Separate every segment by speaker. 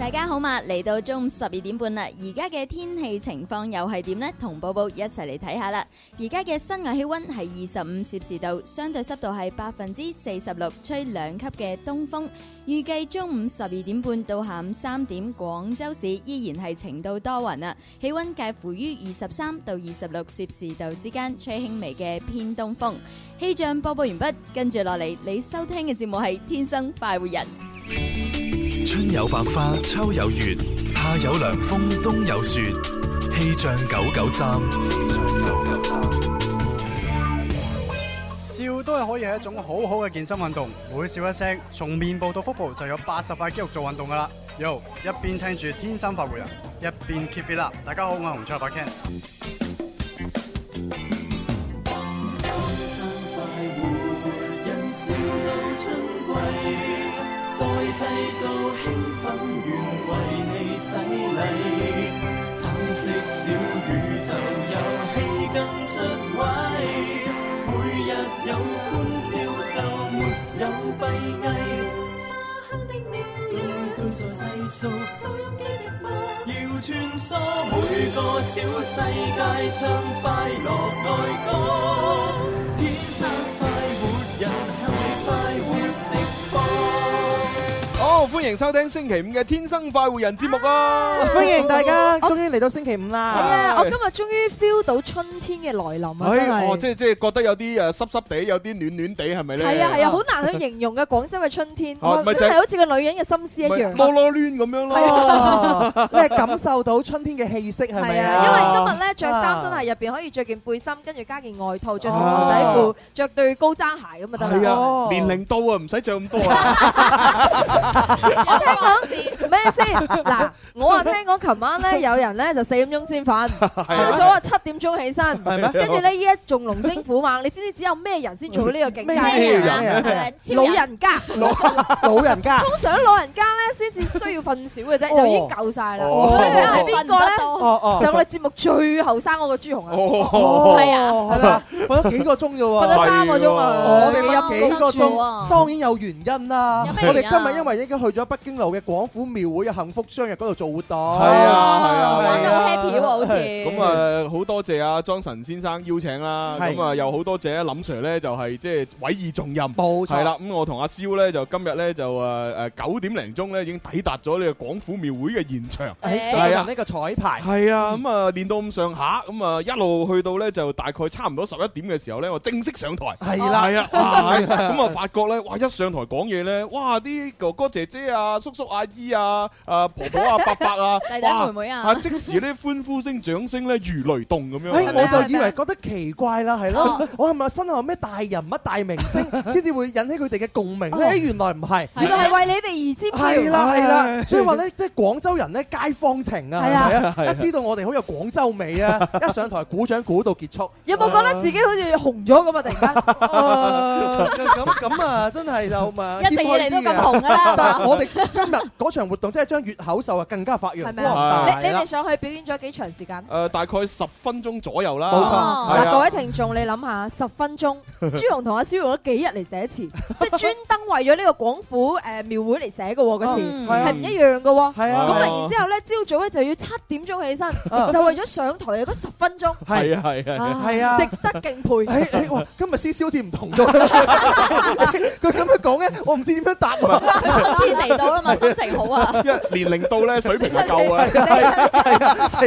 Speaker 1: 大家好嘛，嚟到中午十二點半啦，而家嘅天氣情況又係點呢？同寶寶一齊嚟睇下啦。而家嘅室外氣溫係二十五攝氏度，相對濕度係百分之四十六，吹兩級嘅東風。預計中午十二點半到下午三點，廣州市依然係晴到多雲啊，氣溫介乎於二十三到二十六攝氏度之間，吹輕微嘅偏東風。氣象播報完畢，跟住落嚟你收聽嘅節目係《天生快活人》。
Speaker 2: 春有百花，秋有月，夏有涼風，冬有雪。氣象九九三，
Speaker 3: 笑都係可以係一種好好嘅健身運動，每笑一聲，從面部到腹部就有八十塊肌肉做運動㗎啦。Yo，一邊聽住天生發回人，一邊 keep it up。大家好，我係洪卓發 Ken。
Speaker 4: 人笑到春季，再製造興奮，願為你洗禮。橙色小宇宙遊戲更出位，每日有歡笑就沒有閉翳。居居在細數，收音機直播，要穿梭每個小世界，唱快樂愛歌。天生快活人，向你快活直播。
Speaker 5: 好，歡迎收聽星期五嘅《天生快活人》節目啊！
Speaker 6: 哦係啊！我今日終於 feel 到春天嘅來臨啊！真
Speaker 5: 哎，哦，
Speaker 6: 係
Speaker 5: 即係即係覺得有啲誒濕濕地，有啲暖暖地，係咪咧？
Speaker 6: 係啊係啊，好難去形容嘅廣州嘅春天，
Speaker 5: 哦咪就係
Speaker 6: 真係好似個女人嘅心思一
Speaker 5: 咪
Speaker 6: 樣。啊
Speaker 5: 囉囉攣咁樣咯。
Speaker 6: 係啊，因為今日咧着衫真係入邊可以着件背心，跟住加件外套，着條牛仔褲，着對高踭鞋咁就得
Speaker 5: 係
Speaker 6: 啦。
Speaker 5: 啊，
Speaker 7: 哦
Speaker 5: 年齡到啊，唔使着咁多啊。
Speaker 6: 我聽講咩先？ 嗱，我啊聽講琴晚咧有人咧就四點鐘先瞓，朝早啊七點鐘起身，跟住咧依家仲龍精虎猛。你知唔知只有咩人先做到呢個境界
Speaker 7: 咩人
Speaker 6: 啊？老人家。
Speaker 7: Dạ.
Speaker 6: 通常老人家咧先至需要瞓少嘅啫，就已經夠晒啦。
Speaker 5: 哦
Speaker 6: 所以佢係邊個咧？就我哋節目最後生嗰個朱紅啊，
Speaker 5: 哦，係
Speaker 6: 瞓咗三個鐘啊！
Speaker 5: 喎
Speaker 7: 我哋
Speaker 6: 佢
Speaker 7: 瞓幾個鐘
Speaker 1: 啊
Speaker 7: 當然有原因啦。
Speaker 1: 有咩
Speaker 7: 我哋
Speaker 1: 原因
Speaker 7: 今
Speaker 1: 啊
Speaker 7: 日因為已經去咗北京路嘅廣府廟會嘅幸福雙日嗰度做活動。
Speaker 5: 係啊係啊，
Speaker 1: 玩得
Speaker 7: 係
Speaker 1: 好
Speaker 7: 啊
Speaker 1: happy 喎，好似
Speaker 5: 咁啊，好多謝阿莊臣先生邀請啦，
Speaker 7: 係
Speaker 5: 咁啊又好多謝林 Sir 咧，就係即係委以重任。
Speaker 7: 冇錯
Speaker 5: 係啦，咁我同阿蕭咧就今日咧就誒誒九點零鐘咧已經抵達咗呢個廣府廟會嘅現場。
Speaker 7: 誒，
Speaker 5: 係
Speaker 7: 仲
Speaker 5: 啊
Speaker 7: 有呢個彩排。
Speaker 5: 係啊，咁啊練到咁上下，咁啊一路去到咧就大概差唔多十一點嘅時候咧，我正式上台。
Speaker 7: 係啦，
Speaker 5: 係 啦，哇咁啊發覺咧，哇一上台講嘢咧，哇啲哥哥姐姐啊、叔叔阿姨啊、啊婆婆啊、伯伯啊，
Speaker 1: 弟弟妹
Speaker 5: 哇
Speaker 1: 妹
Speaker 5: 啊
Speaker 1: 啊，
Speaker 5: 即時咧歡呼聲、掌聲咧如雷動 咁
Speaker 7: 哎，
Speaker 5: 樣。
Speaker 7: 我就以
Speaker 1: 啊
Speaker 7: 為覺得奇怪啦，係咯，我係咪身後有咩大人物、大明星先至會引起佢哋嘅共鳴咧？哎原來唔係。
Speaker 6: 原來係為你哋而尖
Speaker 7: 係
Speaker 6: 叫。
Speaker 7: 啦係
Speaker 5: 哎
Speaker 7: 啦，所以話咧，即係廣州人咧街坊情啊，係咪
Speaker 5: 係啊係啊
Speaker 7: 啊？一知道我哋好有廣州 味啊，一上台鼓掌鼓到結束。
Speaker 6: 有冇覺得自己好似紅咗咁啊？突然間，
Speaker 7: 啊咁咁啊，真係就嘛，
Speaker 1: 一直以嚟都咁
Speaker 7: 好。
Speaker 1: 紅噶啦，係
Speaker 7: 但係
Speaker 1: 嘛
Speaker 7: 我哋今日嗰場活動，真係將粵口秀啊更加發揚光
Speaker 6: 係咪啊
Speaker 7: 大啦。
Speaker 6: 你你哋上去表演咗幾長時間？
Speaker 5: 誒大概十分鐘左右啦。
Speaker 7: 冇錯
Speaker 1: 哦
Speaker 5: 係啊
Speaker 6: 嗱，各位聽眾，你諗下，十分鐘，朱紅同阿蕭用咗幾日嚟寫詞，即係專登為咗呢個廣府誒廟會嚟寫嘅喎，個詞
Speaker 1: 嗯
Speaker 7: 係啊
Speaker 6: 係唔一樣嘅喎。
Speaker 7: 係
Speaker 6: 咁啊，
Speaker 7: 啊，
Speaker 6: 然之後咧，朝早咧就要七點鐘起身，
Speaker 7: 啊
Speaker 6: 就為咗上台嘅嗰十分鐘，
Speaker 5: 係啊係啊，
Speaker 6: 啊
Speaker 7: 係啊
Speaker 6: 值得敬佩。
Speaker 7: 誒誒，哇！今日思思好似唔同咗， 佢佢咁樣講咧，我唔知點樣答喎。
Speaker 1: 佢 春天嚟到啦嘛，心情好啊，
Speaker 5: 因為年齡到咧水平唔夠 啊。
Speaker 7: 係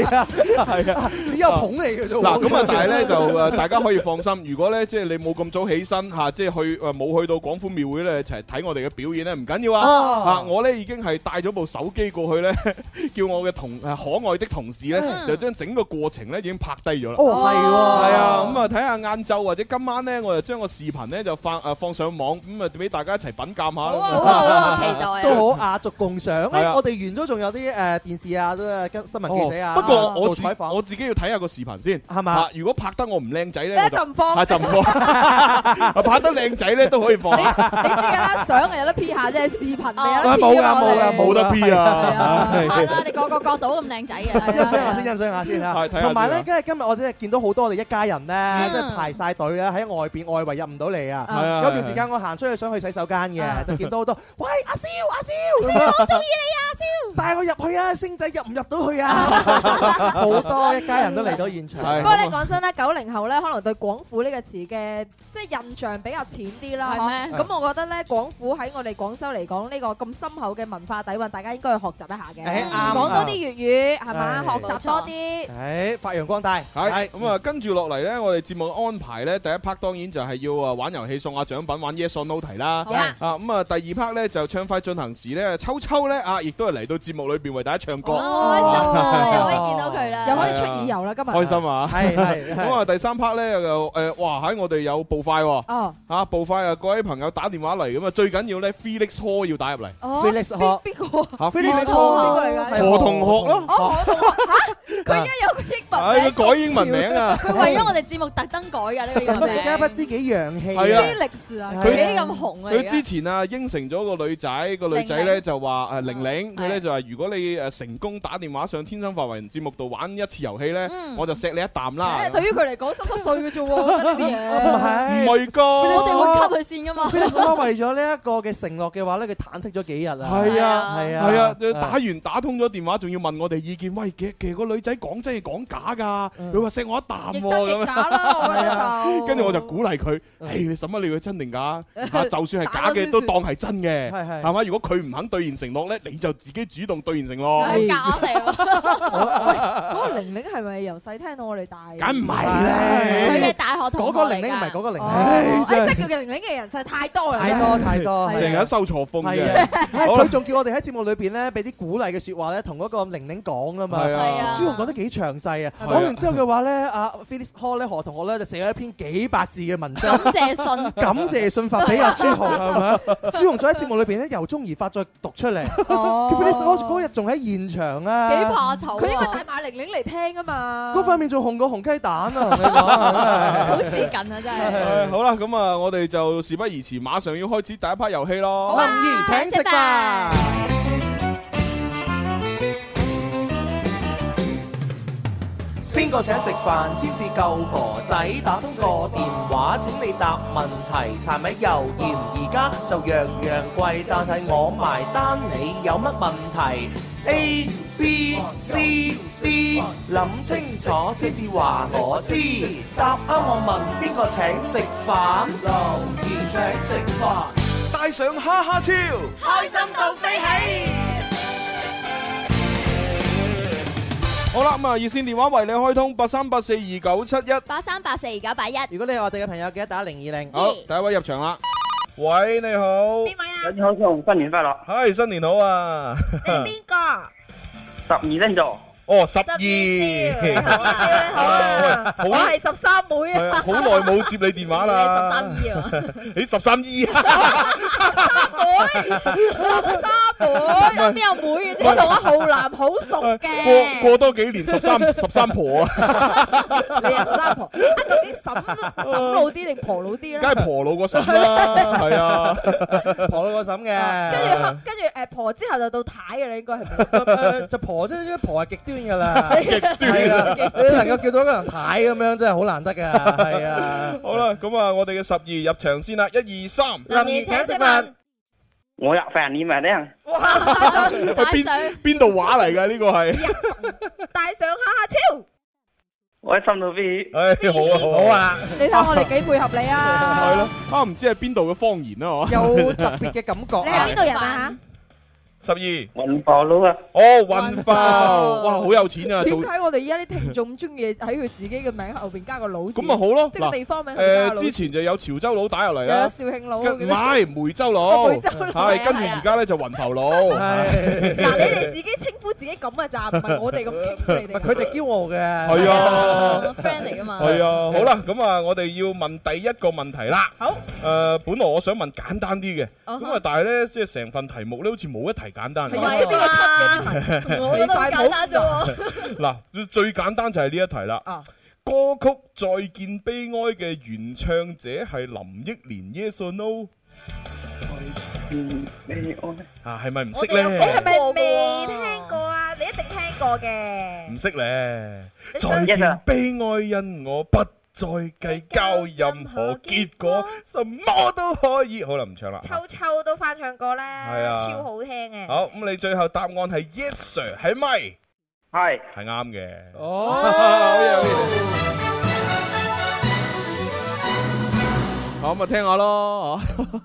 Speaker 7: 啊，
Speaker 5: 係啊，
Speaker 7: 只有捧你嘅啫喎。
Speaker 5: 嗱咁啊，但係咧就 誒，大家可以放心。如果咧即係你冇咁早起身嚇，即係去誒冇去到廣府廟會咧，一齊睇我哋嘅表演咧，唔緊要啊。啊！
Speaker 7: 啊，
Speaker 5: 我咧已經係帶咗部手機過去咧， 叫我嘅同啊可愛的同事咧，
Speaker 1: 嗯
Speaker 5: 就將整個過程咧已經拍低咗啦。
Speaker 7: 哦，
Speaker 5: 係
Speaker 7: 係喎，
Speaker 5: 啊，咁啊睇下晏晝或者今晚咧，我就將個視頻咧就發誒放上網，咁啊俾大家一齊品鑑下。
Speaker 1: 好啊好啊好啊，期 待
Speaker 7: 都
Speaker 1: 啊，
Speaker 7: 好雅俗共賞。
Speaker 5: 係啊
Speaker 7: 誒，我哋完咗仲有啲誒電視事啊，都係跟新聞記者啊，
Speaker 5: 哦不過我
Speaker 7: 做
Speaker 5: 自
Speaker 7: 採訪
Speaker 5: 我自己要睇下個視頻先。
Speaker 7: 係嘛
Speaker 5: 啊，？如果拍得我唔靚仔咧，
Speaker 6: 咧
Speaker 5: 我
Speaker 6: 就
Speaker 5: 就
Speaker 6: 唔放，
Speaker 5: 啊
Speaker 6: 你
Speaker 5: 就唔放。啊拍得靚仔咧都可以放，
Speaker 6: 你知㗎啦，相係有得 P 下啫，視頻咪有得 P 㗎
Speaker 7: 啊冇㗎
Speaker 6: 我哋
Speaker 7: 冇㗎
Speaker 5: 冇得 P
Speaker 6: 係啊
Speaker 5: 啊。
Speaker 1: 係
Speaker 7: Ờ,
Speaker 1: 啦，你個個角度咁靚仔
Speaker 7: 欣賞下
Speaker 6: Dạ.
Speaker 1: 嘅，
Speaker 7: 先，欣賞下先嚇。
Speaker 5: 係睇下
Speaker 7: 同埋
Speaker 5: 先
Speaker 7: 咧，
Speaker 5: 啊
Speaker 7: 跟住今日我真係見到好多我哋一家人咧，即係排晒隊啊，喺外邊外圍入唔到嚟啊。
Speaker 5: 係啊
Speaker 7: 有段時間我行出去想去洗手間
Speaker 6: 啊
Speaker 7: 嘅，就見到好多， 喂阿蕭阿蕭，我中意你啊蕭，帶我入去啊，星仔入唔入到去啊？ 好多一家人都嚟到現場。
Speaker 5: 係
Speaker 6: 不過咧講真咧，九零後咧可能對廣府呢個詞嘅即係印象比較淺啲啦，
Speaker 1: 係咩
Speaker 6: 嗬咁我覺得咧，廣府喺我哋廣州嚟講呢個咁深厚嘅文化底蕴，大家應該去學習一下
Speaker 7: 誒
Speaker 6: 嘅，
Speaker 7: 啱啊
Speaker 6: 講多啲粵語係嘛，
Speaker 7: 係
Speaker 6: 學習多啲。
Speaker 7: 誒哎發揚光大，
Speaker 5: 係咁啊，跟住落嚟咧，我哋節目安排咧，第一 part 當然就係要啊玩遊戲送下獎品，玩 Yes or No 題啦
Speaker 1: 好。啊，
Speaker 5: 啊咁啊，第二 part 咧就唱快進行時咧，秋秋咧啊，亦都係嚟到節目裏邊為大家唱 歌，
Speaker 1: 好開心 啊，又可以見到佢
Speaker 6: 又可
Speaker 1: 啦，
Speaker 6: 以出耳油啦，今日
Speaker 5: 開心啊！
Speaker 7: 係 係
Speaker 5: 咁啊，第三 part 咧又誒，哇！喺我哋有步快喎，
Speaker 6: 哦
Speaker 5: 嚇步快啊！各位朋友打電話嚟咁啊，最緊要咧 Felix Hall 要打入嚟，
Speaker 6: 哦
Speaker 7: Felix
Speaker 6: 邊
Speaker 7: 學
Speaker 6: 邊個啊？
Speaker 5: 嚇
Speaker 7: ，Felix
Speaker 6: 何同學邊個嚟㗎
Speaker 5: 何同學咯
Speaker 6: 哦，我同學嚇，佢而家有個英文
Speaker 5: 唉，
Speaker 6: 名
Speaker 5: 佢改英文名啊！
Speaker 1: 佢為咗我哋節目特登改㗎呢個
Speaker 7: 人
Speaker 1: 英文
Speaker 7: 哋而家不
Speaker 1: 名，
Speaker 7: 知幾洋氣啊
Speaker 5: 係啊
Speaker 6: Felix 啊，
Speaker 7: 佢
Speaker 1: 幾咁紅啊！而
Speaker 5: 佢
Speaker 1: 家
Speaker 5: 之前啊應承咗個女仔，個女仔
Speaker 1: 玲
Speaker 5: 咧
Speaker 1: 玲
Speaker 5: 就話誒玲玲，佢
Speaker 1: 係
Speaker 5: 咧就話如果你誒成功打電話上《天生發圍人》節目度玩一次遊戲咧，
Speaker 1: 嗯
Speaker 5: 我就錫你一啖啦。
Speaker 6: 對於佢嚟講，濕濕碎嘅啫 喎，我覺得呢
Speaker 7: 唔
Speaker 6: 啲嘢。
Speaker 5: 唔
Speaker 7: 係。
Speaker 5: 係㗎，
Speaker 1: 我哋會吸佢線㗎嘛，
Speaker 7: 菲利斯科為咗呢一個嘅承諾嘅話咧，佢忐忑咗幾日啊！
Speaker 5: 係
Speaker 1: 啊
Speaker 7: 係啊，
Speaker 5: 係啊，打完打通咗電話，仲要問我哋意見。喂，其其實個女仔講真係講假㗎，
Speaker 7: 嗯
Speaker 5: 佢話錫我一啖
Speaker 6: 亦
Speaker 5: 喎
Speaker 6: 真
Speaker 5: 咁
Speaker 6: 亦
Speaker 5: 樣。
Speaker 6: 假啦，我覺得就。
Speaker 5: 跟住我就鼓勵佢，
Speaker 7: 嗯
Speaker 5: 誒你使乜理佢真定假？嚇，就算係假
Speaker 6: 打多少
Speaker 5: 嘅
Speaker 6: 少
Speaker 5: 都當係真嘅，
Speaker 7: 係係
Speaker 5: 係嘛？如果佢唔肯兌現承諾咧，你就自己主動兌現承
Speaker 1: 係
Speaker 5: 諾，
Speaker 1: 夾硬嚟喎，
Speaker 6: 嗰個玲玲係咪由細聽到我哋大？
Speaker 5: 梗唔係
Speaker 7: 唉
Speaker 1: 佢
Speaker 5: 啦。
Speaker 1: 嘅大學
Speaker 7: 嗰
Speaker 1: 同學
Speaker 7: 個
Speaker 1: 嚟
Speaker 7: 玲玲唔係
Speaker 1: 㗎
Speaker 7: 嗰。個玲玲，
Speaker 6: 哦，
Speaker 5: 真係
Speaker 6: 誒 即係叫玲玲嘅人實在太多啦。
Speaker 7: 太多太多，
Speaker 6: 係啊
Speaker 5: 成日收錯風
Speaker 7: 係
Speaker 5: 嘅，
Speaker 7: 啊，唉佢仲叫我哋喺節目裏邊咧俾啲鼓勵嘅説話咧，同嗰個玲玲講噶嘛
Speaker 5: 係。
Speaker 1: 係
Speaker 5: 啊
Speaker 1: 啊，
Speaker 7: 朱紅講得幾詳細啊！
Speaker 5: 係啊
Speaker 7: 講完之後嘅話啊咧，阿 Felix Hall 咧何同學咧就寫咗一篇幾百字嘅文章
Speaker 1: 感。謝信，
Speaker 7: 感謝信發俾阿朱 紅係咪啊？朱紅再喺節目裏邊咧由衷而發再讀出嚟。
Speaker 6: 哦
Speaker 7: Felix Hall 嗰日仲喺現場啊！
Speaker 1: 幾怕醜
Speaker 6: 佢應該
Speaker 1: 啊
Speaker 6: 帶！埋玲玲嚟聽啊嘛。
Speaker 7: 嗰塊面仲紅過紅雞蛋啊！同你講 啊
Speaker 1: 好事近啊，真係。
Speaker 5: 唉好啦，咁啊，我哋就事不宜遲，馬上要開始第一 part 遊戲咯。
Speaker 4: 啊
Speaker 7: 林怡請食飯。邊個請食飯先至夠婆仔？打通個電話請你答問題，柴米油鹽而家就樣樣貴，但係我埋單，你有乜問題？A B C D，諗清楚先至話我知。答啱我問邊個請食飯？留言請食飯。
Speaker 4: 帶上哈哈超，
Speaker 5: 好啦，咁啊，熱線電話為你開通八三八四二九七一。
Speaker 1: 八三八四二九八一，
Speaker 7: 如果你係我哋嘅朋友，記得打零二零。
Speaker 5: 好，第一位入場啦。喂，你好。
Speaker 6: 邊位啊？
Speaker 8: 你好，小紅，新年快樂！
Speaker 5: 嗨，新年好啊！
Speaker 6: 你係 邊個？啊
Speaker 8: 十二星座，
Speaker 5: 哦，十
Speaker 1: 十二少你
Speaker 5: 二。
Speaker 1: 好啊，
Speaker 6: 好啊，
Speaker 5: 喂
Speaker 6: 我
Speaker 5: 好
Speaker 6: 係十三妹
Speaker 5: 係
Speaker 6: 啊。
Speaker 5: 啊，好耐冇接你電話啦。
Speaker 1: 你十三姨啊，
Speaker 5: 你十三姨 啊？
Speaker 1: 十三邊有妹嘅
Speaker 6: 我
Speaker 1: 啫，
Speaker 6: 同阿浩南好熟
Speaker 5: 過
Speaker 6: 嘅。
Speaker 5: 過多幾年十三十三婆啊，
Speaker 6: 你係十三婆，啊究竟嬸嬸老啲定婆老啲啊咧
Speaker 5: 梗？係婆老過十啦，係啊。
Speaker 7: 婆老個嬸
Speaker 6: 跟
Speaker 7: 嘅，
Speaker 6: 住後跟住誒婆之後就到太嘅啦，應該係咪？
Speaker 7: 誒就婆即係婆係極端㗎啦，極端啦，你能夠叫到一個人太咁樣真係好難得㗎，係 啊。
Speaker 5: 好啦，咁啊，我哋嘅十二入場先啦，一二三。
Speaker 1: 林兒請食飯，
Speaker 8: 我入飯你咪聽，
Speaker 6: 哇！
Speaker 1: 帶上
Speaker 5: 邊度話嚟㗎？呢個係。
Speaker 6: 帶上哈哈超，
Speaker 8: 我喺心度飛，
Speaker 5: 唉，好啊，好
Speaker 7: 好
Speaker 5: 啊。
Speaker 7: 啊，
Speaker 6: 你睇我哋幾配合你
Speaker 5: 係
Speaker 6: 啊！
Speaker 5: 咯，啊唔知係邊度嘅方言啦，啊嗬。
Speaker 7: 有特別嘅感覺
Speaker 6: 你係
Speaker 7: 啊
Speaker 6: 邊！度人啊？
Speaker 5: 十二，
Speaker 8: 雲浮佬啊，
Speaker 5: 哦，雲
Speaker 1: 雲
Speaker 5: 浮，
Speaker 1: 浮
Speaker 5: 哇，好有錢啊，
Speaker 6: 點
Speaker 5: 做
Speaker 6: 解我哋而家啲聽眾中意喺佢自己嘅名後邊加個佬字？
Speaker 5: 咁咪好咯。
Speaker 6: 即係個
Speaker 5: 嗱，
Speaker 6: 地方名後邊加個
Speaker 5: 誒，
Speaker 6: 佬
Speaker 5: 之
Speaker 6: 字，
Speaker 5: 前就有潮州佬打入嚟
Speaker 6: 又有
Speaker 5: 啦，
Speaker 6: 肇慶佬啊
Speaker 5: 跟唔
Speaker 6: 嗰啲。
Speaker 5: 係梅州佬，
Speaker 6: 梅州佬啊
Speaker 5: 係跟住
Speaker 1: 係啊
Speaker 5: 而家咧就雲浮佬，
Speaker 7: 係
Speaker 6: 嗱，你哋自己稱呼自己咁嘅咋，唔係 我哋咁稱
Speaker 5: 啊
Speaker 6: 呼你哋。
Speaker 7: 佢哋驕傲嘅，
Speaker 5: 係啊。
Speaker 1: friend 嚟噶嘛，
Speaker 5: 係啊，好啦，咁啊，我哋要問第一個問題啦。
Speaker 6: 好，哦
Speaker 5: 誒，本來我想問簡單啲嘅，
Speaker 1: 啊哈
Speaker 5: 咁啊，但係咧，即係成份題目咧，好似冇一題題簡單。
Speaker 6: 係啊知邊個 出嘅
Speaker 5: 啊
Speaker 9: 我覺得好簡單啫喎。
Speaker 5: 嗱，最最簡單就係呢一題啦。
Speaker 9: 啊
Speaker 5: 歌曲《再見悲哀》嘅原唱者係林憶蓮，Yes or No？
Speaker 4: 嗯，你我
Speaker 5: 啊，係咪唔識
Speaker 9: 我哋有講
Speaker 5: 咧？
Speaker 9: 過
Speaker 10: 你係咪未聽過啊？你一定聽過嘅。
Speaker 5: 唔識咧。
Speaker 10: 你想
Speaker 5: 再見
Speaker 4: Yes
Speaker 5: 悲哀，因我不再計較任何結果，什麼都可以。好啦，唔唱啦。
Speaker 10: 秋秋都翻唱過啦，
Speaker 5: 係啊
Speaker 10: 超好聽嘅。
Speaker 5: 好，咁你最後答案係 Yes sir，係咪？
Speaker 4: 係
Speaker 5: 係啱嘅。
Speaker 11: 哦，
Speaker 5: 好咁啊，聽下咯。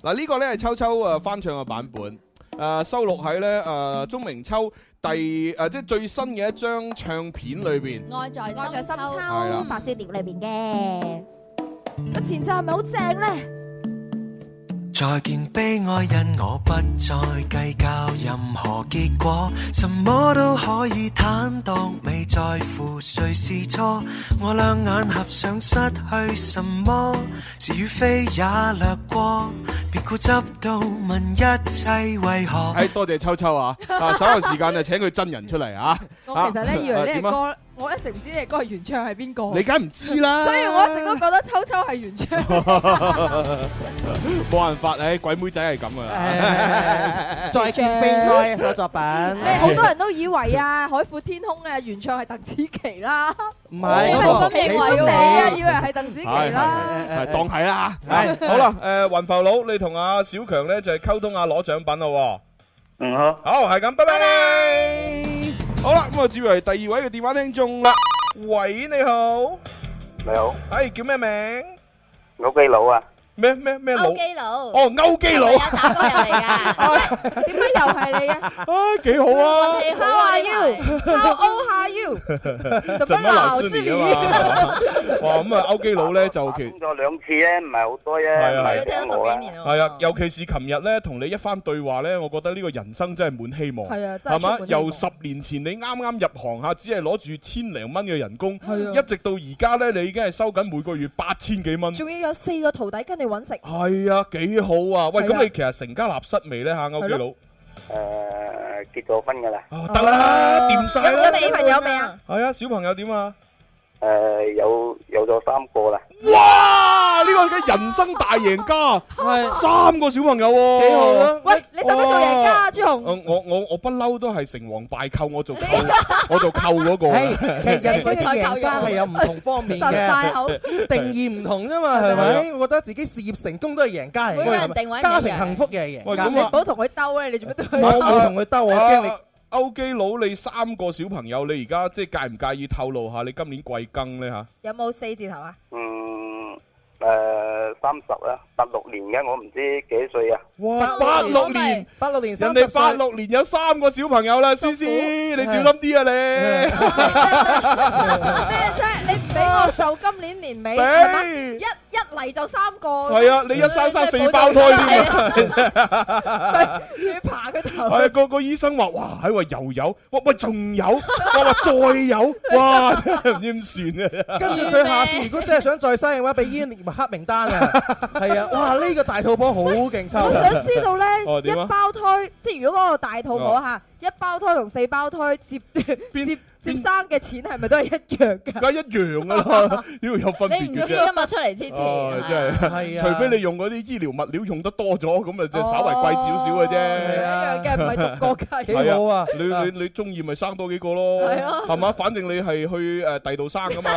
Speaker 5: 嗱，呢個咧係秋秋啊翻唱嘅版本，誒收錄喺咧誒鐘明秋第誒即係最新嘅一張唱片裏邊。
Speaker 1: 愛在
Speaker 10: 愛在
Speaker 1: 深
Speaker 10: 深
Speaker 5: 係
Speaker 1: 秋。
Speaker 5: 啦
Speaker 10: 秋，發燒碟裏邊嘅。
Speaker 6: 個前奏係咪好正咧？
Speaker 8: 再見悲哀，因我不再計較任何結果，什麼都可以坦蕩，未在乎誰是錯。我兩眼合上，失去什麼，是與非也掠過，別固執到問一切為何。
Speaker 5: 係多謝秋秋啊！啊，稍後時間就請佢真人出嚟啊！
Speaker 6: 我 其實咧以為呢
Speaker 5: 點
Speaker 6: 隻
Speaker 5: 啊
Speaker 6: 歌，我一直唔知呢隻歌係原唱係邊個，啊
Speaker 5: 你梗係唔知啦，
Speaker 6: 所以我一直都覺得秋秋係原 唱。
Speaker 5: 冇辦法，唉，鬼妹仔係咁噶啦。
Speaker 7: 再見悲哀一首作品，
Speaker 6: 誒好多人都以為啊， 海闊天空嘅原唱係鄧紫棋啦，
Speaker 7: 唔
Speaker 6: 你
Speaker 7: 係
Speaker 6: 咪咁認為你啊，以為係鄧紫棋
Speaker 5: 係係
Speaker 6: 啦。
Speaker 5: 係係當係啦。
Speaker 7: 係
Speaker 5: 好啦，誒雲浮佬，你同阿小強咧就係溝通下攞獎品咯喎。
Speaker 4: 嗯好，
Speaker 5: 好，係咁，拜拜。好啦，咁啊，接嚟第二位嘅電話聽眾啦。喂，你好，
Speaker 4: 你好，
Speaker 5: 係叫咩名？
Speaker 4: 我基佬啊，
Speaker 5: 咩咩咩佬
Speaker 9: 歐？基佬，
Speaker 5: 哦，歐基佬
Speaker 9: 係咪有打過入嚟㗎。
Speaker 6: 點解又係你啊
Speaker 5: 啊，幾好啊
Speaker 9: 運！氣好
Speaker 6: ？How
Speaker 9: 啊
Speaker 6: are
Speaker 9: 呢排
Speaker 6: you？How old are you？怎麼老是你？
Speaker 5: 嘛？哇，咁啊，歐基佬咧就其
Speaker 4: 咗兩次咧，唔係好多啫，
Speaker 5: 係啊
Speaker 4: 唔
Speaker 9: 係
Speaker 4: 係
Speaker 9: 啊，聽
Speaker 4: 聽
Speaker 9: 咗
Speaker 4: 我
Speaker 9: 十
Speaker 4: 啊
Speaker 9: 幾年喎。
Speaker 5: 係啊，尤其是琴日咧同你一番對話咧，我覺得呢個人生真係滿希望。
Speaker 6: 係啊，真
Speaker 5: 係
Speaker 6: 係充
Speaker 5: 嘛
Speaker 6: 滿？希望
Speaker 5: 由十年前你啱啱入行嚇，只係攞住千零蚊嘅人工，
Speaker 6: 係啊
Speaker 5: 一直到而家咧，你已經係收緊每個月八千幾蚊。
Speaker 6: 仲要有四個徒弟跟你揾食，
Speaker 5: 係啊，幾好啊！喂，
Speaker 6: 係啊
Speaker 5: 咁你其實成家立室未咧嚇，歐基佬？
Speaker 4: 誒結咗婚㗎啦，
Speaker 5: 啊，得啦，掂晒
Speaker 9: 有
Speaker 5: 啦。
Speaker 9: 小朋友未啊？
Speaker 5: 係啊，小朋友點啊？
Speaker 4: 誒有有咗三個啦，
Speaker 5: 哇！呢個嘅人生大贏家，
Speaker 7: 係
Speaker 5: 三個小朋友喎，
Speaker 7: 幾好啊！
Speaker 6: 喂，你使唔使做贏家
Speaker 7: 哦
Speaker 6: 啊，朱紅？
Speaker 5: 呃！我我我不嬲都係成王敗寇，我做寇，
Speaker 6: 啊
Speaker 5: 我做寇嗰個啊。
Speaker 7: 係其實人生嘅贏家係有唔同方面
Speaker 6: 實晒
Speaker 7: 嘅
Speaker 6: 口，
Speaker 7: 定義唔 同啫嘛，係咪？我覺得自己事業成功都係贏家嚟
Speaker 9: 每個人定位唔
Speaker 7: 嘅，
Speaker 9: 一樣
Speaker 7: 家庭幸福嘅係贏家。
Speaker 5: 喂
Speaker 6: 你
Speaker 5: 咁啊
Speaker 6: 唔好同佢鬥啊！你做乜對
Speaker 7: 我
Speaker 6: 佢？
Speaker 7: 冇同佢兜，我驚你
Speaker 5: 啊歐基佬，你三個小朋友，你而家即係介唔介意透露下你今年貴庚呢？嚇？
Speaker 9: 有冇四字頭啊？
Speaker 4: 嗯誒三十啦，八六年嘅我唔知幾歲啊，
Speaker 5: 哇！八六年，
Speaker 7: 八六年
Speaker 5: 人
Speaker 7: 三
Speaker 5: 哋
Speaker 7: 十
Speaker 5: 八
Speaker 7: 歲，
Speaker 5: 六年有三個小朋友啦，思思，你小心啲
Speaker 7: 嗯
Speaker 5: 啊
Speaker 6: 咩啫？你唔俾我就今年年尾
Speaker 5: 你！
Speaker 6: 係咪？
Speaker 5: 俾
Speaker 6: 一一嚟就三個，
Speaker 5: 係啊，你一生生四胞胎添啊！
Speaker 6: 仲要爬佢頭。
Speaker 5: 係啊，個個醫生話：哇，喺話又有，哇喂，仲有，哇哇再 有，哇真係唔知點算啊！
Speaker 7: 跟住佢下次如果真係想再生嘅話，俾醫院列入黑名單啊！係啊，哇！呢個大肚婆好勁抽
Speaker 6: 我
Speaker 7: 啊，
Speaker 6: 想知道咧
Speaker 5: 哦，點啊哦
Speaker 6: 一胞胎，即係如果嗰個大肚婆嚇，一胞胎同四胞胎接接接
Speaker 5: 邊
Speaker 6: 生嘅錢係咪都係一樣㗎？
Speaker 5: 梗係一樣噶 啦，要有分
Speaker 9: 你唔
Speaker 5: 別嘅
Speaker 9: 知
Speaker 5: 啫。
Speaker 9: 㗎嘛？出嚟之前
Speaker 5: 哦，真
Speaker 9: 係
Speaker 7: 係啊，
Speaker 5: 除非你用嗰啲醫療物料用得多咗，咁啊即係稍微貴少少嘅
Speaker 6: 係
Speaker 5: 啫。
Speaker 6: 啊一樣嘅，唔係獨個計。
Speaker 7: 幾好啊！
Speaker 5: 你你你中意咪生多幾個咯，
Speaker 6: 係咯
Speaker 5: 係嘛？反正你係去誒第度生噶 嘛，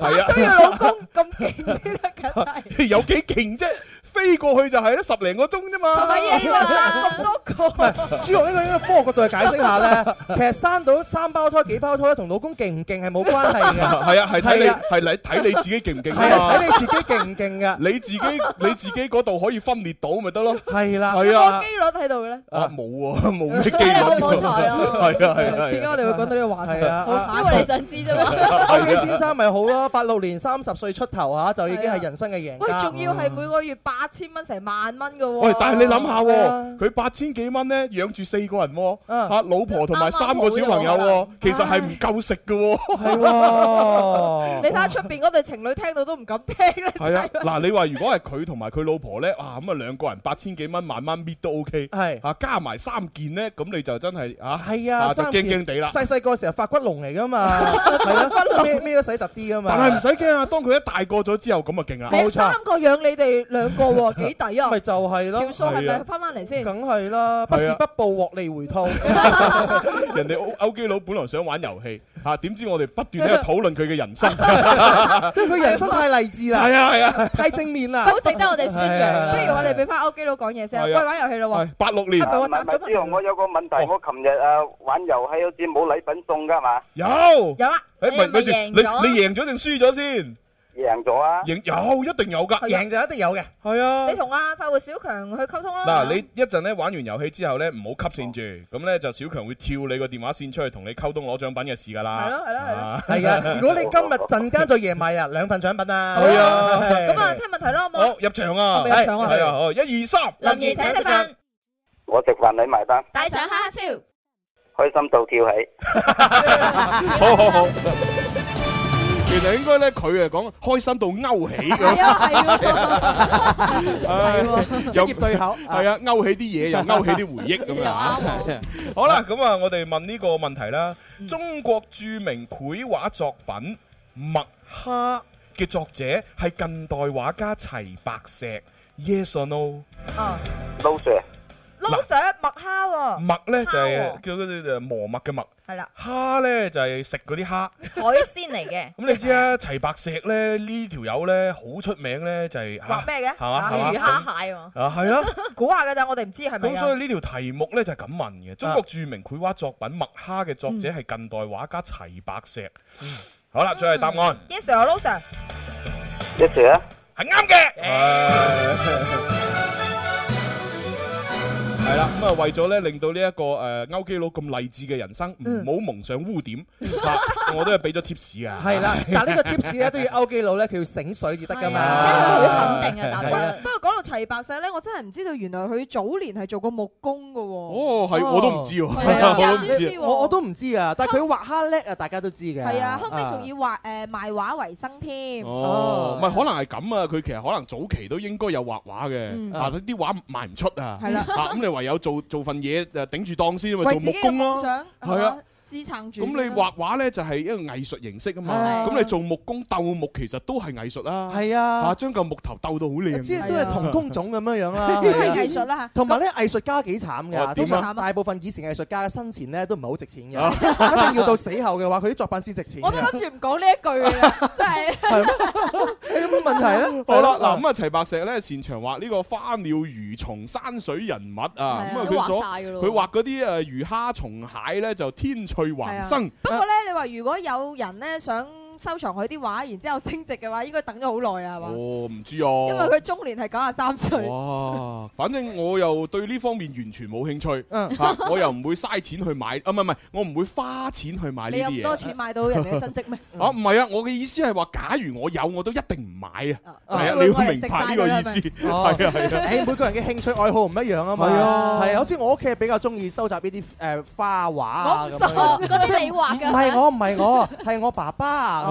Speaker 5: 係啊，
Speaker 6: 都要老公咁勁先得㗎，係
Speaker 5: 有幾勁啫？飛過去就係啦，十零個鐘啫
Speaker 6: 做
Speaker 5: 嘛。
Speaker 6: 乜嘢要生哎咁多個？
Speaker 7: 朱紅呢個應該科學角度去解釋下咧，其實生到三胞胎幾胞胎同老公勁唔勁係冇關係嘅，
Speaker 5: 係啊，係睇你
Speaker 7: 係啊
Speaker 5: 係你睇你自己勁唔勁
Speaker 7: 係
Speaker 5: 啊
Speaker 7: 啊，睇
Speaker 5: 嘛。
Speaker 7: 你自己勁啊唔勁嘅，
Speaker 5: 你自己 你自己嗰度可以分裂到咪得咯？
Speaker 7: 係啦，
Speaker 5: 係
Speaker 6: 有冇
Speaker 5: 啊
Speaker 6: 機，率喺度嘅咧？
Speaker 5: 啊冇啊， 冇咩機
Speaker 9: 睇你好
Speaker 5: 率。
Speaker 9: 唔好彩咯，
Speaker 5: 係啊係啊
Speaker 6: 點解
Speaker 5: 係啊，
Speaker 6: 我哋會講到呢個話題？
Speaker 7: 係啊啊
Speaker 9: 因為你想知啫嘛。
Speaker 7: 歐基先生咪好咯，八六年三十歲出頭嚇就已經係人生嘅贏
Speaker 6: 喂，
Speaker 7: 家。
Speaker 6: 仲要係每個月八千蚊成萬蚊嘅喎。
Speaker 5: 喂，但係你諗下
Speaker 6: 係啊
Speaker 5: 喎，佢八千幾蚊咧養住四個人喎，啊老婆同埋
Speaker 6: 啱啱
Speaker 5: 三個小朋友
Speaker 6: 好
Speaker 5: 喎
Speaker 6: 啫，
Speaker 5: 其實係唔夠食嘅喎。 係
Speaker 6: 你睇下出邊嗰對情侶聽到都唔敢聽啦。
Speaker 5: 係啊，嗱，你話如果係佢同埋佢老婆咧，哇，咁啊兩個人八千幾蚊慢慢搣都 OK，
Speaker 7: 係
Speaker 5: 啊，加埋三件咧，咁你就真係啊，
Speaker 7: 係啊，
Speaker 5: 就
Speaker 7: 三
Speaker 5: 驚
Speaker 7: 件
Speaker 5: 驚地啦。
Speaker 7: 細細個時候發骨龍嚟噶 嘛，係咯，咩咩都使突啲噶嘛。
Speaker 5: 但係唔使驚啊，當佢一大個咗之後，咁啊勁啦。
Speaker 6: 你三個養你哋兩 個喎，幾抵啊！
Speaker 7: 咪就係咯
Speaker 6: 條數係
Speaker 5: 係
Speaker 6: 咪
Speaker 5: 啊
Speaker 6: 翻翻嚟先？
Speaker 7: 梗係啦，不是
Speaker 5: 係啊
Speaker 7: 不報獲利回吐。
Speaker 5: 人哋歐歐基佬本來想玩遊戲嚇，點知我哋不斷喺度討論佢嘅人生。
Speaker 7: 因為佢人生太勵志啦，
Speaker 5: 係啊係啊
Speaker 7: 太正面啦，
Speaker 6: 好值得我哋宣揚。不如我哋俾
Speaker 7: 俾
Speaker 6: 翻歐基佬講嘢先，
Speaker 5: 係
Speaker 6: 喂，
Speaker 5: 啊
Speaker 6: 玩遊戲啦喎
Speaker 5: 係。八六年
Speaker 6: 係咪我
Speaker 4: 唔係
Speaker 6: 答
Speaker 4: 唔係
Speaker 6: 咗，
Speaker 4: 朱紅，我有個問題，我琴日啊玩遊戲好似冇禮品送㗎嘛，
Speaker 5: 有
Speaker 6: 有啊，
Speaker 5: 誒
Speaker 12: 你
Speaker 5: 咪
Speaker 12: 咪
Speaker 5: 咪住
Speaker 12: 贏
Speaker 5: 你
Speaker 12: 咗
Speaker 5: 你贏咗定輸咗先？
Speaker 4: 贏咗啊！
Speaker 5: 贏有一定有㗎，
Speaker 7: 贏就一定有嘅。
Speaker 5: 係啊
Speaker 6: 你。同阿快活小強去溝通啦。
Speaker 5: 嗱，你一陣咧玩完遊戲之後咧，唔好吸線住，咁咧就小強會跳你個電話線出去同你溝通攞獎品嘅事㗎啦。
Speaker 6: 係咯係咯係咯
Speaker 5: 啊
Speaker 7: 係啊！如果你今日陣間再夜埋啊，兩份獎品啊！
Speaker 5: 係啊
Speaker 7: 係
Speaker 6: 咁啊，聽問題啦，好冇
Speaker 5: 好？入場
Speaker 4: à?
Speaker 5: 啊！
Speaker 6: 我咪入場啊
Speaker 5: 係啊，好一二三，
Speaker 12: 林怡請食飯，
Speaker 4: 我食飯你埋單，
Speaker 12: 帶上哈哈超，林
Speaker 4: 開心到跳起。
Speaker 5: 好好好。其實應該咧，佢啊講開心到勾起咁
Speaker 6: 係。啊， 係喎，
Speaker 5: 唉
Speaker 7: 職業對口
Speaker 5: 係啊，勾起啲嘢又勾起啲回憶 咁樣。好啦，咁啊，我哋問呢個問題啦。中國著名繪畫作品《墨蝦》嘅作者係近代畫家齊白石。Yes or no？
Speaker 6: 哦，
Speaker 4: 撈 Sir，
Speaker 6: 撈上墨蝦喎，
Speaker 5: 墨咧就係
Speaker 6: 蝦喎
Speaker 5: 叫嗰啲就磨墨嘅墨，
Speaker 6: 係啦，
Speaker 5: 蝦咧就係食嗰啲蝦。
Speaker 13: 海鮮嚟 嘅，
Speaker 5: 咁你知啦，齊白石咧呢條友咧好出名咧就係啊
Speaker 6: 畫咩嘅？啊
Speaker 5: 係嘛係嘛
Speaker 13: 魚蝦蟹喎，
Speaker 5: 啊係啊。
Speaker 6: 估下嘅咋，我哋唔知 係咪
Speaker 5: 咁
Speaker 6: 啊
Speaker 5: 所以呢條題目呢就係咁問嘅。中國著名繪畫作品《墨蝦》嘅作者係近代畫家齊白石。好啦，最後答案
Speaker 6: ？Yes sir，撈 sir，
Speaker 4: 一 Sir 啊，
Speaker 5: 係啱嘅。 係啦，咁啊為咗咧令到呢一個誒歐基佬咁勵志嘅人生唔好蒙上污點，啊我都係俾咗 tips 噶。
Speaker 7: 係啦，但呢個 tips 咧都要歐基佬咧，佢要醒水至得㗎嘛。
Speaker 6: 啊
Speaker 12: 即係佢好肯定啊答得。
Speaker 6: 不過講到齊白石咧，我真係唔知道原來佢早年係做過木工嘅喎。
Speaker 5: 哦，係我都唔知喎，
Speaker 6: 係
Speaker 5: 我
Speaker 6: 啊
Speaker 5: 都唔
Speaker 6: 有少
Speaker 5: 知
Speaker 6: 少。
Speaker 7: 我我都唔知啊，但係佢畫蝦叻啊，大家都知嘅。
Speaker 6: 係啊，後尾仲要畫誒賣畫為生 添。
Speaker 5: 哦，唔
Speaker 7: 哦
Speaker 5: 係可能係咁啊！佢其實可能早期都應該有畫畫
Speaker 6: 嗯
Speaker 5: 嘅，啊啲畫賣唔出啊，
Speaker 6: 係啦
Speaker 5: 啊咁你唯有做做份嘢誒頂住檔先啊嘛，
Speaker 6: 為
Speaker 5: 做
Speaker 6: 自
Speaker 5: 木
Speaker 6: 己嘅
Speaker 5: 工
Speaker 6: 夢
Speaker 5: 咯。
Speaker 6: 想
Speaker 5: 係啊，
Speaker 6: 支撐
Speaker 5: 咁
Speaker 6: 住先啦。
Speaker 5: 你畫畫咧就係一個藝術形式啊嘛，
Speaker 7: 係
Speaker 5: 咁你做木工鬥木其實都係藝術啦，
Speaker 7: 係
Speaker 5: 啊
Speaker 7: 啊，
Speaker 5: 將嚿木頭鬥到好靚。
Speaker 7: 即係都係同工種咁樣樣啦。
Speaker 6: 都係
Speaker 7: 係啊
Speaker 6: 藝術啦嚇。
Speaker 7: 同埋咧，藝術家幾慘㗎，
Speaker 5: 哦
Speaker 7: 通
Speaker 5: 點
Speaker 6: 啊
Speaker 7: 常大部分以前藝術家嘅生前咧都唔係好值錢
Speaker 5: 啊
Speaker 7: 嘅，一定要到死後嘅話，佢啲作品先值錢嘅。
Speaker 6: 我都諗住唔講呢一句嘅啦，真係。
Speaker 7: 係咩？有咩問題咧？
Speaker 5: 好啦，嗱咁啊，齊白石咧擅長畫呢個花鳥魚蟲山水人物啊，咁
Speaker 6: 啊
Speaker 5: 啊
Speaker 12: 都
Speaker 5: 佢所
Speaker 12: 畫晒噶咯。
Speaker 5: 佢畫嗰啲誒魚蝦蟲蟹咧就天趣橫生，
Speaker 6: 不過咧，你話如果有人咧想收藏佢啲畫，然之後升值嘅話，應該等咗好耐啦，係嘛？
Speaker 5: 哦唔知
Speaker 6: 因
Speaker 5: 哦
Speaker 6: 為。佢中年係九十三歲，
Speaker 5: 哇！反正我又對呢方面完全冇興趣，
Speaker 7: 嗯
Speaker 5: 嚇我又唔會嘥錢去買，啊唔係唔係，我唔會花錢去買呢
Speaker 6: 你
Speaker 5: 啲
Speaker 6: 有咁多
Speaker 5: 嘢。
Speaker 6: 錢買到人哋嘅真跡咩？
Speaker 5: 啊，唔係啊，我嘅意思係話，假如我有，我都一定唔買啊。
Speaker 6: 啊
Speaker 5: 係啊，
Speaker 6: 會
Speaker 5: 你
Speaker 6: 我哋
Speaker 5: 要明白
Speaker 6: 食晒
Speaker 5: 呢個
Speaker 6: 佢
Speaker 5: 意
Speaker 6: 係咪
Speaker 5: 思。
Speaker 7: 哦
Speaker 5: 係啊係啊，
Speaker 7: 誒，每個人嘅興趣愛好唔一樣啊嘛，
Speaker 5: 係
Speaker 6: 啊
Speaker 7: 係啊，好似我屋企係比較中意收集呢啲誒花畫啊
Speaker 6: 我唔
Speaker 7: 咁
Speaker 6: 信
Speaker 12: 哦
Speaker 7: 樣。
Speaker 12: 嗰啲你畫
Speaker 7: 唔
Speaker 12: 嘅。
Speaker 7: 係我，唔係我，係我爸爸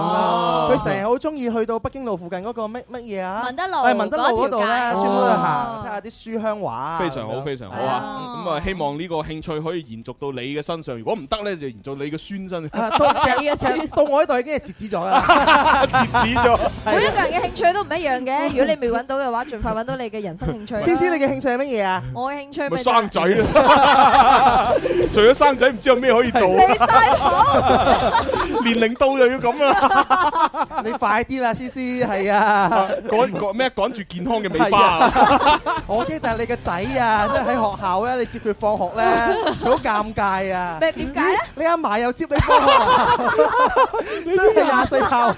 Speaker 5: 哦
Speaker 7: 咁樣。佢成日好中意去到北京路附近嗰個乜乜嘢啊？
Speaker 12: 文德路
Speaker 7: 誒文德路嗰度咧，
Speaker 12: 嗰
Speaker 7: 專
Speaker 12: 條街
Speaker 7: 門去
Speaker 6: 哦
Speaker 7: 行睇下啲書香畫 啊。
Speaker 5: 非常好，
Speaker 7: 咁樣
Speaker 5: 非常好啊！
Speaker 12: 係啊
Speaker 5: 咁啊，希望呢個興趣可以延續到你嘅身上。如果唔得咧，就延續你嘅孫身截
Speaker 7: 啊到
Speaker 6: 你嘅孫
Speaker 7: 到我呢度已經係截止咗啦。
Speaker 5: 止咗。
Speaker 6: 每一個人嘅興趣都唔一樣嘅，如果你未揾到嘅話，盡快揾到你嘅人生興趣啦。
Speaker 7: 思思，你嘅興趣係乜嘢啊？
Speaker 6: 我嘅興趣
Speaker 5: 咪
Speaker 6: 咪
Speaker 5: 生仔啦！ 除咗生仔，唔知有咩可以做。
Speaker 6: 你 太好，
Speaker 5: 年齡到就要咁啊啦。
Speaker 7: 你快啲啦，思思係啊！
Speaker 5: 趕趕咩？趕住健康嘅尾巴啊！
Speaker 7: 哎 我驚但係你個仔啊，即係喺學校咧，你接佢放學 咧，佢好尷尬啊！
Speaker 6: 咩點解咧？
Speaker 7: 你阿嫲又接你放學啊， 真係廿歲炮啊！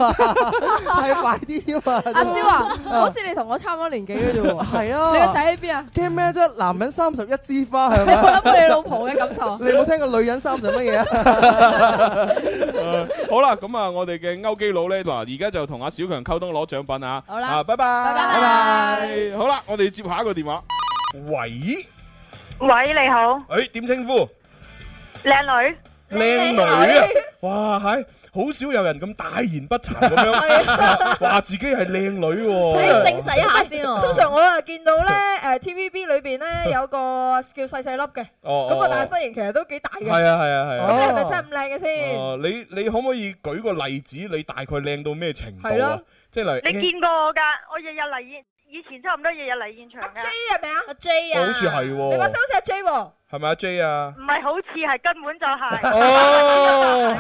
Speaker 7: 係快啲啊嘛！
Speaker 6: 阿蕭啊，好似你同我差唔多年紀嘅啫喎。
Speaker 7: 係
Speaker 6: 你個
Speaker 7: 啊，
Speaker 6: 仔喺邊啊？
Speaker 7: 驚咩啫？男人三十一枝花係
Speaker 6: 你有
Speaker 7: 咪？
Speaker 6: 冇諗過你老婆嘅感受啊？
Speaker 7: 你有冇聽過女人三十乜嘢啊？
Speaker 5: 好啦，咁啊，我哋嘅歐基佬咧，嗱，而家就同阿小強溝通攞獎品啊。
Speaker 1: 好啦
Speaker 5: 啊拜拜，
Speaker 1: 拜拜
Speaker 5: 拜拜。好啦，我哋接下一個電話。喂，
Speaker 14: 喂，你好，
Speaker 5: 诶，點稱呼？
Speaker 14: 靚女。
Speaker 5: 靚女啊！哇，係好少有人咁大言不慚咁樣話自己係靚女喎。
Speaker 6: 通常我又見到 咧，誒 TVB 裏邊咧有個叫細細粒嘅，
Speaker 5: 哦
Speaker 6: 咁
Speaker 5: 哦
Speaker 6: 啊但係身形其實都幾大嘅。
Speaker 5: 係啊係啊係啊
Speaker 6: 咁你 係咪真係咁靚嘅
Speaker 14: 嗯
Speaker 6: 先？
Speaker 5: 哦，你你可唔可以舉個例子？你大概靚到咩程度
Speaker 14: 係
Speaker 5: 啊
Speaker 14: 咯？
Speaker 5: 即係例
Speaker 14: 你見過我㗎？我日日嚟現，以前差唔多日日嚟現場嘅。J
Speaker 6: 係咪啊？J
Speaker 5: 好似係喎，
Speaker 6: 似阿 J 喎，
Speaker 5: 係咪阿 J 啊？
Speaker 14: 唔係好似係根本就 係。
Speaker 5: 哦，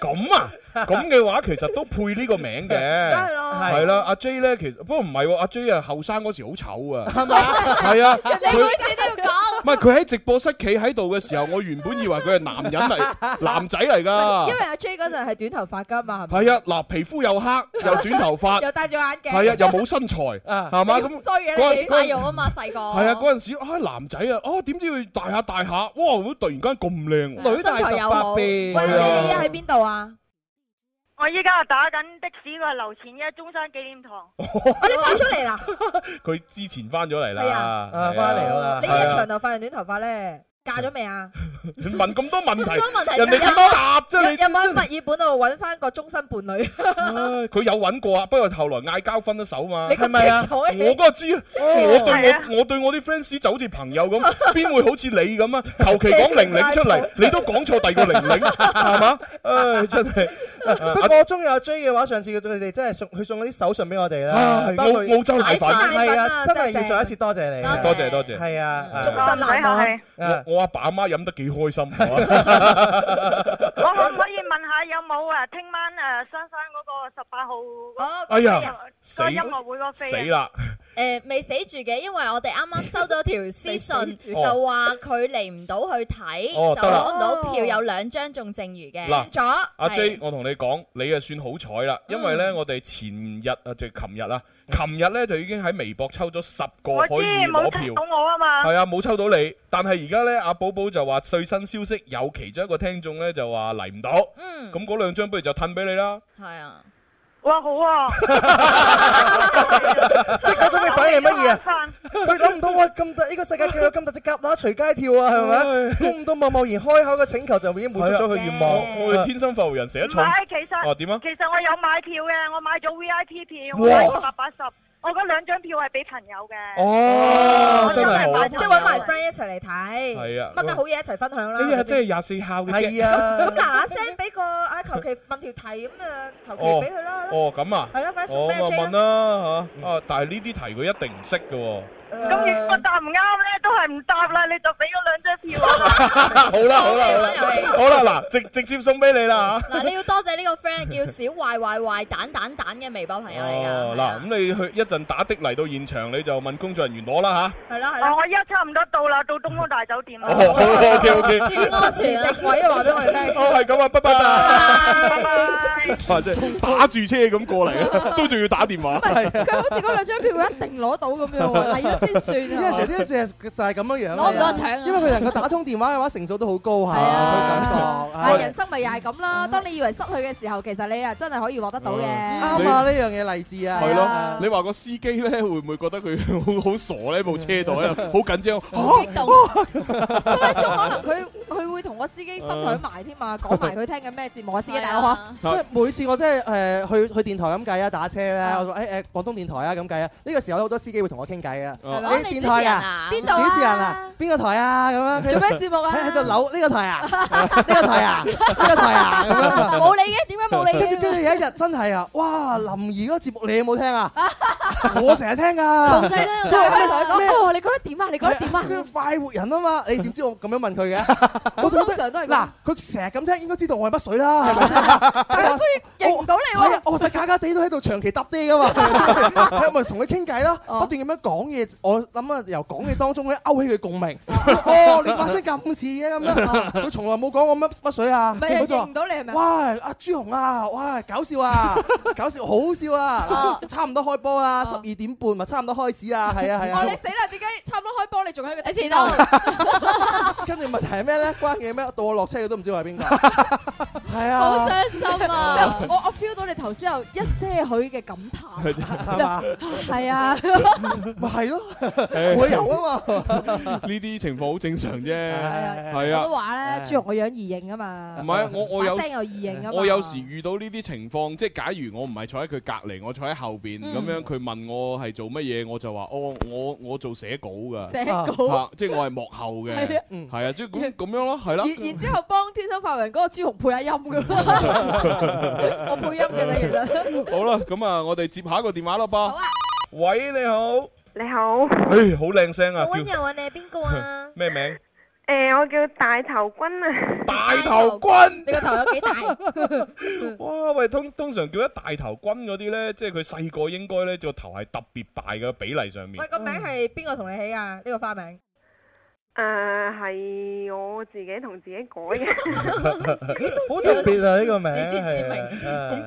Speaker 5: 咁啊，咁嘅話其實都配呢個名嘅，
Speaker 14: 梗係咯係
Speaker 5: 係啦，阿 J 咧其實不過唔係喎，阿 J 啊後生嗰時好醜啊， 係咪？係啊，
Speaker 1: 你
Speaker 5: 佢
Speaker 1: 每次都 要講。
Speaker 5: 唔係佢喺直播室企喺度嘅時候，我原本以為佢係男人 嚟，男仔嚟㗎，
Speaker 6: 因為阿 J 嗰陣係短頭髮㗎嘛，係咪
Speaker 5: 係啊，嗱皮膚又黑又短頭髮，
Speaker 6: 又戴住眼啊鏡，
Speaker 5: 係啊， 又冇身材，係嘛咁
Speaker 6: 衰嘅
Speaker 5: 嗰
Speaker 6: 你
Speaker 5: 嗰
Speaker 6: 啊嘛，細個
Speaker 5: 係啊，嗰陣時啊男仔啊，哦點知佢大下大下，哇！咁突然間咁靚喎，
Speaker 6: 喂阿
Speaker 5: 係
Speaker 6: J 你依
Speaker 5: 啊
Speaker 6: 家喺邊度啊？
Speaker 14: 我依家打緊的士，我係樓前嘅中山紀念堂。
Speaker 6: 我你翻出嚟啦！
Speaker 5: 佢之前翻咗嚟啦，
Speaker 6: 係啊
Speaker 5: 係啊
Speaker 7: 翻嚟
Speaker 5: À,
Speaker 7: 啦
Speaker 6: 你依家長頭髮定短頭髮咧？嫁咗未啊？
Speaker 5: 你問咁多問題，
Speaker 6: 咁多問題
Speaker 5: 人哋咁多答啫，你
Speaker 6: 有冇喺墨爾本度揾翻個終身伴侶？
Speaker 5: 唉佢有揾過啊，不過後來嗌交分咗手嘛，
Speaker 6: 你咁係咪啊清楚
Speaker 5: 我
Speaker 6: 嘅
Speaker 5: 嗰知啊，
Speaker 6: 哦
Speaker 5: 我對
Speaker 6: 係啊
Speaker 5: 我我對我啲 fans 就好似朋友咁， 邊會好似你咁啊？求其講玲玲出嚟，你都講錯第二個玲玲，係 嘛？唉，真 係。啊
Speaker 7: 哎不過我中意阿 J 嘅話，上次佢哋真係送佢送嗰啲手信俾我哋啦
Speaker 5: 啊，
Speaker 7: 包括
Speaker 5: 澳澳洲奶粉
Speaker 7: 係啊，真係
Speaker 6: 奶粉啊真係
Speaker 7: 要再一次多謝你啊，
Speaker 5: 多謝多謝，
Speaker 7: 係
Speaker 14: 嗯
Speaker 7: 啊，
Speaker 5: 啊
Speaker 7: 祝
Speaker 6: 生難忘
Speaker 5: 我我阿爸阿媽飲得幾開 心，
Speaker 14: 我
Speaker 5: 係嘛
Speaker 14: 可唔可以問下有冇啊？聽晚誒珊珊嗰個十八號
Speaker 1: Ờ,
Speaker 14: 嗰個
Speaker 5: 哎呀死
Speaker 14: 嗰個音樂會嗰個飛啊
Speaker 1: à.
Speaker 5: 死啦！
Speaker 1: 誒未死住嘅，因為我哋啱啱收到一條私信，
Speaker 5: 住
Speaker 1: 就話佢嚟唔到去睇，
Speaker 5: 哦
Speaker 1: 就
Speaker 5: 得啦
Speaker 1: 攞唔到票，有兩張仲剩餘嘅。
Speaker 5: 嗱
Speaker 6: 咗
Speaker 5: 阿 J，我同你講，你啊算好彩啦，
Speaker 14: 嗯
Speaker 5: 因為咧我哋前日啊，即係琴日啊，
Speaker 7: 嗯
Speaker 5: 琴日咧就已經喺微博抽咗十個
Speaker 14: 我知
Speaker 5: 可以攞
Speaker 14: 冇聽到
Speaker 5: 票。
Speaker 14: 我啊嘛。
Speaker 5: 係啊，冇抽到你，但係而家咧，阿寶寶就話最新消息有其中一個聽眾咧就話嚟唔到，
Speaker 1: 嗯
Speaker 5: 咁嗰兩張不如就褪俾你啦。
Speaker 1: 係啊，
Speaker 14: 哇，好啊！
Speaker 7: 即係嗰種嘅反應係乜
Speaker 4: à?
Speaker 7: 嘢 啊？佢諗唔到哇咁大呢個世界佢有咁大隻蛤乸隨街跳啊，係咪？估唔到貿貿然開口嘅請求就已經滿足咗佢願望。
Speaker 5: 啊
Speaker 7: 啊
Speaker 5: 我哋天生浮人成一
Speaker 14: 嗯唔
Speaker 5: 重。
Speaker 14: 係，其實
Speaker 5: 哦點啊
Speaker 14: 其實我有買票嘅，我買咗 V I P 票，
Speaker 5: 哇
Speaker 14: 我買二百八十，我嗰兩張票係俾朋友嘅。
Speaker 5: 哦，真係好。
Speaker 6: 即係揾埋 friend 一齊嚟睇，
Speaker 5: 係啊
Speaker 6: 乜都好嘢一齊分享啦。
Speaker 5: 呢日真係廿四孝嘅啫。
Speaker 7: 係啊
Speaker 6: 咁嗱嗱聲俾個啊，求其問條題咁啊，求其俾佢啦。
Speaker 5: 哦，咁啊，
Speaker 6: 係啦快啲送俾阿
Speaker 5: 我
Speaker 6: J
Speaker 5: 咪問啦嚇，啊，但係呢啲題佢一定唔識嘅 喎。
Speaker 14: 咁
Speaker 6: Ờ.
Speaker 14: 如果答唔啱咧，都係唔答啦，你就俾咗兩張票我啦。
Speaker 5: 好啦好啦好啦好啦，嗱，直直接送俾你啦嚇。
Speaker 1: 嗱你要多謝呢個 friend 叫小壞壞壞蛋蛋蛋嘅微博朋友
Speaker 6: 啊
Speaker 1: 嚟
Speaker 5: 哦，
Speaker 1: 㗎。
Speaker 5: 嗱，咁你去一陣打的嚟到現場，你就問工作人員攞啦嚇。
Speaker 6: 係咯係
Speaker 14: 咯。我依家差唔多到啦，到東方大酒店啦。
Speaker 5: 哦，OK OK。
Speaker 6: 定位啊話俾我哋聽
Speaker 5: 哦，係咁啊，拜拜
Speaker 14: 拜拜。
Speaker 5: 哇！即係打住車咁過嚟 啊，都仲要打電話。
Speaker 6: 佢好似嗰兩張票佢一定攞到咁樣 喎，嚟咗先算
Speaker 7: 因
Speaker 6: 啊
Speaker 7: 為成日呢一隻就係咁樣樣，
Speaker 6: 攞唔到就搶啊
Speaker 7: 因為佢能夠打通電話嘅話，成數都好高下，佢感覺。
Speaker 6: 但人生咪又係咁
Speaker 7: 嗯
Speaker 6: 啦，當你以為失去嘅時候，其實你啊真係可以獲得到嘅。
Speaker 7: 啱啊！呢樣嘢勵志啊，
Speaker 5: 係咯， 你話個司機咧會唔會覺得佢好好傻咧？部車度啊，好緊張。
Speaker 6: 嗯好
Speaker 5: 嚇
Speaker 6: 啊激動，分鐘可能佢佢會同個司機分享埋添嘛，講埋佢聽緊咩節目啊，司機大佬啊，
Speaker 7: 即係每次我真係誒去去電台咁計啊，打車咧，我話誒誒廣東電台啊咁計啊，呢個時候有好多司機會同我傾偈啊。
Speaker 6: 係
Speaker 7: 誒
Speaker 6: 咪
Speaker 7: 電台啊，
Speaker 6: 邊度啊
Speaker 7: 主持人啊，邊個台啊咁樣？
Speaker 6: 做咩節目啊
Speaker 7: 喺喺度扭呢個台啊，呢個台啊，呢個台啊咁樣。
Speaker 6: 冇你嘅點解冇你
Speaker 7: 跟
Speaker 6: 嘅
Speaker 7: 住跟住有一日真係啊，哇！林兒嗰個節目你有冇聽 啊？我成日聽㗎，
Speaker 6: 從細都有聽啊
Speaker 7: 咩
Speaker 6: 哦你覺得點啊你覺得點啊
Speaker 7: 佢快活人啊嘛，你點知我咁樣問 佢嘅？我通常都係嗱，佢成日咁聽，應該知道我係乜水啦，係咪先？但
Speaker 6: 啊
Speaker 7: 係
Speaker 6: 佢認唔到你喎
Speaker 7: 哦係啊我實假假地都喺度長期搭爹 㗎嘛，係咪同佢傾偈啦？
Speaker 6: 哦
Speaker 7: 不斷咁樣講嘢，我諗啊，由講嘢當中咧勾起佢共鳴。哦，你把聲咁似嘅咁 樣，佢從來冇講我乜乜水啊，
Speaker 6: 咪係
Speaker 7: 佢就話
Speaker 6: 認唔到你係咪
Speaker 7: 哇！阿朱紅啊，哇，搞笑 啊，搞笑，好笑啊！
Speaker 6: 哦
Speaker 7: 差唔多開波啦，十二點半咪差唔多開始 啊，係啊啊係
Speaker 6: 哦
Speaker 7: 啊
Speaker 6: 你。死啦！點解差唔多開波你仲喺個
Speaker 1: 你
Speaker 6: 前
Speaker 1: 度？
Speaker 7: 跟住問題係咩咧？關鍵係咩？到到我落車，你都唔知我係邊個。 係啊，
Speaker 6: 好傷心啊！ 我我 feel 到你頭先有一些許嘅感嘆，
Speaker 7: 係嘛？
Speaker 6: 係 啊，
Speaker 7: 咪係咯， 會有啊嘛。
Speaker 5: 呢啲情況好正常啫，係
Speaker 6: 我都
Speaker 5: 啊。
Speaker 6: 話咧，朱紅個樣易認啊嘛，
Speaker 5: 唔係我我有
Speaker 6: 把聲又易認啊嘛，
Speaker 5: 我有時遇到呢啲情況，即係假如我唔係坐喺佢隔離，我坐喺後邊
Speaker 6: 嗯
Speaker 5: 咁樣，佢問我係做乜嘢，我就話：哦，我我做寫稿㗎，
Speaker 6: 寫稿
Speaker 5: 啊即係我係幕後嘅
Speaker 6: 係啊，
Speaker 7: 嗯
Speaker 5: 係啊，即係咁咁樣咯，係啦。
Speaker 6: 然然之後幫天生發圍嗰個朱紅配下音噶， 我配音嘅啫，其實。
Speaker 5: 好啦，咁啊，我哋接下一個電話啦噃。好啊。喂，你好。
Speaker 15: 你好，
Speaker 5: 唉，好靚聲啊！
Speaker 15: 好温
Speaker 5: 叫
Speaker 15: 柔啊！你係邊個啊？
Speaker 5: 咩名？
Speaker 15: 诶、我叫大頭君啊。
Speaker 5: 大頭君。
Speaker 15: 你個頭有幾 大？
Speaker 5: 哇！喂，通通常叫一大頭軍嗰啲咧，即係佢細個應該咧個頭係特別大嘅比例上面
Speaker 16: 喂，。個名係邊個同你起
Speaker 15: à,
Speaker 16: 啊？呢個花名
Speaker 15: 诶、係我自己同自己改嘅。
Speaker 7: 好特別啊！呢個名
Speaker 5: 自知之明
Speaker 7: 係啊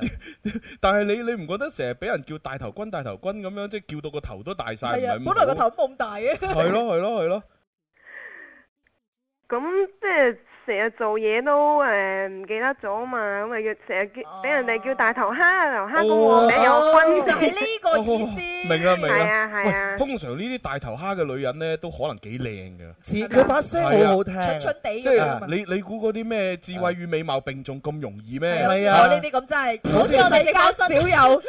Speaker 5: 但係你你唔覺得成日俾人叫大頭軍大頭軍咁樣，即係叫到個頭都大晒？
Speaker 6: 係啊
Speaker 5: 唔，
Speaker 6: 本來個頭冇咁大嘅。
Speaker 5: 係咯係咯係咯。
Speaker 15: 咁即係成日做嘢都诶唔、記得咗嘛，咁咪叫成日叫俾人哋叫大頭蝦、大頭蝦公我名有分。
Speaker 16: 係呢個意思。
Speaker 5: 明啦明
Speaker 15: 係
Speaker 5: 啦
Speaker 15: 啊，係啊
Speaker 5: 喂通常呢啲大頭蝦嘅女人咧，都可能幾靚嘅。
Speaker 7: 似佢把聲好好聽
Speaker 5: 係啊
Speaker 7: 蠢蠢地咁
Speaker 5: 即
Speaker 7: 啊
Speaker 5: 係你你估嗰啲咩智慧與美貌並重咁容易咩？
Speaker 16: 係啊，我呢啲咁真係，好似我哋直播室少 有，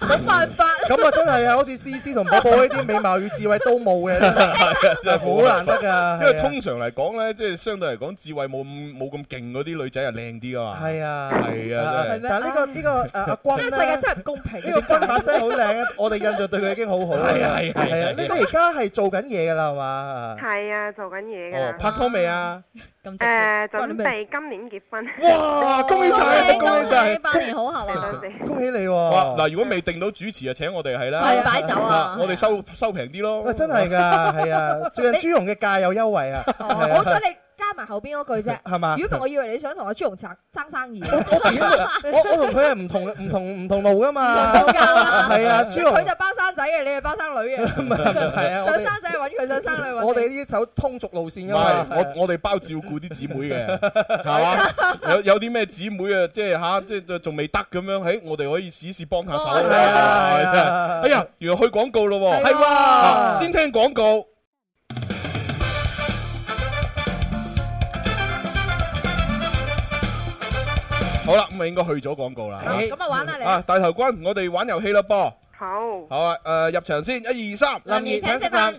Speaker 16: 冇辦法。
Speaker 7: 咁啊，真係啊，好似思思同寶寶呢啲美貌與智慧都冇嘅，真係
Speaker 5: 係啊真係
Speaker 7: 好難得㗎。
Speaker 5: 因為
Speaker 7: 係啊
Speaker 5: 通常嚟講咧，即係相對嚟講智慧冇咁冇咁勁嗰啲女仔係靚啲噶嘛。
Speaker 7: 係啊，
Speaker 5: 係啊，真係
Speaker 7: 但係呢個呢個誒阿君
Speaker 6: 呢
Speaker 7: 咧
Speaker 6: 個世界真係唔公平。
Speaker 7: 呢個君把聲好靚啊！我哋印象對佢已經好好啦。
Speaker 5: 係啊係啊係啊
Speaker 7: 係啊！呢個而家係做緊嘢㗎啦，係嘛？
Speaker 15: 係啊，做緊嘢㗎啦。
Speaker 7: 拍拖未啊？
Speaker 15: 誒、
Speaker 7: 關
Speaker 15: 準
Speaker 7: 你咩
Speaker 15: 備今年結婚。
Speaker 7: 哇恭喜晒恭喜恭喜晒
Speaker 16: 百年好合啊！
Speaker 7: 恭喜你
Speaker 5: 哇
Speaker 7: 喎！
Speaker 5: 嗱，如果未定到主持啊，請我哋係啦，
Speaker 16: 係啊擺酒啊
Speaker 5: 我哋收收平啲咯。
Speaker 7: 喂，真係㗎，係啊！最近朱紅嘅價有優惠啊！係啊
Speaker 6: 好彩你加埋後邊嗰句啫，
Speaker 7: 係嘛
Speaker 6: 如果唔係，我以為你想同阿朱紅爭 爭生意。
Speaker 7: 我我同佢係唔同唔同唔同路㗎嘛。係啊，朱
Speaker 6: 佢
Speaker 7: 紅
Speaker 6: 就包生仔嘅，你係包生 女嘅。
Speaker 7: 係啊，我
Speaker 6: 想
Speaker 7: 哋
Speaker 6: 生仔揾佢，想生女揾你。
Speaker 7: 我哋呢啲走通俗路線
Speaker 5: 唔
Speaker 7: 㗎嘛
Speaker 5: 係。 我我哋包照顧啲姊妹 嘅，係嘛？有有啲咩姊妹啊，即係吓，即係仲未得咁樣，喺我哋可以試試幫下手。
Speaker 7: 哦係啊係啊
Speaker 5: 真係哎呀，原來去廣告咯喎，
Speaker 7: 係喎
Speaker 5: 啊先聽廣告。好啦，咁啊應該去咗廣告啦。
Speaker 16: 係咁啊玩啦你
Speaker 5: 啊，大頭君，我哋玩遊戲啦噃。
Speaker 15: 好。
Speaker 5: 好啊，誒入場先，一二三，
Speaker 15: 林兒請食飯，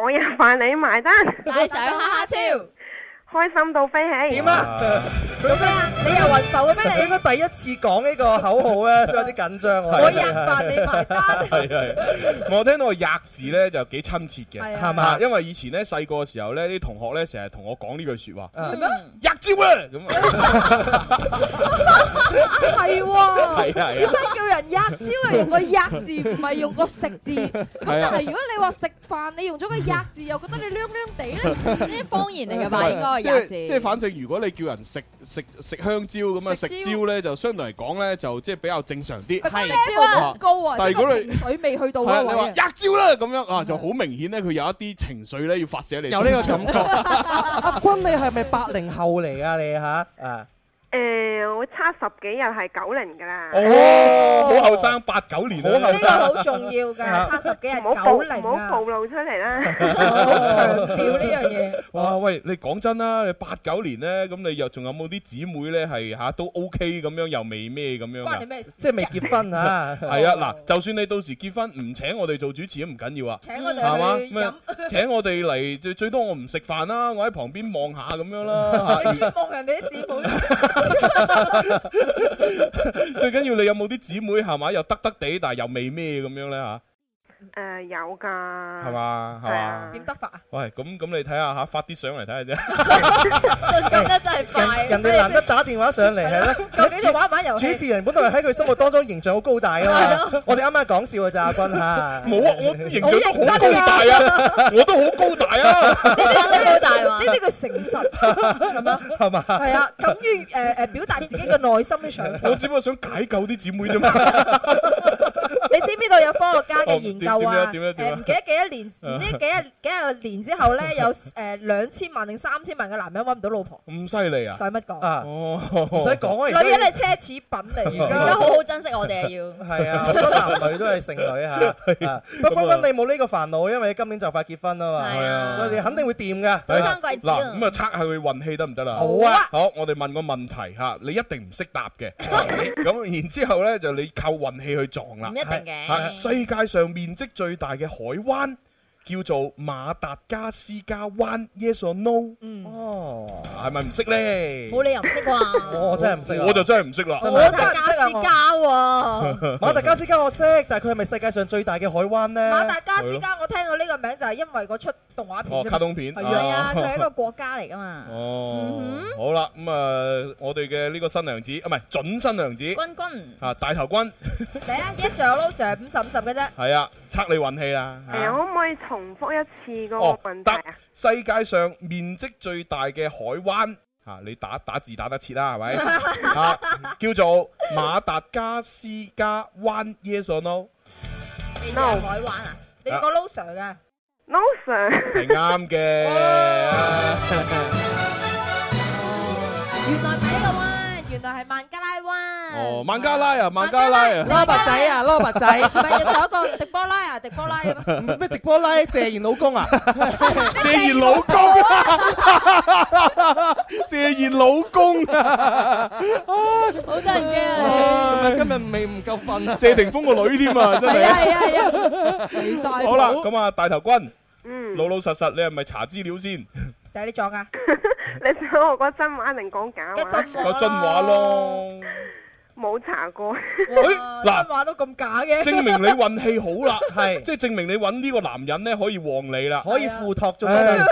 Speaker 15: 我又扮你埋單，
Speaker 16: 帶上哈哈超，
Speaker 15: 開心到飛起。點
Speaker 7: 啊？
Speaker 6: 做咩啊？你又暈浮嘅咩？
Speaker 7: 佢應該第一次講呢個口號
Speaker 5: 啊
Speaker 7: 咧，所以有啲緊張喎。
Speaker 5: 我人
Speaker 6: 扮你埋單
Speaker 5: 係係，我聽到個吔字咧就幾親切
Speaker 7: 係
Speaker 5: 嘅，
Speaker 7: 啊係嘛
Speaker 5: 因為以前咧細個嘅時候咧，啲同學咧成日同我講呢句説話，
Speaker 7: 係
Speaker 6: 咩？
Speaker 4: Dạ.
Speaker 5: 吔招啊！咁
Speaker 6: 係喎，
Speaker 4: à,
Speaker 5: 係啊係啊
Speaker 6: 點解叫人吔招係用個吔字，唔係用個食 字？咁
Speaker 5: 係啊
Speaker 6: 但係如果你話食飯，你用咗個吔字，又覺得你娘娘地 咧，呢啲方言嚟
Speaker 5: 啊
Speaker 6: 嘅吧？應該係吔
Speaker 5: 即係即係
Speaker 6: 字。
Speaker 5: 反正如果你叫人食食食香蕉咁啊，
Speaker 6: 食
Speaker 5: 食
Speaker 6: 蕉
Speaker 5: 蕉咧就相對嚟講咧就即係比較正常啲，
Speaker 6: 係招啊，高啊，
Speaker 5: 但係如果你
Speaker 6: 情緒未去到
Speaker 5: 係啊
Speaker 6: 嗰
Speaker 5: 你
Speaker 6: 個
Speaker 5: 話
Speaker 6: 位啊。
Speaker 5: 吔招啦咁樣啊，就好明顯咧，佢有一啲情緒咧要發泄喺你
Speaker 7: 有呢
Speaker 5: 身
Speaker 7: 個
Speaker 5: 上
Speaker 7: 感覺。 阿君，你係咪八零後嚟啊？你嚇啊？
Speaker 15: 誒、我差十幾日係九零㗎啦。
Speaker 5: 哦，好後生，八九年啊
Speaker 7: 好後生
Speaker 16: 好重要㗎，差十幾日
Speaker 15: 唔好暴
Speaker 16: 九零
Speaker 15: 唔好
Speaker 16: 啊！
Speaker 15: 暴露出嚟啦！
Speaker 16: 屌呢樣嘢，
Speaker 5: 哇！喂，你講真啦，你八九年咧，咁你又仲有冇啲姊妹咧係嚇都 OK 咁樣，又未咩咁樣
Speaker 16: 關
Speaker 5: 啊
Speaker 16: 你？咩事？
Speaker 7: 即係未結 婚啊？
Speaker 5: 係啊，嗱，就算你到時結婚唔請我哋做主持都唔緊要啊，
Speaker 16: 請我哋
Speaker 5: 係嘛？
Speaker 16: 去
Speaker 5: 咩請我哋嚟最最多我唔食飯啦，我喺旁邊望下咁 樣啦。嚇
Speaker 16: 你專望人哋啲姊妹。
Speaker 5: 最緊要你有冇啲姊妹係嘛？又得得地，但係又未咩咁樣咧嚇，
Speaker 15: 誒、有㗎。係
Speaker 5: 係？嘛？係
Speaker 15: 係啊
Speaker 5: 嘛？
Speaker 16: 點得法？
Speaker 15: à?
Speaker 5: 喂，咁咁你睇下嚇，發啲相嚟睇下啫。
Speaker 16: 進進得真係快。
Speaker 7: 人哋難得 打電話上嚟係啦。
Speaker 16: 究竟仲玩唔玩遊
Speaker 7: 主
Speaker 16: 戲？
Speaker 7: 持人本來喺佢心目當中形象好高大啊嘛，我哋啱啱講笑嘅咋，阿君嚇。
Speaker 5: 冇啊，我形象都好高大啊，我都好高大啊。
Speaker 16: 你講得好大話
Speaker 6: 呢啲叫誠實，係嘛？
Speaker 7: 係嘛？
Speaker 6: 係啊，敢於誒誒表達自己嘅內心嘅想法。
Speaker 5: 我只不過想解救啲姊妹啫嘛。
Speaker 6: 你知唔知道有科學家嘅研究
Speaker 5: 哦
Speaker 6: 啊？
Speaker 5: 點點樣點樣點
Speaker 6: 誒
Speaker 5: 樣
Speaker 6: 唔記得幾多年，唔知幾多幾多年之後咧，有誒兩千萬定三千萬嘅男人揾唔到老婆。
Speaker 5: 咁犀利啊！
Speaker 6: 使乜 講
Speaker 7: 啊？
Speaker 5: 唔
Speaker 7: 唔使講啊而家
Speaker 6: 女人係奢侈品嚟，
Speaker 1: 而家好好珍惜我哋啊要。
Speaker 7: 係啊，好多男女都係剩女嚇。啊不過君君你冇呢個煩惱，因為你今年就快結婚啊嘛，所以你肯定會掂㗎。
Speaker 5: 嗱，咁啊，測下佢運氣得唔得啦？
Speaker 7: 好啊
Speaker 5: 好，我哋問個問題嚇，你一定唔識答 嘅。咁然之後咧，就你靠運氣去撞啦。
Speaker 1: 唔一定嘅
Speaker 5: 係啊世界上面積最大嘅海灣叫做馬達加斯加灣，yes or no？啊
Speaker 7: 哦，
Speaker 5: 係咪唔識咧？
Speaker 1: 嗯冇理由 唔識啊啩？
Speaker 7: 我真係唔識啊
Speaker 5: 我就真係唔識啦。
Speaker 7: 真
Speaker 1: 我
Speaker 7: 係啊
Speaker 1: 就加斯加喎。
Speaker 7: 馬達加斯加我識，但係佢係咪世界上最大嘅海灣呢？
Speaker 6: 馬達加斯加，我聽到呢個名就係因為嗰出動畫片啫嘛
Speaker 5: 哦卡通片
Speaker 6: 係
Speaker 5: 哦
Speaker 6: 啊。
Speaker 1: 啊，佢係一個國家嚟噶嘛。嗯
Speaker 5: 哦，好啦，咁啊，我哋嘅呢個新娘子啊，唔係準新娘子
Speaker 1: 君君，
Speaker 5: 啊，大頭軍
Speaker 6: 嚟啊！Yes sir、No sir，五十五十嘅啫。
Speaker 5: 係啊，測你運氣啦。
Speaker 15: 係啊，可唔可以重複一次嗰
Speaker 5: 哦
Speaker 15: 個問題
Speaker 5: 得
Speaker 15: 啊？
Speaker 5: 世界上面積最大嘅海灣啊，你打打字打得切啦，係咪？ 啊，叫做馬達加斯加灣，yes or no？
Speaker 1: 你就係海灣啊？
Speaker 6: 你要個 No sir 嘅。
Speaker 15: No sir，
Speaker 5: 係啱嘅。
Speaker 6: 原來唔係呢個灣，原來係孟加拉灣。
Speaker 5: 哦，孟加拉啊，孟加拉啊，
Speaker 6: 羅伯仔 啊羅伯
Speaker 7: 仔
Speaker 6: 唔係仲有一個迪波拉啊，迪波拉啊。
Speaker 7: 咩迪波拉謝賢老公啊？
Speaker 5: 謝賢老公啊，謝賢老公啊，
Speaker 17: 好得人驚
Speaker 7: 啊！今日未唔夠瞓啊！
Speaker 5: 謝霆鋒個女添 啊，真
Speaker 17: 係啊係啊係
Speaker 5: 係。
Speaker 15: dạ.
Speaker 17: 啊，離晒
Speaker 5: 好啦，
Speaker 17: 譜
Speaker 5: 咁啊，大頭軍，
Speaker 15: 嗯，
Speaker 5: 老老實實，你係咪查資料 先？
Speaker 6: 就係你
Speaker 15: à.
Speaker 6: 撞啊！
Speaker 15: 你想我講真話定講假話？
Speaker 5: 個真話咯。
Speaker 15: 冇查過。
Speaker 5: 哇嗱真
Speaker 6: 話都咁假嘅
Speaker 5: 證明你運氣好啦，
Speaker 7: 係啊
Speaker 5: 即係證明你揾呢個男人咧可以旺你啦，
Speaker 7: 可以付託做
Speaker 18: 哎
Speaker 5: 唉
Speaker 7: 真。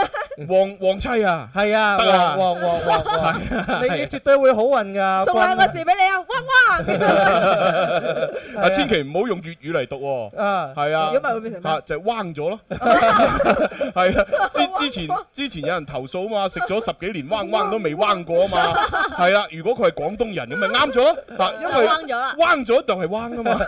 Speaker 5: 旺旺哎妻啊，
Speaker 7: 係啊，
Speaker 5: 得啊
Speaker 7: 旺旺旺旺旺，
Speaker 6: 哎
Speaker 7: 你你絕對會好運㗎。
Speaker 6: 送兩個字俾你啊，汪汪！
Speaker 5: 啊千祈唔好用粵語嚟讀喎，
Speaker 7: 啊
Speaker 5: 係啊，
Speaker 6: 如果唔係會變成咩
Speaker 5: 啊就係彎咗咯， 係 啊，之之前之前有人投訴啊嘛，食咗十幾年彎彎都未彎過啊嘛，係啦，如果佢係廣東人咁咪啱咗咯，啊
Speaker 7: 嗯
Speaker 5: 因為
Speaker 6: 就彎咗啦
Speaker 5: 彎咗就係彎啊嘛，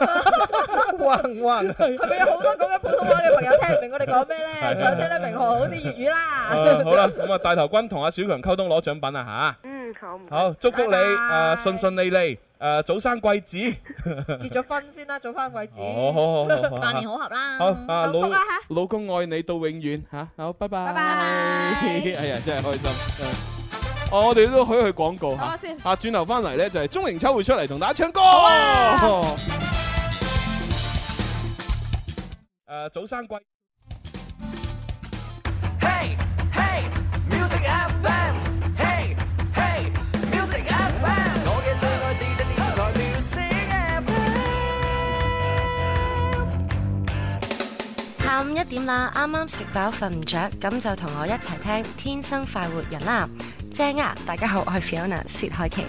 Speaker 7: 彎彎
Speaker 6: 係咪有好多講緊普通話嘅朋友聽唔明我哋講咩
Speaker 5: 係
Speaker 6: 咧？想聽得明學好啲粵語啦。
Speaker 5: 啊好啦，咁啊大頭君同阿小強溝通攞獎品啊吓。
Speaker 15: 嗯，好唔
Speaker 5: 好，祝福你誒順順利利誒早生貴子，
Speaker 6: 結 咗婚先啦，做翻鬼子。
Speaker 5: 好好好 好好
Speaker 1: 萬年好合啦。
Speaker 5: 好啊
Speaker 6: 幸
Speaker 5: 老
Speaker 6: 福啊
Speaker 5: 老公愛你到永遠嚇，好拜拜，拜
Speaker 6: 拜
Speaker 5: 哎呀真係開心。嗯哦我哋都可以去廣告嚇
Speaker 6: 好啊先
Speaker 5: 啊轉頭翻嚟咧就係鐘明秋會出嚟同大家唱歌。 誒早生貴。
Speaker 4: Hey hey music FM Hey hey music FM 我嘅最愛是隻電台 music FM
Speaker 19: 下午一點啦，啱啱食飽瞓唔着，咁就同我一齊聽《天生快活人》啦，正啊！大家好，我係 Fiona 薛凱 琪。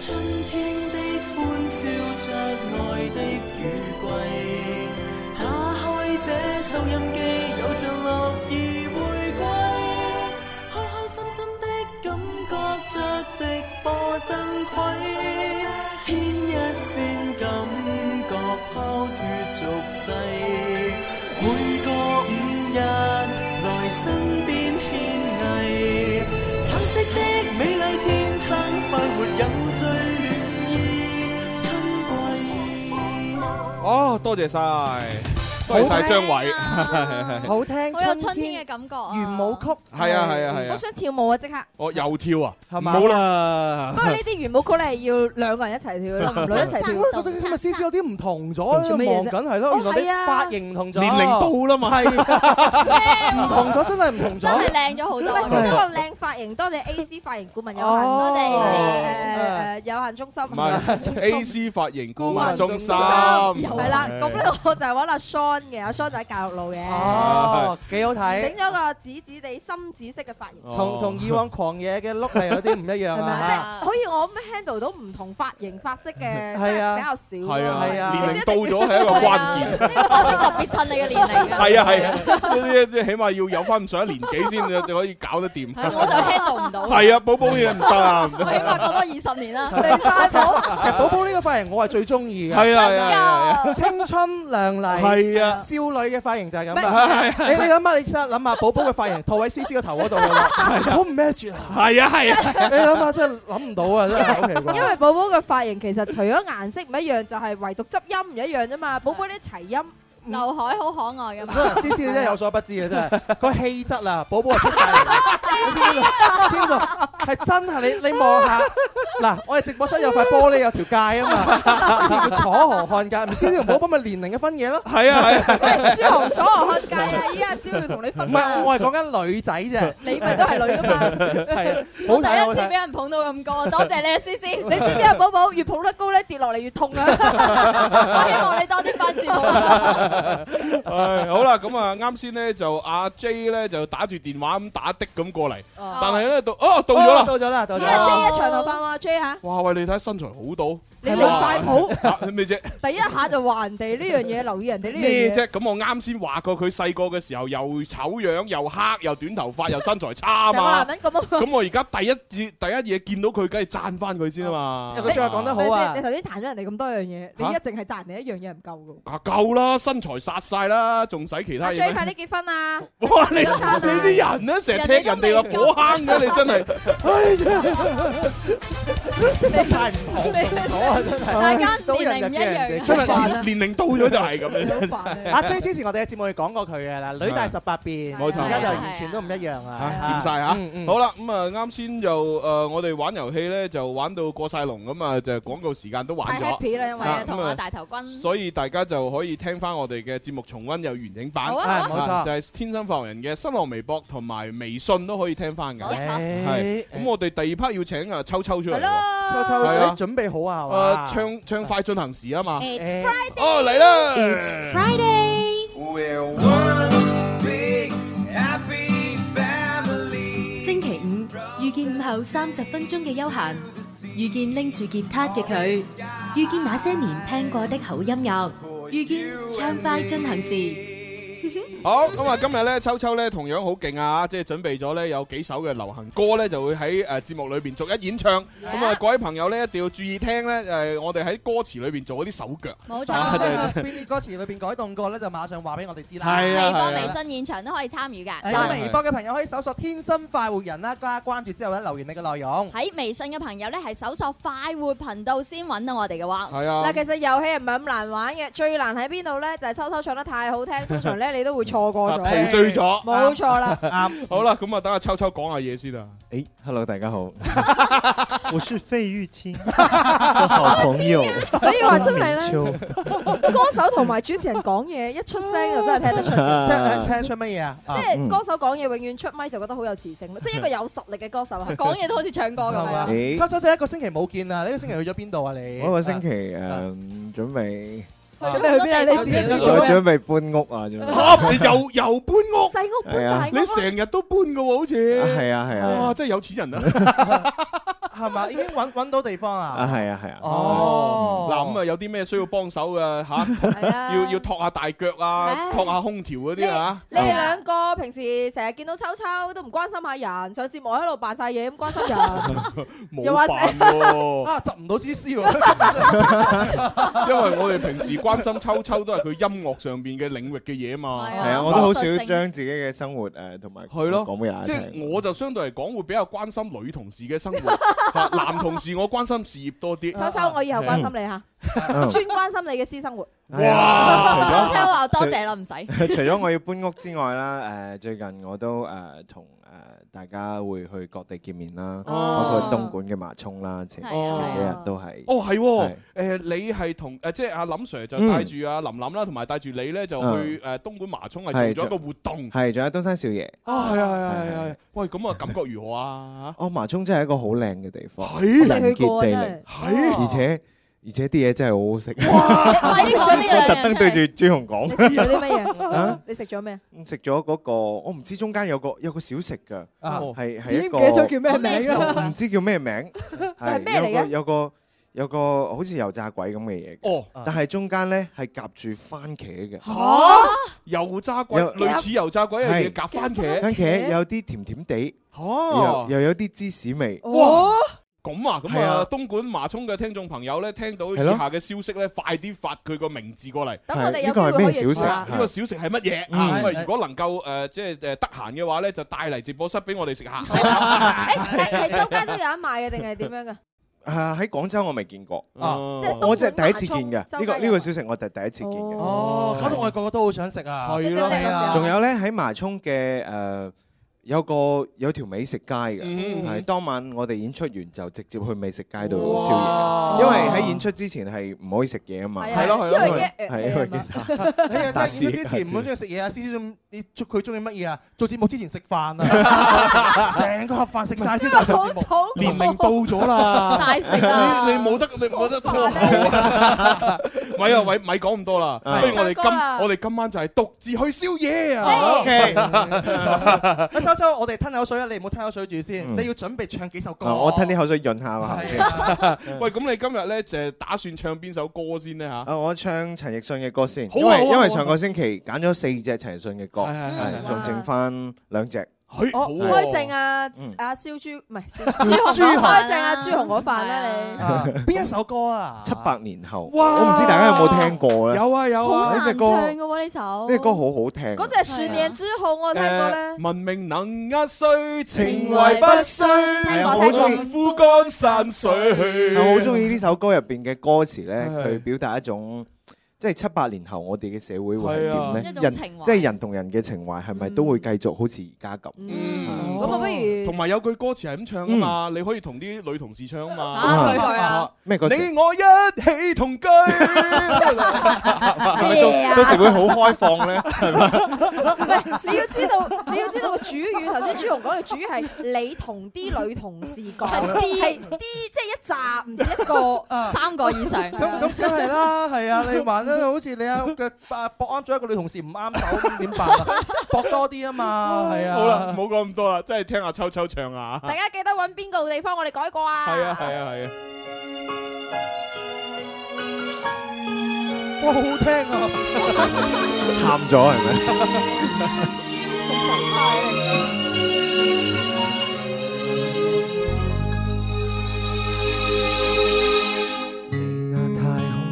Speaker 4: 春天的歡笑着愛的雨季，打開這收音機，有着樂意回歸，開開心心的感覺着直播珍貴，牽一線感覺拋脱俗世，每個午日來身邊獻藝。橙色的美麗，天生快活有最暖意。春
Speaker 5: 哦，多謝晒，多謝晒張偉，
Speaker 7: 好聽，
Speaker 18: 好有春天嘅感覺啊！
Speaker 7: 圓舞曲
Speaker 5: 係啊係啊係啊
Speaker 6: 我，想跳舞啊！即刻。
Speaker 5: 我又跳啊，
Speaker 7: 係
Speaker 5: 唔
Speaker 7: 嘛
Speaker 5: 好啦
Speaker 6: 不。過呢啲圓舞曲咧要兩個人一齊 跳，男女一齊跳。
Speaker 7: 我覺得今日思思有啲唔同咗，望
Speaker 6: 做乜嘢啫
Speaker 7: 緊係咯，
Speaker 6: 哦
Speaker 7: 原
Speaker 6: 係
Speaker 7: 來啲
Speaker 6: 啊
Speaker 7: 髮型唔同咗，
Speaker 5: 年齡到啦嘛
Speaker 7: 係 唔同咗，真係唔同
Speaker 18: 真係
Speaker 7: 咗。
Speaker 18: 靚咗好
Speaker 6: 唔
Speaker 18: 多。
Speaker 6: 係，先得個靚髮型，多謝 A C 髮型顧問有限，
Speaker 7: 哦
Speaker 6: 多謝
Speaker 7: 哦
Speaker 6: 誒誒有限中心。
Speaker 5: 唔係 A C 髮型顧問中心，
Speaker 6: 係啦，咁咧我就係揾阿 Sean 嘅，阿 Shaw 仔教育路嘅。
Speaker 7: 哦，幾好
Speaker 6: 整
Speaker 7: 睇，
Speaker 6: 咗個紫紫地深紫色嘅髮型，
Speaker 7: 同同以往狂野嘅 look 係有啲唔一樣
Speaker 6: 係咪啊
Speaker 7: 啊！
Speaker 6: 即係可以我咁 handle 到唔同髮型髮色嘅，即
Speaker 7: 係
Speaker 6: 係
Speaker 7: 啊
Speaker 6: 比較少咯。
Speaker 5: 係啊，
Speaker 6: 係
Speaker 5: 年齡到咗係一個關鍵。
Speaker 1: 髮色特別襯你嘅年齡㗎。
Speaker 5: 係啊係啊，呢啲起碼要有翻咁上下年紀先就就可以搞得掂。
Speaker 1: 我就 handle 唔到。
Speaker 5: 係啊，寶寶嘢唔得啊，唔
Speaker 1: 我起
Speaker 5: 得。
Speaker 1: 碼過多二十年啦。
Speaker 7: 其實寶寶呢個髮型我係最中意嘅，
Speaker 5: 係啊係啊係啊係啊
Speaker 7: 青春靚麗，
Speaker 5: 係啊
Speaker 7: 少女嘅髮型就係咁
Speaker 5: 係係
Speaker 7: 啊！
Speaker 5: 係
Speaker 7: 你你諗下，你真係諗下寶寶嘅髮型套喺思思個頭嗰度㗎 啦，好唔 match 啊！
Speaker 5: 係啊係啊，
Speaker 7: 你諗下真係諗唔到啊！真係好奇怪。
Speaker 6: 因為寶寶嘅髮型其實除咗顏色唔一樣，就係唯獨執音唔一樣啫嘛。寶寶啲齊音，
Speaker 1: 劉海好可愛㗎嘛。
Speaker 7: 思 思你真係有所不知啊！真係個氣質啊，寶寶係出晒嚟嘅，邊個係真係你你望下嗱，我哋直播室有塊楚玻璃有條界啊嘛，呢條叫楚河漢界，唔知呢條寶寶咪年齡嘅分野咯。
Speaker 5: 係啊係
Speaker 6: 啊，朱紅楚河漢界啊！依家先會同你分
Speaker 7: 唔
Speaker 6: 享
Speaker 7: 係，我係講緊女仔啫。
Speaker 6: 你咪都係女噶嘛。
Speaker 7: 係啊好
Speaker 1: 我第
Speaker 7: 睇好
Speaker 1: 一次
Speaker 7: 睇
Speaker 1: 俾。人捧到咁高，多謝你啊，思思。
Speaker 6: 你知唔知啊，寶寶越捧得高咧，跌落嚟越痛啊！
Speaker 1: 我希望你多啲翻節目。
Speaker 5: 唉，好啦，咁啊，啱先咧就阿 J 咧就打住電話咁打的咁過嚟，
Speaker 6: 哦
Speaker 5: 但係咧到哦到咗啦，
Speaker 7: 哦到咗啦到咗
Speaker 6: 阿
Speaker 7: 啦
Speaker 6: J 一長頭髮喎，J 嚇，
Speaker 5: 哇喂，你睇身材好到，
Speaker 6: 你離晒譜
Speaker 5: 啊咩啫？
Speaker 6: 第一下就話人哋呢樣嘢，留意人哋呢
Speaker 5: 咩
Speaker 6: 樣嘢
Speaker 5: 啫？。咁我啱先話過佢細個嘅時候又醜樣又黑又短頭髮又身材差啊
Speaker 6: 成個
Speaker 5: 嘛
Speaker 6: 男。人咁啊！
Speaker 5: 咁 我而家第一次第一嘢見到佢，梗係讚翻佢先啊嘛。
Speaker 7: 有句説話講得好啊
Speaker 6: 你頭先彈咗人哋咁多樣嘢，你
Speaker 5: 嚇
Speaker 6: 一淨係讚人哋一樣嘢唔夠噶。
Speaker 5: 啊夠啦，身材殺晒啦，仲使其他
Speaker 6: 阿
Speaker 5: 嘢
Speaker 6: J
Speaker 5: 咩
Speaker 6: 快啲結婚啊！
Speaker 5: 哇！你你
Speaker 6: 早餐啊
Speaker 5: 啲人咧，成日踢人哋個 火坑嘅，你真係，唉真係
Speaker 7: 心態唔好咗啊！真係，
Speaker 1: 大家
Speaker 7: 到人就
Speaker 1: 年齡唔一
Speaker 7: 驚人
Speaker 1: 樣
Speaker 7: 哋
Speaker 1: 啊
Speaker 5: 真
Speaker 7: 真係
Speaker 5: 係年年齡到咗就係咁樣
Speaker 6: 啊
Speaker 5: 真係。
Speaker 7: 阿 J 之前我哋嘅節目亦講過佢嘅啦，女大十八變，
Speaker 5: 冇錯
Speaker 7: 而家就完全都唔一樣啊！
Speaker 5: 掂晒嚇，好啦，咁啊啱先就誒，我哋玩遊戲咧就玩到過晒龍咁啊，就廣告時間都玩
Speaker 1: 太
Speaker 5: 咗。
Speaker 1: happy 啦，因
Speaker 5: 啊
Speaker 1: 為同阿大頭君。
Speaker 5: 所以大家就可以聽翻我哋嘅節目重温有完整版，
Speaker 1: 好啊好啊
Speaker 5: 就係天生發行人嘅新浪微博同埋微信都可以聽翻嘅。
Speaker 1: 冇錯
Speaker 5: 係咁，我哋第二 part 要請啊秋秋出嚟喎。
Speaker 7: 秋秋，
Speaker 5: 係啊
Speaker 7: 你準備好啊係嘛？
Speaker 5: 誒，唱唱快進行時啊嘛。
Speaker 7: It's
Speaker 5: 哦，嚟啦
Speaker 7: It's
Speaker 4: Friday.
Speaker 5: Well,
Speaker 4: 星期五遇見午後三十分鐘嘅悠閒，遇見拎住吉他嘅佢，遇見那些年聽過的好音樂，遇見暢快進行時。
Speaker 5: 好咁啊！今日咧，秋秋咧同樣好勁啊！即係準備咗咧有幾首嘅流行歌咧，就會喺誒節目裏邊逐一演唱。咁啊，各位朋友咧一定要注意聽咧誒，我哋喺歌詞裏邊做嗰啲手腳。
Speaker 1: 冇錯
Speaker 5: 啊
Speaker 7: 邊
Speaker 5: 就係
Speaker 7: 啲歌詞裏邊改動過咧，就馬上話俾我哋知啦。
Speaker 5: 係啊
Speaker 1: 微博、
Speaker 5: 係啊
Speaker 1: 微信現場都可以參與㗎。
Speaker 7: 係
Speaker 5: 係
Speaker 7: 哎咁啊
Speaker 5: 係
Speaker 7: 微博嘅朋友可以搜索「天生快活人」啦，加關注之後咧留言你嘅內容。
Speaker 1: 喺微信嘅朋友咧，係搜索快活頻道先揾到我哋嘅話，
Speaker 5: 係啊
Speaker 6: 嗱，其實遊戲係 唔係咁難玩嘅，最難喺邊度咧？就係秋秋唱得太 好聽，通常咧你都會錯過
Speaker 5: 啊
Speaker 6: 咗，
Speaker 5: 陶醉咗，
Speaker 6: 冇錯啦。
Speaker 5: 啱。 好啦，咁啊，等阿秋秋講下嘢先啊。
Speaker 20: 哎，Hello，大 家好，
Speaker 21: 我是费玉清的好朋友，
Speaker 6: 所以話真係咧
Speaker 21: 钟明秋，
Speaker 6: 歌手同埋主持人講嘢一出聲就真係聽得出嘅。
Speaker 7: 聽聽得出乜嘢啊？
Speaker 6: 即係歌手講嘢永遠出咪就覺得好有磁性咯，即 係一個有實力嘅歌手啊，講嘢都好似唱歌咁
Speaker 7: 係嘛
Speaker 6: 樣。
Speaker 20: 咦
Speaker 7: 秋秋仔一個星期冇見啦，呢個星期去咗邊度啊？你
Speaker 20: 哎我一個星期誒準備，
Speaker 6: 準備去邊啊？你自己
Speaker 20: 我準備搬屋啊，準
Speaker 5: 嚇
Speaker 20: 備
Speaker 5: 你又又搬屋，
Speaker 6: 細屋
Speaker 20: 搬大屋啊
Speaker 5: 你成日都搬嘅喎，好似
Speaker 20: 係啊係啊
Speaker 5: 哇，真係有錢人啊！
Speaker 7: 係嘛？已經揾揾到地方
Speaker 20: 啊
Speaker 7: 啊？
Speaker 20: 係啊係啊，
Speaker 7: 哦，
Speaker 5: 嗱咁啊，有啲咩需要幫手嘅嚇？要要托下大腳啊，托下空調嗰啲啊。
Speaker 6: 你哋兩個平時成日見到秋秋都唔關心下人，上節目喺度扮晒嘢咁關心 人，又話
Speaker 5: 冇扮喎。
Speaker 7: 啊，執唔到支絲喎！
Speaker 5: 因為我哋平時關心秋秋都係佢音樂上邊嘅領域嘅嘢嘛，
Speaker 20: 係啊，我都好少將自己嘅生活誒同埋
Speaker 5: 係咯
Speaker 20: 講俾人
Speaker 5: 即
Speaker 20: 聽。
Speaker 5: 係我就相對嚟講會比較關心女同事嘅生 活，嚇男同事我關心事業多啲。
Speaker 6: 秋秋我以後關心你嚇，
Speaker 20: 嗯
Speaker 6: 專關心你嘅私生 活。
Speaker 20: 係啊除咗
Speaker 1: 秋秋話多謝啦，唔 使。
Speaker 20: 除咗我要搬屋之外啦，誒、最近我都誒同誒大家會去各地見面啦，包括東莞嘅麻涌啦，前
Speaker 5: 係啊
Speaker 20: 前幾日都係。
Speaker 5: 哦，係喎，誒你係同誒即係阿林 Sir 就帶住阿林林啦，同埋帶住你咧就去誒東莞麻涌係做咗一個活動。
Speaker 20: 係仲有東山少爺。
Speaker 5: 啊，係啊，係啊，係啊！喂，咁啊，感覺如何啊？
Speaker 20: 哦，麻涌真係一個好靚嘅地方，
Speaker 5: 係
Speaker 20: 人傑地
Speaker 5: 我未去過啊真
Speaker 20: 靈，
Speaker 5: 係
Speaker 20: 而且而且啲嘢真係好好食。
Speaker 6: 哇你你食咗咩啊
Speaker 20: 我特登對住朱紅講。
Speaker 6: 你食咗啲乜 嘢
Speaker 20: 啊？
Speaker 6: 你食咗咩？
Speaker 20: 食咗嗰個，我唔知中間有個有個小食㗎，係
Speaker 6: 已
Speaker 20: 係
Speaker 6: 經
Speaker 20: 一
Speaker 6: 唔
Speaker 20: 個
Speaker 6: 記得咗叫咩名啦
Speaker 20: 唔知叫 咩名，
Speaker 6: 但係咩嚟嘅
Speaker 20: 有個有個有個好似油炸鬼咁嘅嘢嘅，
Speaker 5: 哦
Speaker 20: 但係中間咧係夾住番茄嘅，哦
Speaker 5: 嚇油炸鬼，
Speaker 20: 有
Speaker 5: 類似油炸鬼嘅嘢夾番茄，
Speaker 20: 番茄有啲甜甜地，
Speaker 5: 哦
Speaker 20: 又。又有啲芝士味，哦
Speaker 5: 哇！咁啊，咁
Speaker 20: 係
Speaker 5: 啊，
Speaker 20: 啊
Speaker 5: 東莞麻涌嘅聽眾朋友咧，聽到以
Speaker 20: 係咯
Speaker 5: 下嘅消息咧，快啲發佢個名字過嚟。
Speaker 20: 等我哋係有呢個係機會咩可以小食試下
Speaker 5: 呢個小食係乜嘢
Speaker 20: 嗯
Speaker 5: 啊？咁
Speaker 20: 係
Speaker 5: 啊，如果能夠誒，即係誒得閒嘅話咧，就帶嚟直播室俾我哋食 下。
Speaker 6: 係周街都有得賣嘅定係點 樣㗎？
Speaker 20: 啊喺廣州我未見過，
Speaker 5: 啊
Speaker 6: 即係東莞
Speaker 20: 我真係第一次見嘅
Speaker 6: 麻
Speaker 20: 呢
Speaker 6: 葱
Speaker 20: 個
Speaker 6: 周街
Speaker 20: 呢個小食，我係第一次見嘅。
Speaker 7: 哦，搞到我哋個個都好想食啊！
Speaker 5: 係咯
Speaker 7: 係啊，
Speaker 20: 仲有咧喺麻涌嘅誒有個有條美食街嘅，
Speaker 5: 嗯
Speaker 20: 係當晚我哋演出完就直接去美食街度
Speaker 5: 哇
Speaker 20: 宵夜，因為喺演出之前係唔可以食嘢啊嘛。
Speaker 7: 係啊係咯係咯因為呃驚啊
Speaker 20: 係因為驚
Speaker 7: 你又
Speaker 20: 打
Speaker 7: 睇
Speaker 20: 屎
Speaker 7: 見之前唔好中意食嘢啊！思思中你中佢中意乜嘢啊？做節目之前食 飯啊，成個盒飯食晒先再做節目。
Speaker 5: 年齡到咗啦，
Speaker 7: 啊大食啊
Speaker 5: 你你冇得你冇得拖後啊！咪啊咪咪講咁多啦，
Speaker 7: 係
Speaker 5: 不如我哋
Speaker 7: 唱歌啦
Speaker 5: 今我哋今晚就係獨 自去宵夜啊
Speaker 7: 好，OK。阿啊秋秋，我哋吞口水啊！你唔好吞口水住
Speaker 20: 嗯
Speaker 7: 先，你要準備唱幾首歌。
Speaker 20: 啊我吞啲口水潤下嘛。係咪先
Speaker 5: 喂，咁你今日咧就係打算唱邊首歌先咧吓？
Speaker 20: 啊！我唱陳奕迅嘅歌先，
Speaker 5: 好啊
Speaker 20: 因為
Speaker 5: 好啊
Speaker 20: 因為
Speaker 5: 好啊
Speaker 20: 上個星期揀咗四隻陳奕迅嘅歌，
Speaker 5: 係係係
Speaker 20: 係仲剩翻兩隻。
Speaker 6: 哦，
Speaker 20: 係
Speaker 6: 開正啊
Speaker 20: 嗯
Speaker 6: 阿燒豬，唔 係燒
Speaker 7: 朱紅
Speaker 6: 豬
Speaker 7: 嗰飯啊
Speaker 6: 開正啊朱紅嗰飯啦你。
Speaker 7: 邊一首歌啊？
Speaker 20: 七百年後，
Speaker 6: 哇
Speaker 20: 我唔知大家有冇聽過咧？
Speaker 5: 有啊有
Speaker 6: 好
Speaker 20: 呢
Speaker 6: 難
Speaker 20: 隻
Speaker 6: 唱
Speaker 20: 歌
Speaker 6: 嘅
Speaker 20: 呢
Speaker 6: 喎呢首。
Speaker 20: 隻歌好好聽。啊
Speaker 6: 嗰隻十年之後我有哦聽
Speaker 7: 啊
Speaker 6: 過咧。
Speaker 5: 呃文明能壓碎，情懷
Speaker 6: 懷不
Speaker 5: 不
Speaker 6: 衰
Speaker 5: 衰。啊
Speaker 6: 聽過聽過
Speaker 5: 丈夫乾山水。
Speaker 20: 啊我好中意呢首歌入邊嘅歌詞咧，佢表達一種即係七八年後我哋嘅社會會係點
Speaker 6: 係啊一
Speaker 20: 咧？
Speaker 6: 種
Speaker 20: 人
Speaker 6: 情懷
Speaker 20: 即係人同人嘅情懷係咪都會繼續好似而家咁？
Speaker 6: 咁啊，不如
Speaker 5: 同埋有句歌詞係咁唱啊嘛，你可以同啲女同事唱啊嘛。
Speaker 20: 嚇佢佢啊嗯咩歌詞
Speaker 5: 你我一起同居。
Speaker 8: 啊
Speaker 20: 到到時會好 開放咧，係咪？
Speaker 6: 唔係，你要知道，你要知道個主語。頭先朱紅講嘅主語係你同啲女同事講，係啲即係一紮，唔止一個，三個以上。
Speaker 7: 啊嗯
Speaker 6: 啊
Speaker 7: 咁咁梗係啦，係啊！你玩得好似你啊腳啊搏啱咗一個女同事唔啱手，咁點辦啊？搏多啲啊嘛，係啊。
Speaker 5: 好啦，唔好講咁多啦，真係聽下秋秋唱啊。
Speaker 6: 大家記得揾邊個地方，我哋改過啊！
Speaker 5: 係啊係啊係啊。
Speaker 7: 哇，好好聽啊！
Speaker 20: 喊咗係咪？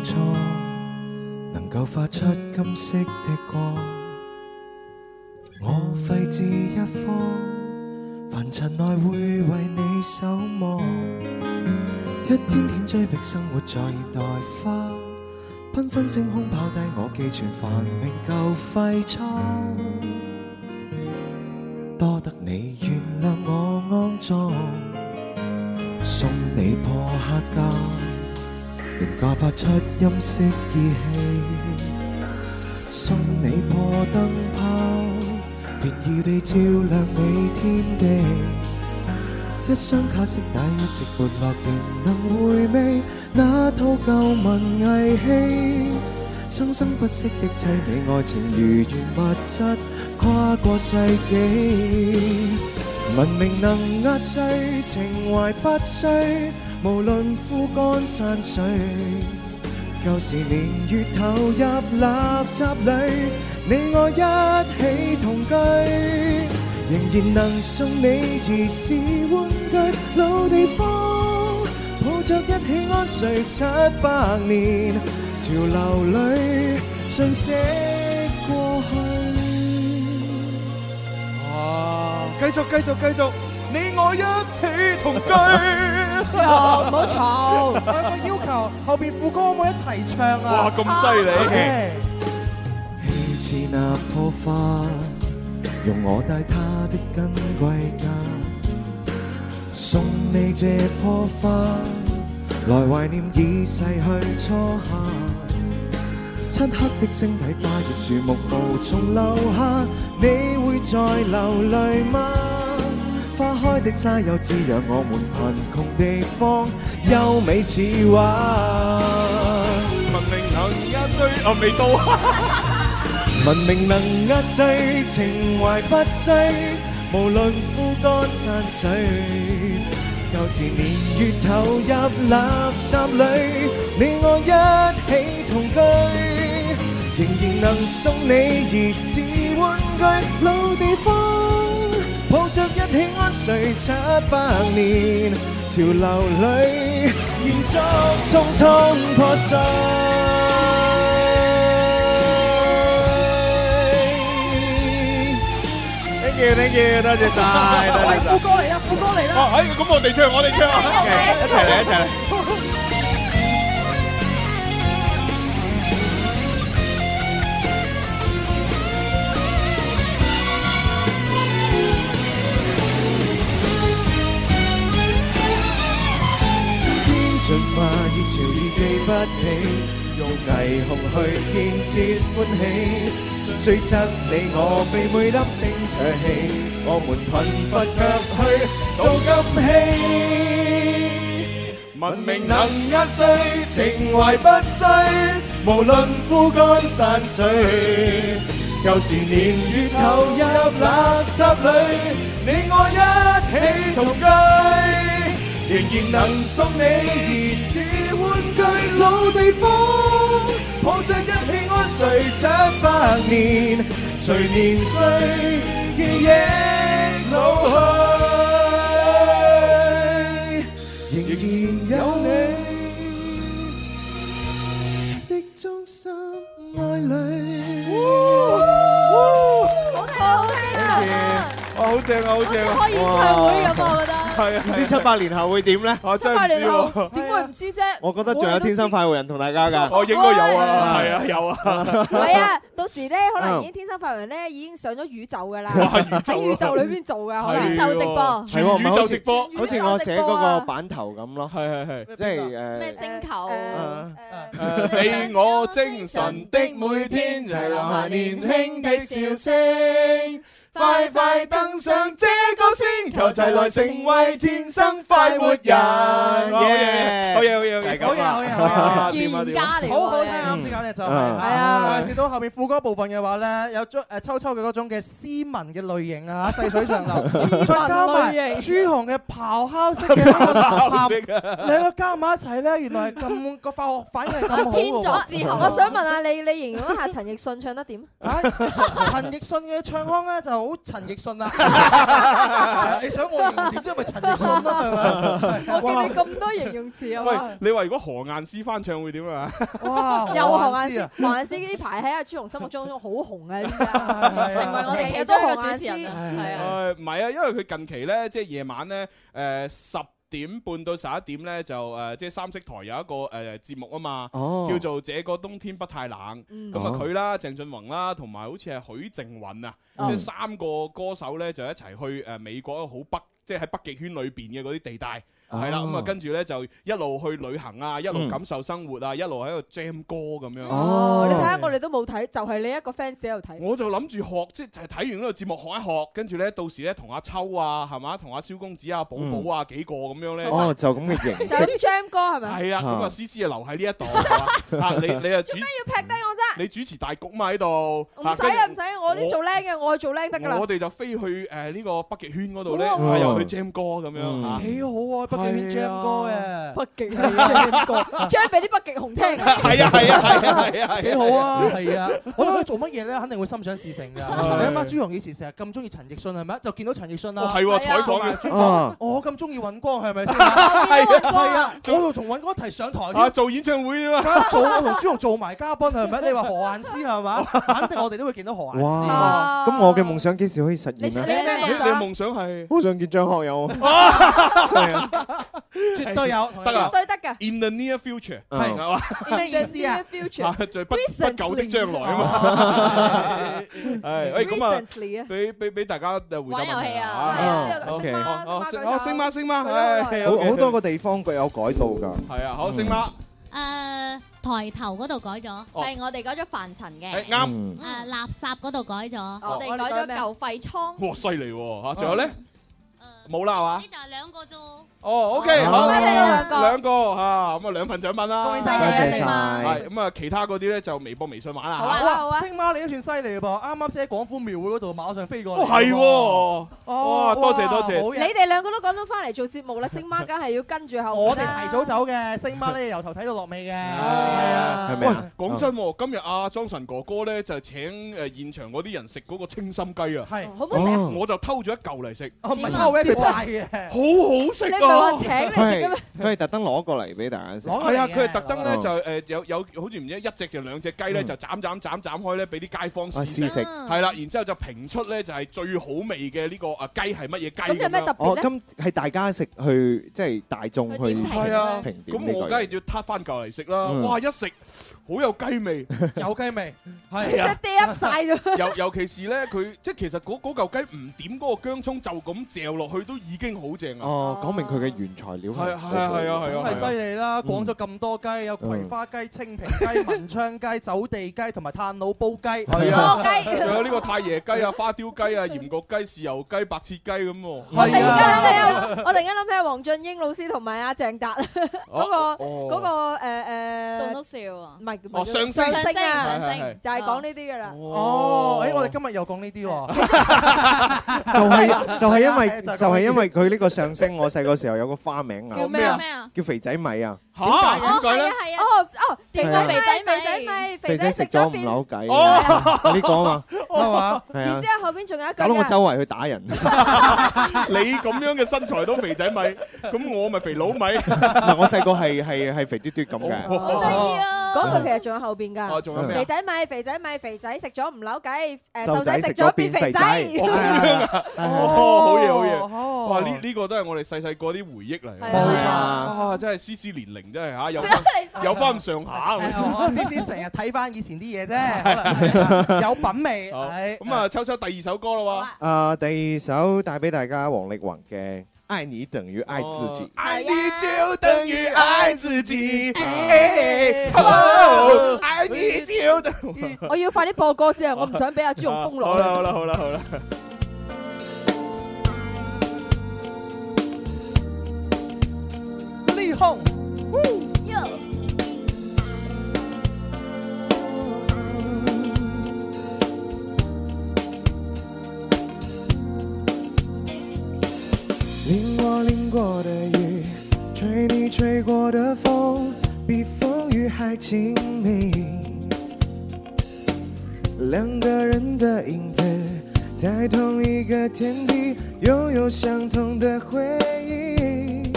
Speaker 8: 初能夠發出金色的光。我廢置一方，凡塵內會為你守望。一天天追逼生活在現代化，繽紛星空拋低我寄存繁榮舊廢倉。多得你原諒我骯髒，送你破客家。廉價發出音色意氣，送你破燈泡，便宜地照亮你天地。一雙卡式帶一直沒落，仍能回味那套舊文藝戲。生生不息的凄美愛情，如原物質，跨過世紀。文明能壓碎，情懷不衰，無論枯乾山水。舊時年月投入垃圾裏，你我一起同居，仍然能送你兒時玩具老地方，抱着一起安睡七百年，潮流裏信息過去。
Speaker 5: 哇！啊繼續繼續繼續，你我一起同居。
Speaker 7: 唔好嘈我有個要求，後邊副歌可唔可以一齊唱啊？
Speaker 5: 哇咁犀利
Speaker 7: OK
Speaker 8: 棄置那棵花，用我帶它的根歸家，送你這棵花，來懷念已逝去初夏。漆黑的星體，花葉樹木無從留下，你會再流淚嗎？花開的沙丘滋養我們貧窮地方，優美似畫。
Speaker 5: 壓衰啊，未到。
Speaker 8: 文明能壓碎，情懷不衰，無論枯乾山水。舊時年月投入垃圾裏，你我一起同居，仍然能送你兒時玩具。老地方，抱着一起安睡七百年，潮流裏延續，通通破碎。
Speaker 7: Thank you，thank you，多謝晒，多謝晒。
Speaker 8: 歌嚟啦，副歌嚟
Speaker 5: 哦，哎，咁我哋唱，我哋唱啊
Speaker 7: 一齊嚟，一齊嚟。
Speaker 8: 天進化，熱潮已記不起，用霓虹去建設歡喜。雖則你我被每粒星唾棄，我們貧乏卻去到今希。文明能壓碎，情懷不衰，無論枯乾山水。舊時年月投入垃圾裏，你我一起同居。仍然能送你兒時玩具老地方，抱着一起安睡七百年，隨年歲記憶老去，仍然有你的衷心愛侶。
Speaker 5: 哇，好正啊，好正啊！
Speaker 6: 好似開演唱會咁啊我覺得
Speaker 5: 係啊，
Speaker 7: 唔知七八年後會點咧？
Speaker 5: 我
Speaker 6: 七八年後點會唔知啫？
Speaker 7: 我覺得仲有天生快活人同大家㗎。
Speaker 5: 我應該有啊，係啊，有啊。
Speaker 6: 係 啊，到時咧可
Speaker 7: 嗯
Speaker 6: 能已經天生發人咧已經上咗宇宙㗎 啦，喺宇宙裏邊做㗎，可能
Speaker 7: 係喎，唔係好似
Speaker 5: 宇宙直播
Speaker 7: 好似我寫嗰個版頭咁咯。
Speaker 5: 係係係，
Speaker 7: 即係誒。
Speaker 22: 星球
Speaker 5: 誒你我精神的每天，齊留下年輕的笑聲。
Speaker 8: 快快登上這個星球，齊來成為天生快活人。耶！
Speaker 5: 好嘢，好嘢，好嘢，
Speaker 7: 係咁啊好嘢好嘢
Speaker 5: 啊
Speaker 7: 好嘢
Speaker 5: 掂啊掂啊
Speaker 7: 好好聽啊！啱先講嘅就係，係
Speaker 5: 啊
Speaker 7: 尤其是到後面副歌部分嘅話咧，有咗誒秋秋嘅嗰種嘅斯文嘅類型啊，細水長流，再加埋朱紅嘅咆哮式嘅呢個
Speaker 8: 咆哮式啊
Speaker 7: 喊，兩個加埋一齊咧，原來係咁個化學反應係咁好嘅喎。
Speaker 6: 我想問下你，你形容一下陳奕迅唱得點？
Speaker 7: 陳奕迅嘅唱腔咧就好陳奕迅啦，你想我形容點啫？咪 陳奕迅啊啦，係咪？
Speaker 6: 我見你咁多形容詞啊
Speaker 5: 喂
Speaker 6: 嘛，，
Speaker 5: 你話如果何雁詩翻唱會點啊？
Speaker 7: 哇
Speaker 6: 又何
Speaker 7: 雁
Speaker 6: 雁
Speaker 7: 詩啊
Speaker 6: 詩，何雁詩呢排喺阿朱紅心目中好紅啊，
Speaker 22: 成為我哋其
Speaker 6: 其
Speaker 22: 中
Speaker 6: 中
Speaker 22: 一
Speaker 6: 一
Speaker 22: 個
Speaker 6: 個
Speaker 22: 主
Speaker 6: 主
Speaker 22: 持
Speaker 6: 持
Speaker 22: 人
Speaker 6: 人
Speaker 22: 啊，係啊。
Speaker 5: 誒唔係啊，因為佢近期咧，即係夜晚咧，誒十點半到十一點咧，就誒即係三色台有一個誒節目啊嘛，
Speaker 20: 哦
Speaker 5: 叫做《這個冬天不太冷》。
Speaker 20: 嗯
Speaker 5: 咁啊，
Speaker 20: 哦
Speaker 5: 佢啦、鄭俊弘啦，同埋好似係許靖韻啊，即
Speaker 20: 嗯
Speaker 5: 係三個歌手咧就一齊去誒美國一個好北，即係喺北極圈裏邊嘅嗰啲地帶。
Speaker 20: 哦
Speaker 5: 係啦，咁啊，跟住咧就一路去旅行啊，一路感受生活啊，一路喺度 jam 歌咁樣。
Speaker 6: 哦，你睇下我哋都冇睇，就係你一個 fans 喺度睇。
Speaker 5: 我就諗住學，即係睇完呢個節目學一學，跟住咧到時咧同阿秋啊，係嘛，同阿蕭公子啊、寶寶啊幾個咁樣咧。
Speaker 20: 哦，就咁嘅形
Speaker 6: 就
Speaker 20: 式
Speaker 6: 咁 jam 歌係咪？
Speaker 5: 係啊，咁啊，
Speaker 20: 啊
Speaker 5: 思思啊留喺呢一度啊啊，你你 啊主
Speaker 6: 要劈低我
Speaker 5: 你主持大局嘛喺度，唔
Speaker 6: 啫，唔使啊唔使啊，我啲做靚嘅，我做靚得㗎啦
Speaker 5: 我。哋就飛去誒呢個北極圈嗰度咧，
Speaker 6: 好啊
Speaker 5: 啊又去 jam 歌咁
Speaker 6: 嗯
Speaker 5: 樣啊。
Speaker 7: 幾好啊！北京圈 jam 啊歌嘅。
Speaker 6: 北極圈 jam 歌，jam 俾啲北極熊聽。
Speaker 5: 係啊係啊係啊係啊，
Speaker 7: 幾好啊， 係啊！我覺得佢做乜嘢咧，肯定會心想事成㗎。你阿媽朱紅以前成日咁中意陳奕迅係咪？就見到陳奕迅啦，
Speaker 5: 哦係喎採訪嘅
Speaker 7: 嘅專
Speaker 5: 啊
Speaker 7: 訪。我哦咁中意尹光係咪 先？
Speaker 5: 係啊
Speaker 7: 係啊！ 我度同尹光一齊上台
Speaker 5: 啊
Speaker 7: 添。
Speaker 5: 做演唱會啊嘛
Speaker 7: 啊，做我同朱紅做埋嘉賓係咪？你話何雁詩 係嘛？肯定我哋都會見到何雁詩。
Speaker 5: 哦
Speaker 20: 哇！咁我嘅夢想幾時可以實
Speaker 7: 你想
Speaker 20: 現
Speaker 7: 你咩
Speaker 20: 咧？
Speaker 7: 夢想
Speaker 5: 你夢想係
Speaker 20: 好想見張學友。
Speaker 6: 啊
Speaker 7: 絕對有，
Speaker 5: 得啦
Speaker 6: 絕對得㗎。
Speaker 5: In the near future
Speaker 20: 嗯
Speaker 5: 係嘛？
Speaker 7: 咩意思啊
Speaker 6: Future
Speaker 5: 啊在不不久的將來啊 嘛，係喂咁啊，俾俾俾大家誒回答問題啊，OK，哦 Ờ, 星哦星媽星媽，係
Speaker 20: 好好多個地方佢有改到㗎。
Speaker 5: 係啊，好星媽，
Speaker 22: 誒抬頭嗰度改咗，
Speaker 20: 哦
Speaker 22: 係我哋改咗凡塵嘅
Speaker 5: 誒，啱
Speaker 22: 誒垃圾嗰度改咗，我哋改咗舊廢倉。
Speaker 5: 哇犀利喎嚇，仲有咧冇啦係嘛？呢就係兩個啫。哦，OK，
Speaker 4: 哦
Speaker 5: 好，
Speaker 4: 恭喜你兩個
Speaker 5: 兩個嚇，咁啊兩份獎品啦。
Speaker 7: 恭喜晒你啊多謝星媽
Speaker 5: 係咁啊，其他嗰啲咧就微博、微信玩啦。
Speaker 7: 哇
Speaker 5: 啊
Speaker 7: 星媽你都算犀利噃，啱啱先喺廣府廟會嗰度馬上飛過嚟。
Speaker 5: 哦係喎，
Speaker 7: 哦
Speaker 5: 哇多謝
Speaker 7: 哇
Speaker 5: 多謝
Speaker 7: 好嘢
Speaker 6: 你哋兩個都趕到翻嚟做節目啦，星媽梗係要跟住後
Speaker 7: 我
Speaker 6: 面
Speaker 7: 哋
Speaker 6: 啦
Speaker 7: 提早走嘅，星媽
Speaker 5: 嗯
Speaker 7: 咧由頭睇到落尾嘅。
Speaker 5: 係
Speaker 20: 咪啊
Speaker 5: 講真喎，今日阿莊臣哥哥咧就請誒現場嗰啲人食嗰個清心雞啊，
Speaker 7: 係
Speaker 6: 好唔好食
Speaker 20: 哦
Speaker 6: 嗯啊
Speaker 5: 我就偷咗一嚿嚟食，
Speaker 7: 哦唔係偷嘅佢帶嘅
Speaker 5: 好好食啊！
Speaker 6: 你唔係話請你食嘅
Speaker 20: 佢
Speaker 6: 咩
Speaker 20: 係？佢係特登攞過嚟俾大家食。
Speaker 5: 係啊，佢係特登咧
Speaker 20: 哦嗯
Speaker 5: 就誒有有好似唔知一隻就兩隻雞咧就斬斬斬斬開咧俾啲街坊
Speaker 20: 啊
Speaker 5: 試
Speaker 20: 試食
Speaker 6: 嗯
Speaker 5: 係啦，然之後就評出咧就係最好味嘅呢個啊雞係乜嘢雞咁樣
Speaker 20: 哦，咁係大家食去，即係大眾去
Speaker 5: 係啊，
Speaker 20: 評點
Speaker 5: 咁
Speaker 20: 呢
Speaker 5: 我
Speaker 20: 個
Speaker 5: 梗
Speaker 20: 嘢。
Speaker 5: 係要撻翻嚿嚟食啦！
Speaker 20: 嗯
Speaker 5: 哇，一食好有雞味，
Speaker 7: 有雞味，
Speaker 5: 係啊。
Speaker 6: 掟噏晒咗。
Speaker 5: 尤尤其是咧，佢即係其實嗰嗰嚿雞唔點嗰個薑葱，就咁嚼落去都已經好正啊！
Speaker 20: 哦，講明佢嘅原材料
Speaker 5: 係
Speaker 20: 係
Speaker 5: 啊係啊係啊係啊
Speaker 7: 係犀利
Speaker 20: 嗯
Speaker 7: 啦！廣州咁多雞，有葵花雞、清平雞、文昌雞、走地雞同埋炭佬煲雞。
Speaker 5: 係啊，仲有呢個太爺 雞啊、花雕雞啊、鹽焗雞、豉油雞、白切雞咁喎。
Speaker 6: 我
Speaker 7: 啊
Speaker 6: 突然間諗起，我突然間諗起黃俊英老師同埋阿 鄭達嗰個
Speaker 5: 哦
Speaker 6: 嗰個誒誒
Speaker 1: 棟篤笑啊
Speaker 6: 唔係
Speaker 5: 哦上升
Speaker 6: 上升啊，
Speaker 5: 上升
Speaker 6: 就係講呢啲噶 啦。
Speaker 7: 哦，誒，我哋今日又講呢啲喎。
Speaker 20: 就係就係因為
Speaker 7: 就
Speaker 20: 就
Speaker 7: 係
Speaker 20: 係因為佢呢個上升，我細個時候有個花名啊，
Speaker 6: 叫咩啊咩啊？
Speaker 20: 叫肥仔米啊。
Speaker 5: 嚇
Speaker 6: 哦，
Speaker 5: 點解
Speaker 6: 係
Speaker 5: 咧
Speaker 6: 啊？係啊，哦哦，肥
Speaker 20: 係
Speaker 6: 仔
Speaker 20: 啊
Speaker 6: 米肥仔米
Speaker 20: 肥
Speaker 6: 肥
Speaker 20: 仔
Speaker 6: 仔
Speaker 20: 食
Speaker 6: 食
Speaker 20: 咗
Speaker 6: 咗
Speaker 20: 唔
Speaker 6: 邊？
Speaker 20: 扭計，
Speaker 5: 哦
Speaker 20: 你講 啊，係嘛？係
Speaker 6: 然
Speaker 20: 啊
Speaker 6: 之，後後邊仲有一句
Speaker 20: 搞到我
Speaker 6: 㗎
Speaker 20: 周圍去打 人。
Speaker 5: 你咁樣嘅身材都肥仔米，咁我咪肥佬米。
Speaker 20: 唔係，我細個係係係肥嘟嘟咁嘅。
Speaker 6: 好得意啊！嗰句其實仲有後邊
Speaker 20: 哦
Speaker 6: 㗎，
Speaker 20: 仲有咩啊
Speaker 6: 肥仔米肥仔米肥仔食咗唔扭計，誒
Speaker 20: 瘦
Speaker 6: 瘦
Speaker 20: 仔
Speaker 6: 仔
Speaker 20: 食
Speaker 6: 食
Speaker 20: 咗
Speaker 6: 咗
Speaker 20: 變
Speaker 6: 變
Speaker 20: 肥
Speaker 6: 肥
Speaker 20: 仔
Speaker 6: 仔。
Speaker 5: 哦咁樣啊！哦，好嘢好嘢！哇，呢呢個都係我哋細細個啲回憶嚟。
Speaker 7: 冇錯
Speaker 5: 啊！真係絲絲年齡真係嚇，有 翻有翻咁上下咁。
Speaker 6: 啊
Speaker 7: 我思思成日睇翻以前啲嘢啫，可能有品味。
Speaker 5: 好
Speaker 7: 係
Speaker 5: 咁啊，抽抽第二首歌啦
Speaker 20: 啊，第二首帶俾大家黃力宏嘅《愛你等於愛自己》。
Speaker 5: 哎
Speaker 4: 爱
Speaker 6: 啊
Speaker 5: 啊
Speaker 4: 你就等于爱自己，哎，
Speaker 5: 哦
Speaker 6: Ờ.
Speaker 4: 哦，
Speaker 5: 爱你就等。
Speaker 6: 我要快啲播歌先啊！我唔想俾阿朱紅封
Speaker 5: 好
Speaker 6: 路
Speaker 5: 啦好啦好啦好啦。
Speaker 7: 呢行。
Speaker 8: 淋我淋过的雨，吹你吹过的风，比风雨还亲密。两个人的影子，在同一个天地，拥有相同的回忆。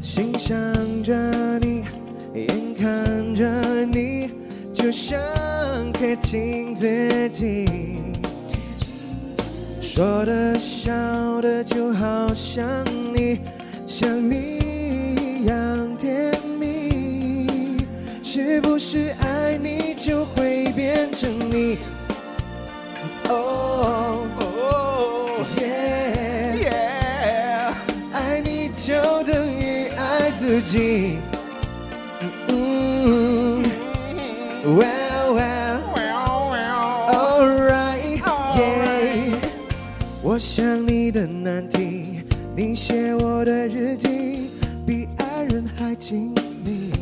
Speaker 8: 欣赏着你，眼看着你，就想贴近自己。说的笑的就好像你，像你一样甜蜜。是不是爱你就会变成你？哦耶，爱你就等于爱自己。嗯，Well Mm-hmm. well alright yeah。我想你的难题，你写我的日记，比爱人还亲密。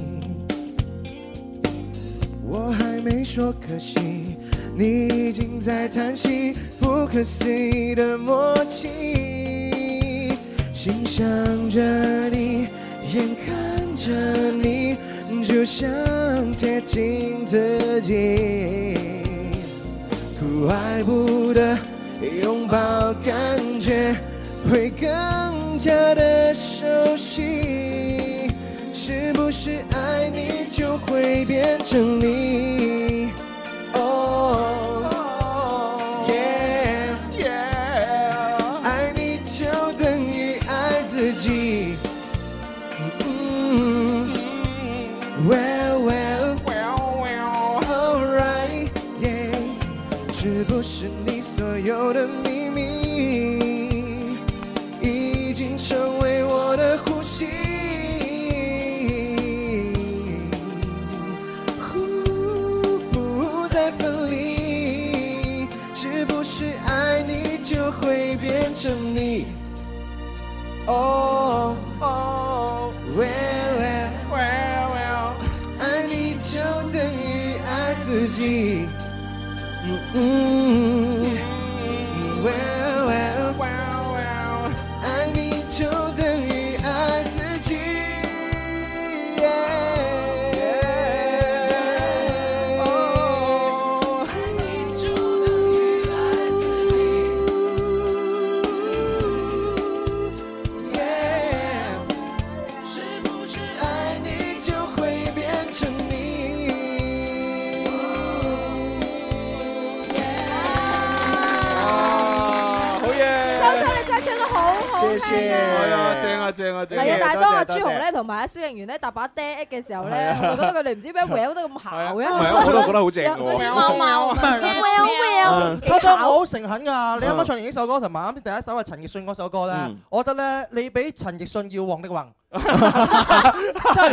Speaker 8: 我还没说可惜，你已经在叹息，不可思议的默契。欣赏着你，眼看着你，就想贴近自己。苦爱不得，拥抱感觉会更加的熟悉。是不是爱你就会变成你？哦耶耶，爱你就等于爱自己。嗯 Well well well alright yeah。是不是你所有的秘密，已经成为我的呼吸？呼不再分离，是不是爱你就会变成你？ Oh, oh, well, well, well, well. I need you 等于爱自己。嗯嗯，well, well, well, well. I need you 等于爱自己。Yeah.
Speaker 6: 哦
Speaker 8: Oh, I need you 等于爱自己。Yeah，是不是爱你就会变成你？
Speaker 5: 好嘢！
Speaker 6: 秋秋你真係唱得好好聽
Speaker 5: 係啊，
Speaker 6: 啊！
Speaker 5: 正啊，正啊，正！
Speaker 6: 係啊，但係當阿朱紅咧同埋阿蕭敬元咧搭把嗲嘅時候咧，我就覺得佢哋唔知點解 well 得咁
Speaker 5: 啊
Speaker 6: 姣嘅。
Speaker 20: 唔係我都覺得好正
Speaker 6: 有有
Speaker 20: 喎。
Speaker 6: 貓貓啊
Speaker 7: 唔係，
Speaker 6: 喵喵，
Speaker 7: 秋秋我好誠懇㗎，你啱啱唱完呢首歌同埋啱啱第一首係陳奕迅嗰首歌咧
Speaker 20: 嗯，
Speaker 7: 我覺得咧你比陳奕迅要王 力宏。
Speaker 5: 真係呢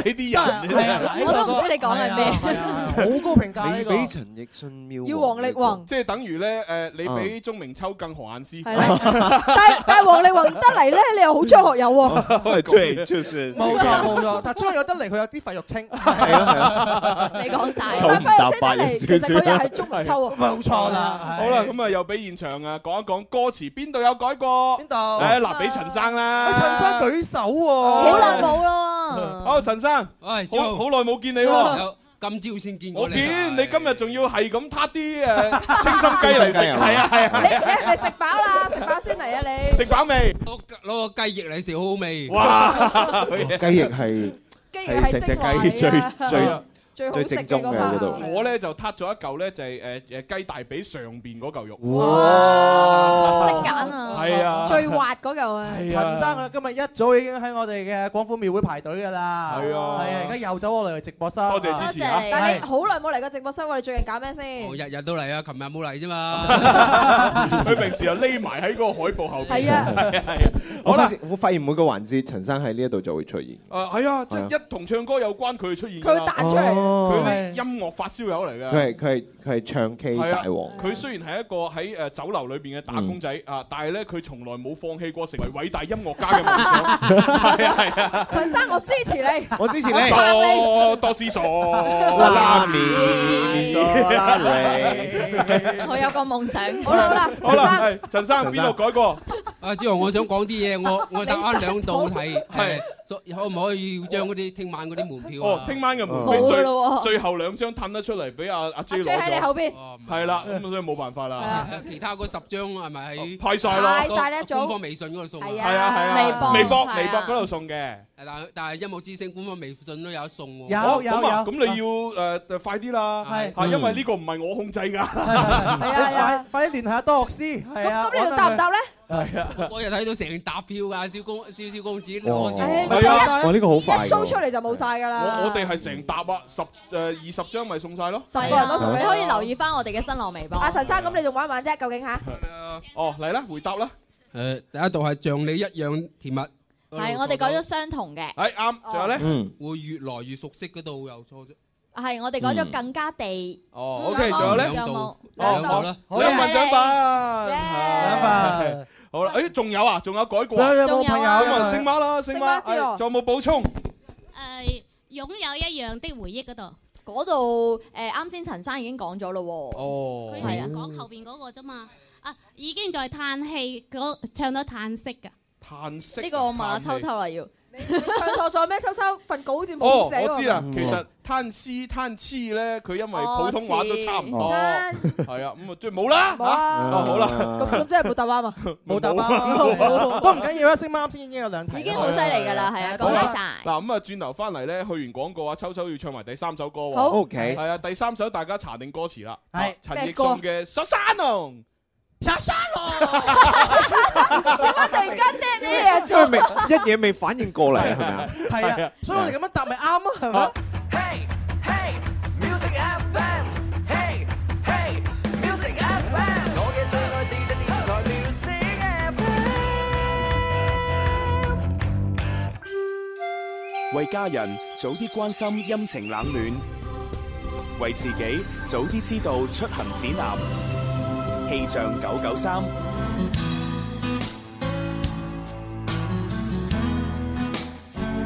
Speaker 5: 啲
Speaker 7: 人係啊
Speaker 6: 我都唔知你講緊咩
Speaker 7: 係啊好高評價呢個。
Speaker 20: 比陳奕迅要
Speaker 6: 要王力宏。
Speaker 5: 即係等於咧誒，你
Speaker 7: 啊
Speaker 5: 比鐘明秋更何雁詩。
Speaker 6: 係啦，但係但係王力宏得嚟咧，你又好張學友喎。
Speaker 20: 對，就是
Speaker 7: 冇錯冇錯，但係張學友得嚟佢有啲費玉清，
Speaker 6: 你講晒
Speaker 5: 頭唔搭八
Speaker 6: 但係費玉清得嚟，其實佢又係中唔秋喎。
Speaker 7: 冇錯啦。
Speaker 5: 好啦，咁啊又俾現場啊講一講歌詞邊度有改過？邊
Speaker 7: 度？
Speaker 5: 誒嗱，俾陳生啦。
Speaker 7: 陳生舉手喎，
Speaker 5: 好耐
Speaker 6: 冇咯。
Speaker 5: 好，陳生，好好耐冇見你喎。
Speaker 23: 今朝先見過
Speaker 5: 我
Speaker 23: 你。
Speaker 5: 見你今日仲要係咁撻啲誒清心雞嚟食，係啊係啊
Speaker 6: 你。 你係 咪食飽啦？食飽先嚟啊你。
Speaker 5: 食飽未？
Speaker 23: 攞個雞翼嚟食好好味。
Speaker 5: 哇！
Speaker 20: 雞翼係係食只雞 最
Speaker 5: Ờ.
Speaker 20: 最最正宗嘅嗰度。
Speaker 5: 我咧就撻咗一嚿咧，就係誒誒雞大髀上邊嗰嚿肉。
Speaker 7: 哇
Speaker 6: 識揀
Speaker 7: à.
Speaker 6: 啊
Speaker 5: 係啊！
Speaker 6: 最滑嗰嚿啊。
Speaker 7: 陳生啊，今日一早已經喺我哋嘅廣府廟會排隊㗎啦。
Speaker 5: 係啊
Speaker 7: 係啊，而家又走我哋直播室。
Speaker 5: 多謝支持啊
Speaker 6: 但係你好耐冇嚟過直播室喎，你最近搞咩先？
Speaker 4: dạ,
Speaker 23: 我日日都
Speaker 4: ờ,
Speaker 23: 嚟啊，琴日冇嚟啫嘛。
Speaker 5: 佢平時又匿埋喺嗰個海報後邊。
Speaker 6: 係啊
Speaker 5: 係啊係啊！
Speaker 20: 我發現我發現每個環節陳生喺呢一度就會出現。
Speaker 5: 啊，係啊，即
Speaker 20: 係
Speaker 5: 係一同唱歌有關，佢就出現㗎
Speaker 20: 佢
Speaker 5: 啦。
Speaker 20: 彈出嚟哦
Speaker 5: 佢啲音樂發燒友嚟㗎。
Speaker 20: 佢係佢係佢係唱 K
Speaker 5: 係
Speaker 20: 大
Speaker 5: 啊
Speaker 20: 王。，
Speaker 5: 佢雖然係一個喺誒酒樓裏邊嘅打工仔啊，但係咧佢從來冇放棄過成為偉大音樂家嘅夢想。係啊係啊，
Speaker 6: 陳生，我支持你。
Speaker 5: 我
Speaker 20: 支持
Speaker 6: 我撐你。
Speaker 5: 多多思索，
Speaker 20: 拉麵拉
Speaker 6: 我有個夢想。 好啦好啦，
Speaker 5: 好啦，係陳生邊度改過？
Speaker 4: Ờ,
Speaker 23: 啊，之後我想講啲嘢，我我答啱兩道題，
Speaker 5: 係
Speaker 23: 誒，所可唔可以將嗰啲聽晚嗰啲門票
Speaker 5: 哦
Speaker 23: 啊，？
Speaker 4: à.
Speaker 5: 聽晚嘅門
Speaker 23: 冇㗎
Speaker 5: 票
Speaker 23: 啦喎
Speaker 5: 最最後兩張褪得出嚟，俾阿阿 J 攞
Speaker 6: 追喺你後
Speaker 5: 咗。
Speaker 6: 邊。
Speaker 5: 係啦，咁所以冇辦法啦。
Speaker 4: Ờ,
Speaker 23: 其他嗰十張
Speaker 4: à,
Speaker 23: 係咪喺
Speaker 5: 派晒咯派
Speaker 6: 晒呢一組
Speaker 23: 官方微信嗰度送啊？
Speaker 6: 係
Speaker 5: 係啊係啊，微博
Speaker 6: 係啊
Speaker 5: 微博嗰度送嘅。
Speaker 23: 但但係音樂之聲官方微信都有得送
Speaker 4: à.
Speaker 23: 喎。
Speaker 5: 哦咁啊咁你要誒快啲啦，
Speaker 7: 係
Speaker 5: 係因為呢個唔係我控制㗎。
Speaker 7: 係啊， 快啲聯繫下多樂師。係啊，
Speaker 6: 咁你又答唔答咧？
Speaker 5: 係啊，
Speaker 23: 我又睇到成沓票㗎，小公小小公子
Speaker 20: 哇
Speaker 23: 攞
Speaker 6: 唉
Speaker 23: 住。
Speaker 6: 係啊
Speaker 20: 哇呢個好快
Speaker 6: 一 show 出嚟就冇晒㗎啦。
Speaker 5: 我我哋係成沓啊，十誒二十張咪送晒咯。
Speaker 6: 十個人都同你可以留意翻我哋嘅新浪微博。阿陳生，咁你仲玩唔玩啫？究竟吓？
Speaker 5: 哦，嚟啦，回答啦。
Speaker 23: 誒，
Speaker 4: Ờ,
Speaker 23: 第一道係像你一樣甜蜜。
Speaker 1: 係我哋改咗相同嘅，
Speaker 5: 誒啱，仲有咧？
Speaker 23: 嗯，會越來越熟悉嗰度又錯咗。
Speaker 1: 係我哋改咗更加地。
Speaker 5: 哦
Speaker 1: 嗯
Speaker 5: ，OK，仲有咧？
Speaker 1: 有冇
Speaker 23: 哦
Speaker 1: 兩
Speaker 23: 道啦
Speaker 5: 好兩份獎品，
Speaker 7: 兩
Speaker 5: 份。 好啦，誒，仲有啊，仲有改過啊，
Speaker 7: 有有冇朋友啊
Speaker 5: 咁啊，星媽啦，星媽，
Speaker 1: 星媽之外
Speaker 5: 誒仲有冇補充？
Speaker 1: 誒擁有一樣的回憶嗰度，嗰度誒啱先陳生已經講咗咯喎。
Speaker 5: 哦
Speaker 1: 佢係啊
Speaker 5: 講
Speaker 24: 後邊嗰個啫嘛，啊已經在嘆氣，嗰唱到嘆息㗎。
Speaker 5: 嗯嘆息。
Speaker 1: 呢個我問下秋秋
Speaker 22: 啊
Speaker 1: 啦要。
Speaker 6: 唱錯咗咩？秋秋份稿好似
Speaker 5: 哦，
Speaker 6: 冇寫喎。
Speaker 5: 我知啦，
Speaker 25: 嗯
Speaker 5: 其實攤屍攤屍咧，佢因為普通話都差唔多，
Speaker 6: 哦
Speaker 5: 係啊，咁啊，即係冇啦，
Speaker 6: 冇啊
Speaker 5: 嚇哦好
Speaker 6: 咁
Speaker 5: 啦，
Speaker 6: 咁真係冇答啱啊！
Speaker 7: 冇答啱，都唔緊要啦。星媽啱先已經有兩題，
Speaker 6: 已經好犀利㗎啦係啊講起晒
Speaker 5: 嗱咁啊，轉頭翻嚟咧，去完廣告啊，秋秋要唱埋第三首歌喎。
Speaker 20: 好 OK
Speaker 5: 係啊，第三首大家查定歌詞啦。啊
Speaker 20: 係
Speaker 5: 陳
Speaker 20: 咩
Speaker 5: 奕
Speaker 20: 歌
Speaker 5: 迅嘅《十三郎》。十三
Speaker 6: 突然間聽呢嘢
Speaker 20: 因為未一嘢未反應過嚟係咪啊？
Speaker 7: 係啊，所以我哋咁樣答咪啱啊，係咪？
Speaker 4: Music FM，嘿嘿，Music FM，我嘅最愛是只電台 Music FM。
Speaker 25: 为家人早啲关心阴晴冷暖，为自己早啲知道出行指南。氣象九九三。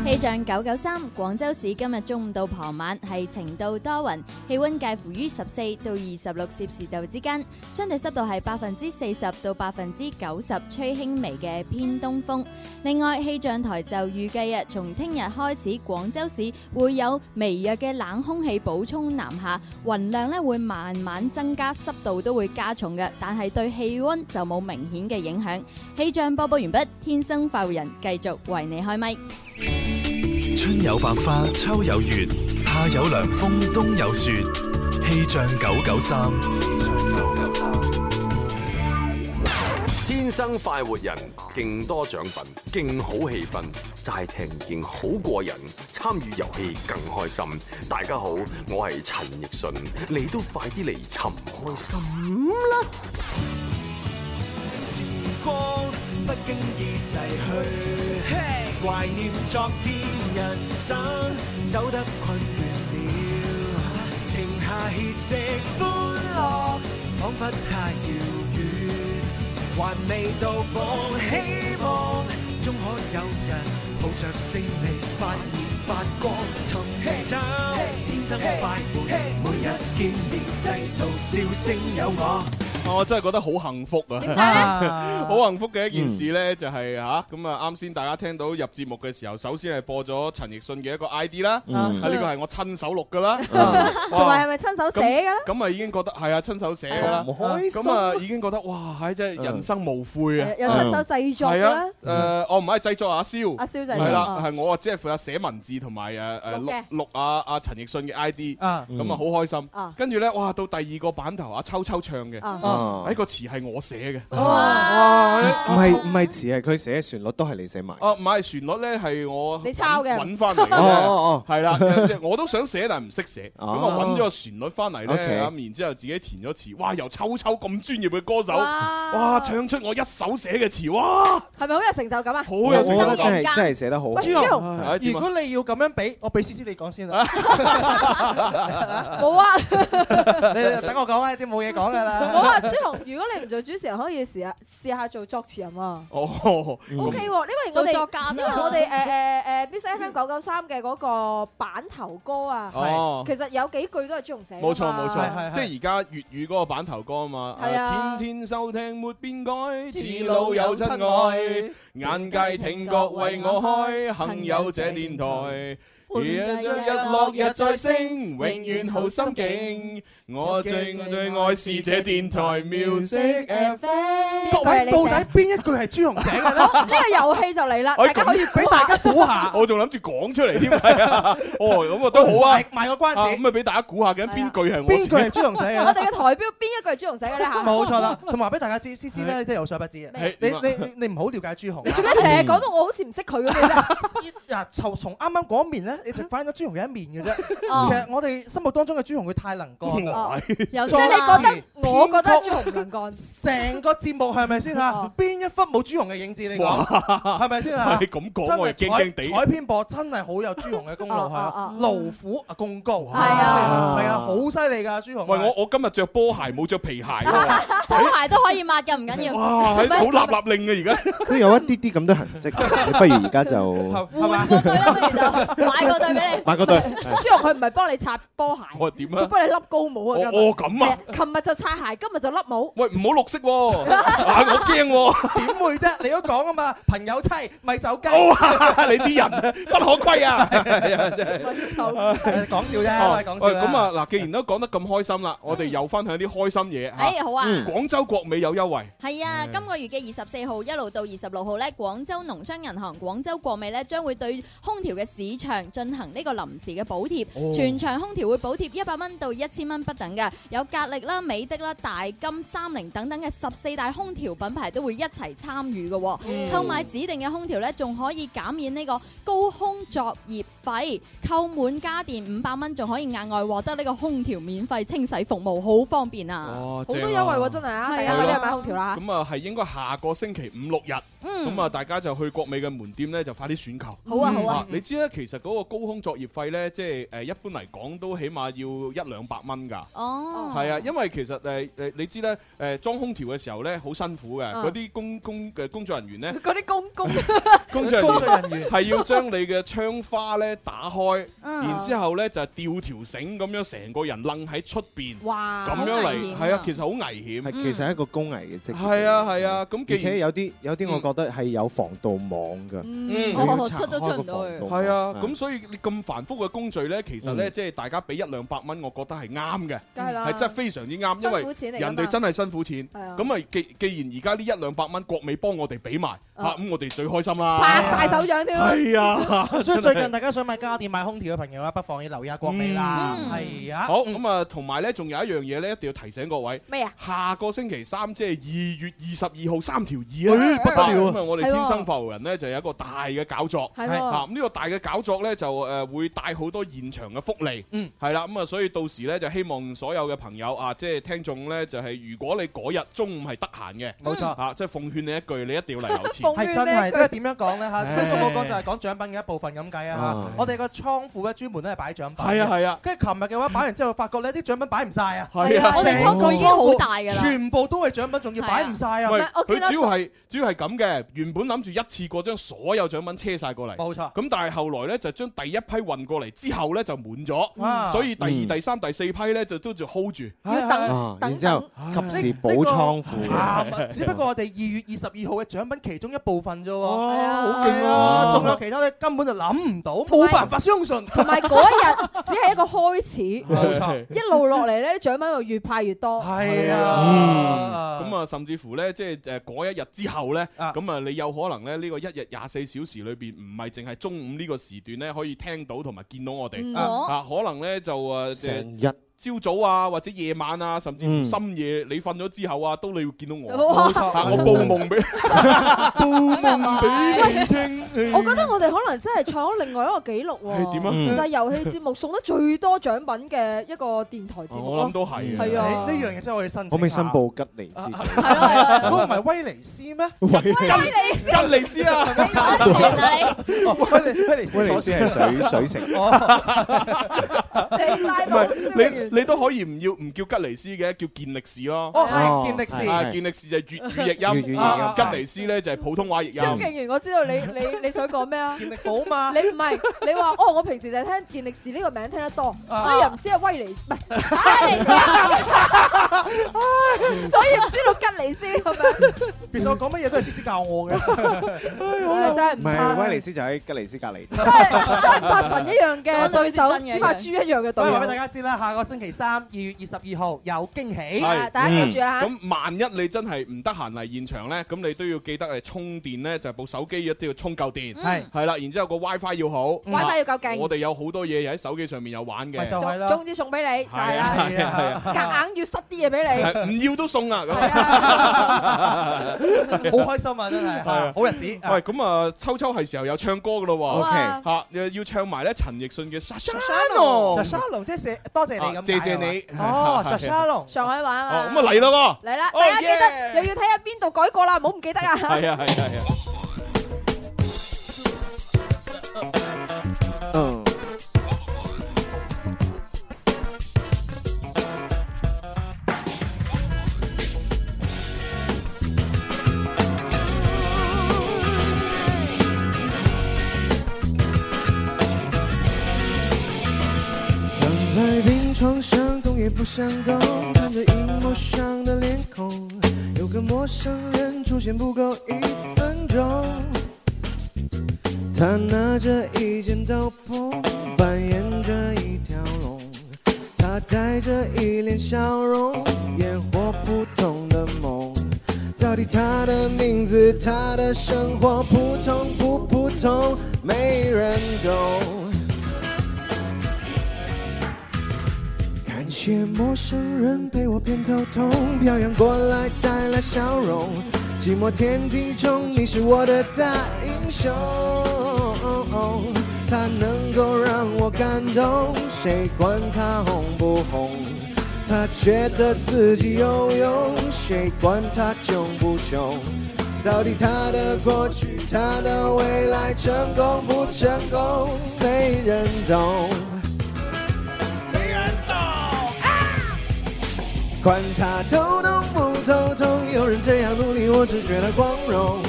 Speaker 1: 氣象九九三，廣州市今日中午到傍晚係晴到多雲，氣温介乎於十四到二十六攝氏度之間，相對濕度係百分之四十到百分之九十，吹輕微嘅偏東風。另外，氣象台就預計啊，從聽日開始，廣州市會有微弱嘅冷空氣補充南下，雲量咧會慢慢增加，濕度都會加重嘅，但係對氣温就冇明顯嘅影響。氣象播報完畢，天生快活人繼續為你開咪。
Speaker 2: 春有百花，秋有月，夏有涼風，冬有雪。氣象九九三，
Speaker 3: 天生快活人，勁多獎品，勁好氣氛，齋聽見好過癮，參與遊戲更開心。大家好，我係陳奕迅，你都快啲嚟尋開心啦！
Speaker 4: 時光不經意逝去，懷念昨天，人生走得困倦了，停下歇息，歡樂彷彿太遙遠，還未到訪，希望終可有人抱着勝利發熱發光，尋找天生快活，每日見面製造笑聲有我。
Speaker 5: 我哦真係覺得好幸福啊！
Speaker 4: 點解咧
Speaker 5: 好幸福嘅一件事呢，就係嚇咁啊！啱先大家聽到入節目嘅時候，首先係播咗陳奕迅嘅一個 ID 啦，
Speaker 6: 嗯
Speaker 5: 啊呢個係我親手錄噶 啦，
Speaker 6: 仲係係咪親手寫㗎啦？
Speaker 5: 咁咁啊已經覺得係啊親手寫㗎啦，
Speaker 6: 尋開心
Speaker 5: 咁啊已經覺得哇！係真係人生無悔啊！
Speaker 6: 嗯有有親手製作㗎
Speaker 5: 係
Speaker 6: 啦
Speaker 5: 啊！誒，我唔係製作阿蕭，
Speaker 6: 阿蕭製作
Speaker 5: 係啦
Speaker 6: 啊，
Speaker 5: 係我啊只係負責寫文字同埋誒誒
Speaker 6: 錄嘅
Speaker 5: 錄錄阿阿陳奕迅嘅 ID，咁啊
Speaker 6: 嗯
Speaker 5: 好開心
Speaker 6: 啊。
Speaker 5: 跟住咧，哇到第二個版頭阿秋秋唱嘅，
Speaker 6: 啊
Speaker 5: 誒個詞係我寫嘅。
Speaker 20: 啊唔係唔係詞係佢寫旋律都係你寫埋。
Speaker 5: 哦，唔係旋律咧，係我
Speaker 6: 你抄嘅
Speaker 5: 揾翻嚟嘅，
Speaker 20: 哦哦哦
Speaker 5: 係 啦，即係我都想寫，但係唔識寫，咁啊
Speaker 20: 哦
Speaker 5: 揾咗個旋律翻嚟
Speaker 20: OK
Speaker 5: 咧，咁然之後自己填咗詞，哇！由秋秋咁專業嘅歌手，
Speaker 6: 哇
Speaker 5: 哇，唱出我一手寫嘅詞，哇！
Speaker 6: 係咪好有成就感啊？好
Speaker 5: 有
Speaker 20: 我覺得真係真係寫得好。
Speaker 7: 喂，朱
Speaker 20: 啊
Speaker 7: 紅，
Speaker 20: 點
Speaker 7: 如
Speaker 20: 啊
Speaker 7: 果你要咁樣俾，我俾思思你講先啦。
Speaker 6: 冇啊，
Speaker 7: 你等我講啊，啲冇嘢講㗎啦。
Speaker 6: 冇啊，朱紅，如果你唔做主持人，可以試下試下做作詞人啊。
Speaker 5: 哦
Speaker 6: O K 喎，因為我
Speaker 22: 做
Speaker 6: 哋
Speaker 22: 作家得啦
Speaker 6: 我哋誒誒誒 Music FM 九九三嘅嗰個版頭歌啊，
Speaker 5: 哦
Speaker 6: 其實有幾句都係朱紅寫㗎嘛
Speaker 5: 冇錯冇
Speaker 6: 係
Speaker 5: 錯，即係而家粵語嗰個版頭歌啊嘛，
Speaker 6: 係啊
Speaker 5: 天天收聽沒變改，
Speaker 6: 似
Speaker 5: 似老有親愛，眼界挺覺為我開，
Speaker 4: 幸
Speaker 5: 幸
Speaker 4: 有
Speaker 5: 有
Speaker 4: 這
Speaker 5: 這電台。
Speaker 4: 伴
Speaker 5: 日
Speaker 4: 着
Speaker 5: 日
Speaker 4: 日
Speaker 5: 落
Speaker 4: 落
Speaker 5: 日
Speaker 4: 日
Speaker 5: 再
Speaker 4: 再
Speaker 5: 升，
Speaker 4: 升
Speaker 5: 永
Speaker 4: 永
Speaker 5: 遠
Speaker 4: 遠
Speaker 5: 好
Speaker 4: 好
Speaker 5: 心
Speaker 4: 心
Speaker 5: 境
Speaker 4: 境。
Speaker 5: 我最最愛是這電台 music
Speaker 6: Music FM
Speaker 7: 各位到底邊一句係朱紅寫嘅咧？
Speaker 6: 好呢個遊戲就嚟啦，大家可以
Speaker 7: 俾大家估下。
Speaker 5: 哎我仲諗住講出嚟添，係啊，哦，咁啊都好啊，
Speaker 7: 賣賣個關子啊
Speaker 5: 啊咁咪俾大家估下嘅邊句係我
Speaker 7: 邊句係
Speaker 5: 寫
Speaker 7: 朱紅寫嘅
Speaker 6: 我哋嘅台標邊一句係朱紅寫嘅咧嚇？
Speaker 7: 冇錯啦，同埋話俾大家知，思 思咧都有所不知嘅
Speaker 5: 係。
Speaker 7: 你
Speaker 5: 點啊
Speaker 7: 你你你唔好了解朱紅。你
Speaker 6: 做咩成日講到我好似唔識佢 咁嘅啫？
Speaker 7: 嗱，從從啱啱嗰一面咧，你就反映咗朱紅嘅一面嘅啫。
Speaker 6: 哦
Speaker 7: 其實我哋心目當中嘅朱紅，佢太能幹啦
Speaker 6: 哦。有
Speaker 7: 作
Speaker 6: 即係你覺得
Speaker 7: 詞
Speaker 6: 我覺得
Speaker 7: 編曲
Speaker 6: 朱紅唔能幹，
Speaker 7: 成個節目係咪先
Speaker 5: 哦
Speaker 7: 嚇？邊一忽冇朱紅嘅影子？你講
Speaker 5: 哇
Speaker 7: 係咪先嚇？
Speaker 5: 你咁
Speaker 7: 真
Speaker 5: 講我係
Speaker 7: 係
Speaker 5: 驚驚
Speaker 7: 彩
Speaker 5: 地。
Speaker 7: 彩編播真係好有朱紅嘅功勞係
Speaker 5: 哦哦
Speaker 7: 啊
Speaker 5: 哦，
Speaker 7: 勞苦啊功高係
Speaker 5: 啊
Speaker 7: 係啊，好犀利㗎朱紅。
Speaker 5: 喂，我我今日着波鞋冇着皮鞋 喎，
Speaker 22: 波鞋都可以抹嘅，唔緊要。
Speaker 5: 哇，係好立立令啊而家。
Speaker 20: 佢有一啲啲咁多痕跡，你不如而家就
Speaker 6: 換個隊啦，不如就買個 隊俾你。
Speaker 20: 買個隊係
Speaker 6: 朱紅佢唔係幫你擦波鞋，
Speaker 5: 我話點
Speaker 6: 佢
Speaker 5: 啊？
Speaker 6: 幫你笠高帽
Speaker 5: 哦
Speaker 6: 啊！
Speaker 5: 哦咁啊！
Speaker 6: 琴日就擦鞋，今日就笠帽。
Speaker 5: 喂，唔好綠色喎， 啊我驚喎。
Speaker 7: 點 會啫？你都講啊嘛，朋友妻咪走雞。
Speaker 5: 哦啊你啲人 不可歸啊！ 哦
Speaker 7: 講笑啫講笑嗯
Speaker 5: 喂
Speaker 7: 啫
Speaker 5: 咁啊嗱，既然都講得咁開心啦，我哋又分享啲開心嘢嚇
Speaker 22: 哎好啊嗯
Speaker 5: 廣州國美有優惠。
Speaker 1: 係啊，今個月嘅二十四號一路到二十六號呢，廣州農商銀行、廣州國美呢將會對空調嘅市場進行呢個臨時嘅補貼，
Speaker 22: 哦
Speaker 1: 全場空調會補貼一百蚊到一千蚊不等嘅，有格力啦、美的啦、大金、三菱等等嘅十四大空調品牌都會一齊參與嘅喎。購買指定嘅空調呢，仲可以減免呢個高空作業費，購滿家電五百蚊仲可以額外獲得呢個空調免費清洗服務，好方便啊！
Speaker 5: 哦，
Speaker 6: 好多
Speaker 5: 正
Speaker 6: 優惠
Speaker 5: 啊
Speaker 6: 喎，真係啊！大
Speaker 1: 係
Speaker 6: 家
Speaker 1: 啊
Speaker 6: 快啲去買空調啦！
Speaker 5: 咁啊，係應該下個星期五六日，
Speaker 6: 嗯
Speaker 5: 咁啊，大家就去國美嘅門店咧，就快啲選購。
Speaker 1: 好啊好啊
Speaker 5: 你知咧，其實嗰個高空作業費咧，即係呃誒一般嚟講都起碼要一兩百蚊㗎。
Speaker 1: 哦
Speaker 5: 係啊，因為其實誒誒，你知咧誒裝空調嘅時候咧，好辛苦嘅，
Speaker 6: 啊
Speaker 5: 嗰啲工工嘅工作人員咧，
Speaker 6: 嗰啲公公
Speaker 5: 工作人員係要將你嘅窗花咧打開，
Speaker 6: 嗯
Speaker 5: 然之後咧就係吊條繩咁樣，成個人楞喺出邊，
Speaker 6: 哇
Speaker 5: 咁樣嚟，係啊，其實好危險，
Speaker 20: 係其實係一個高危嘅職業。
Speaker 5: 係啊係啊，咁既
Speaker 20: 而
Speaker 5: 然
Speaker 20: 且有啲有啲，我覺得係有防盜網㗎。
Speaker 5: 嗯
Speaker 20: 你要
Speaker 5: 哦
Speaker 20: 拆
Speaker 5: 出都
Speaker 20: 開
Speaker 5: 出
Speaker 20: 個
Speaker 5: 唔
Speaker 20: 防盜網
Speaker 5: 係啊，咁所以你咁繁複嘅工序咧，其實咧
Speaker 20: 嗯
Speaker 5: 即係大家俾一兩百蚊，我覺得係啱嘅，
Speaker 6: 梗係啦
Speaker 5: 係真係非常之啱，
Speaker 6: 辛
Speaker 5: 因
Speaker 6: 苦
Speaker 5: 為
Speaker 6: 錢嚟㗎
Speaker 5: 人哋
Speaker 6: 嘛
Speaker 5: 真係辛苦錢。
Speaker 6: 係啊
Speaker 5: 咁啊，既既然而家呢一兩百蚊國美幫我哋俾埋，嚇
Speaker 6: 啊
Speaker 5: 咁我哋最開心啦。
Speaker 6: 拍晒手掌添。
Speaker 5: 係 啊，
Speaker 7: 所以最近
Speaker 5: 真係
Speaker 7: 大家想買家電、買空調嘅朋友啊，不妨要留意下國美啦。
Speaker 5: 嗯
Speaker 7: 係啊，
Speaker 5: 好咁啊，同埋咧，仲有一樣嘢咧，一定要提醒各位。
Speaker 6: 咩啊？
Speaker 5: 下個星期三即係二月二十二號三條二啊，
Speaker 7: 不得了啊
Speaker 5: 咁啊，我哋
Speaker 7: 係喎
Speaker 5: 天生發育人咧就有一個大嘅搞作，
Speaker 7: 係喎
Speaker 5: 啊咁呢個大嘅搞作咧就誒會帶好多現場嘅福利，
Speaker 7: 嗯，
Speaker 5: 係啦，咁啊，所以到時咧就希望所有嘅朋友啊，即係聽眾咧就係如果你嗰日中午係得閒嘅，
Speaker 7: 冇錯
Speaker 5: 啊，即係奉勸你一句，你一定要嚟留 錢，
Speaker 7: 係真係，因為點樣講咧 嚇？
Speaker 5: 唉
Speaker 7: 不過我講就係講獎品嘅一部分咁計啊
Speaker 5: 啊
Speaker 7: 嚇。我哋個倉庫咧專門都係擺獎品嘅。
Speaker 5: 係啊係啊
Speaker 7: 跟住琴日嘅話擺完之後，發覺呢啲獎品擺唔晒啊。
Speaker 5: 係啊我哋倉庫已經好大㗎啦
Speaker 7: 全部都係獎品，仲要擺唔晒啊。
Speaker 5: 喂，佢主要係主要係咁嘅，原本諗住一次過將所有獎品車晒過嚟，
Speaker 7: 冇錯。
Speaker 5: 咁但係後來呢，就將第一批運過嚟之後呢，就滿
Speaker 7: 哇嗯
Speaker 5: 咗，所以第二、第三、第四批呢，就都仲 hold 住，
Speaker 7: 要
Speaker 20: 啊然之後及時補倉庫。啊
Speaker 5: 啊
Speaker 7: 啱，啊只不過我哋二月二十二號嘅獎品其中一部分啫喎，好
Speaker 6: 勁
Speaker 7: 勁啊！仲有其他咧根本就諗唔到，冇辦法相信。
Speaker 5: 啊
Speaker 6: 同埋嗰日只係一個開始，
Speaker 5: 冇錯
Speaker 6: 一路落嚟咧，啲獎品就越派越多。
Speaker 7: 係
Speaker 5: 啊，咁啊，甚至乎呢，即係誒嗰一日之後呢，咁啊，你有可能呢，呢個一日廿四小時裏邊，唔係淨係中午呢個時段呢，可以聽到同埋見到我
Speaker 20: 嗯
Speaker 5: 哋，啊，可能呢，就誒
Speaker 20: 成日
Speaker 5: 朝早啊，或者夜晚啊，甚至乎
Speaker 20: 嗯
Speaker 5: 深夜你瞓咗之後啊，都你要見到我，
Speaker 6: 哇
Speaker 5: 啊我報夢俾，報夢
Speaker 6: 俾
Speaker 5: 你聽。
Speaker 6: 我覺得我哋可能真係創咗另外一個紀錄喎。
Speaker 5: 係點啊嗯
Speaker 6: 就係遊戲節目送得最多獎品嘅一個電台節目咯。
Speaker 20: 我諗都係啊
Speaker 6: 係啊，
Speaker 7: 呢樣嘢真係我哋申請。
Speaker 20: 可唔可以申報吉尼斯？
Speaker 5: 啊
Speaker 7: 嗰個唔係威尼 斯咩？
Speaker 5: 吉尼斯 啊，
Speaker 7: 威尼威尼斯
Speaker 20: 威尼
Speaker 7: 坐
Speaker 20: 斯
Speaker 7: 船
Speaker 20: 係水水城。
Speaker 5: 唔係你你都可以唔要唔叫吉尼斯嘅，叫健力士咯。
Speaker 7: 哦係健力士
Speaker 5: 啊健力士就係粵語
Speaker 20: 粵語
Speaker 5: 譯
Speaker 20: 譯
Speaker 5: 音，
Speaker 20: 音
Speaker 5: 吉尼斯咧就係普通話譯
Speaker 6: 蕭敬
Speaker 5: 音。
Speaker 6: 元，我知道你你你想講咩啊？健
Speaker 7: 力寶嘛？
Speaker 6: 你唔係你話哦，我平時就係聽健力士呢個名聽得多，所以又唔知係威尼唔係威尼斯啊， 所以唔知道吉尼斯呢個名。
Speaker 7: 其實我講乜嘢都係思思教我嘅。
Speaker 6: 唉真係
Speaker 20: 唔
Speaker 6: 唔
Speaker 20: 係
Speaker 6: 怕
Speaker 20: 威尼斯就喺吉尼斯隔離。
Speaker 5: 哎
Speaker 6: 真係八神一樣嘅對手，只怕豬一樣嘅
Speaker 7: 所以
Speaker 6: 對
Speaker 7: 話
Speaker 6: 手
Speaker 7: 俾。大家知啦，下個星期三二月二十二號有驚喜，
Speaker 5: 係
Speaker 7: 咁
Speaker 5: 咁萬一你真係唔得閒嚟現場咧，咁你都要記得係充電咧，就係部手機一定要充夠電。
Speaker 7: 係
Speaker 5: 係啦，然之後個 WiFi 要好
Speaker 6: WiFi 要夠勁
Speaker 5: 我哋有好多嘢喺手機上面有玩嘅。
Speaker 6: 總總之送俾你就係啦，
Speaker 5: 係啊係啊
Speaker 6: 夾硬要塞啲嘢俾
Speaker 5: 係唔要都送啊！咁
Speaker 7: 好開心啊，真係
Speaker 5: 係啊
Speaker 7: 好日子。喂，
Speaker 5: 咁啊，秋秋係時候有唱歌噶咯喎。
Speaker 7: OK
Speaker 5: 嚇，又要唱埋咧陳奕迅嘅《沙沙
Speaker 7: Shalom，Shalom，即係寫多謝你咁解
Speaker 5: 啊謝謝
Speaker 7: 係嘛
Speaker 5: 你係
Speaker 7: 哦，Shalom，
Speaker 6: 你，上海玩啊
Speaker 5: 哦
Speaker 6: 嘛。
Speaker 5: 咁啊嚟啦
Speaker 6: 嚟啦，
Speaker 5: 哦
Speaker 6: 大家記
Speaker 5: yeah
Speaker 6: 得又要睇下邊度改過啦，唔好唔記 得啊。
Speaker 5: 喎。係啊係啊係啊。
Speaker 20: 嗯。
Speaker 8: 躺在病床上，动也不想动，看着荧幕上的脸孔，有个陌生人出现不够一分钟，他拿着一件斗篷，扮演着一条龙，他带着一脸笑容，演活普通的梦。到底他的名字，他的生活普通不普通，没人懂。感谢陌生人陪我偏头痛，漂洋过来带来笑容。寂寞天地中，你是我的大英雄。它能够让我感动。谁管它红不红？它觉得自己有用，谁管它穷不穷？到底它的过去，它的未来，成功不成功，没人懂。没人懂。管他头痛不头痛，有人这样努力，我只觉得光荣。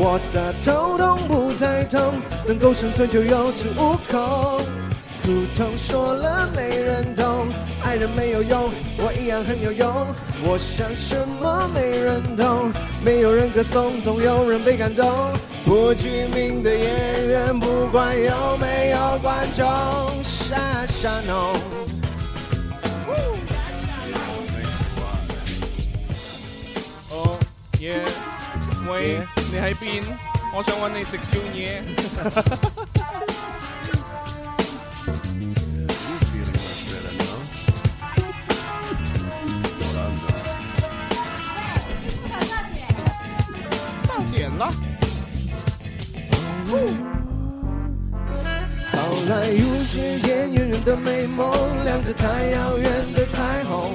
Speaker 8: 我的头痛不再痛，能够生存就有恃无恐。苦痛说了没人懂，爱人没有用，我一样很有用。我想什么没人懂，没有人歌颂，总有人被感动。不具名的演员，不管有没有观众，傻傻弄。
Speaker 5: 哦耶！喂，你喺邊？我想揾你食宵 夜。到点了。
Speaker 8: 好莱坞是演员人的美梦，亮着太遥远的彩虹，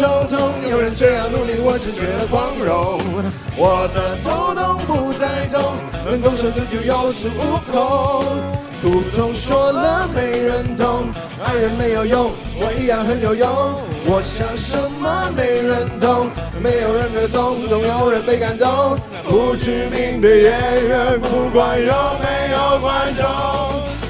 Speaker 8: 头痛，有人这样努力，我只觉得光荣。我的头痛不再痛，能够生存就有恃无恐。苦痛说了没人懂，爱人没有用，我一样很有用。我想什么没人懂，没有人歌颂，总有人被感动。不具名的演员，不管有没有观众。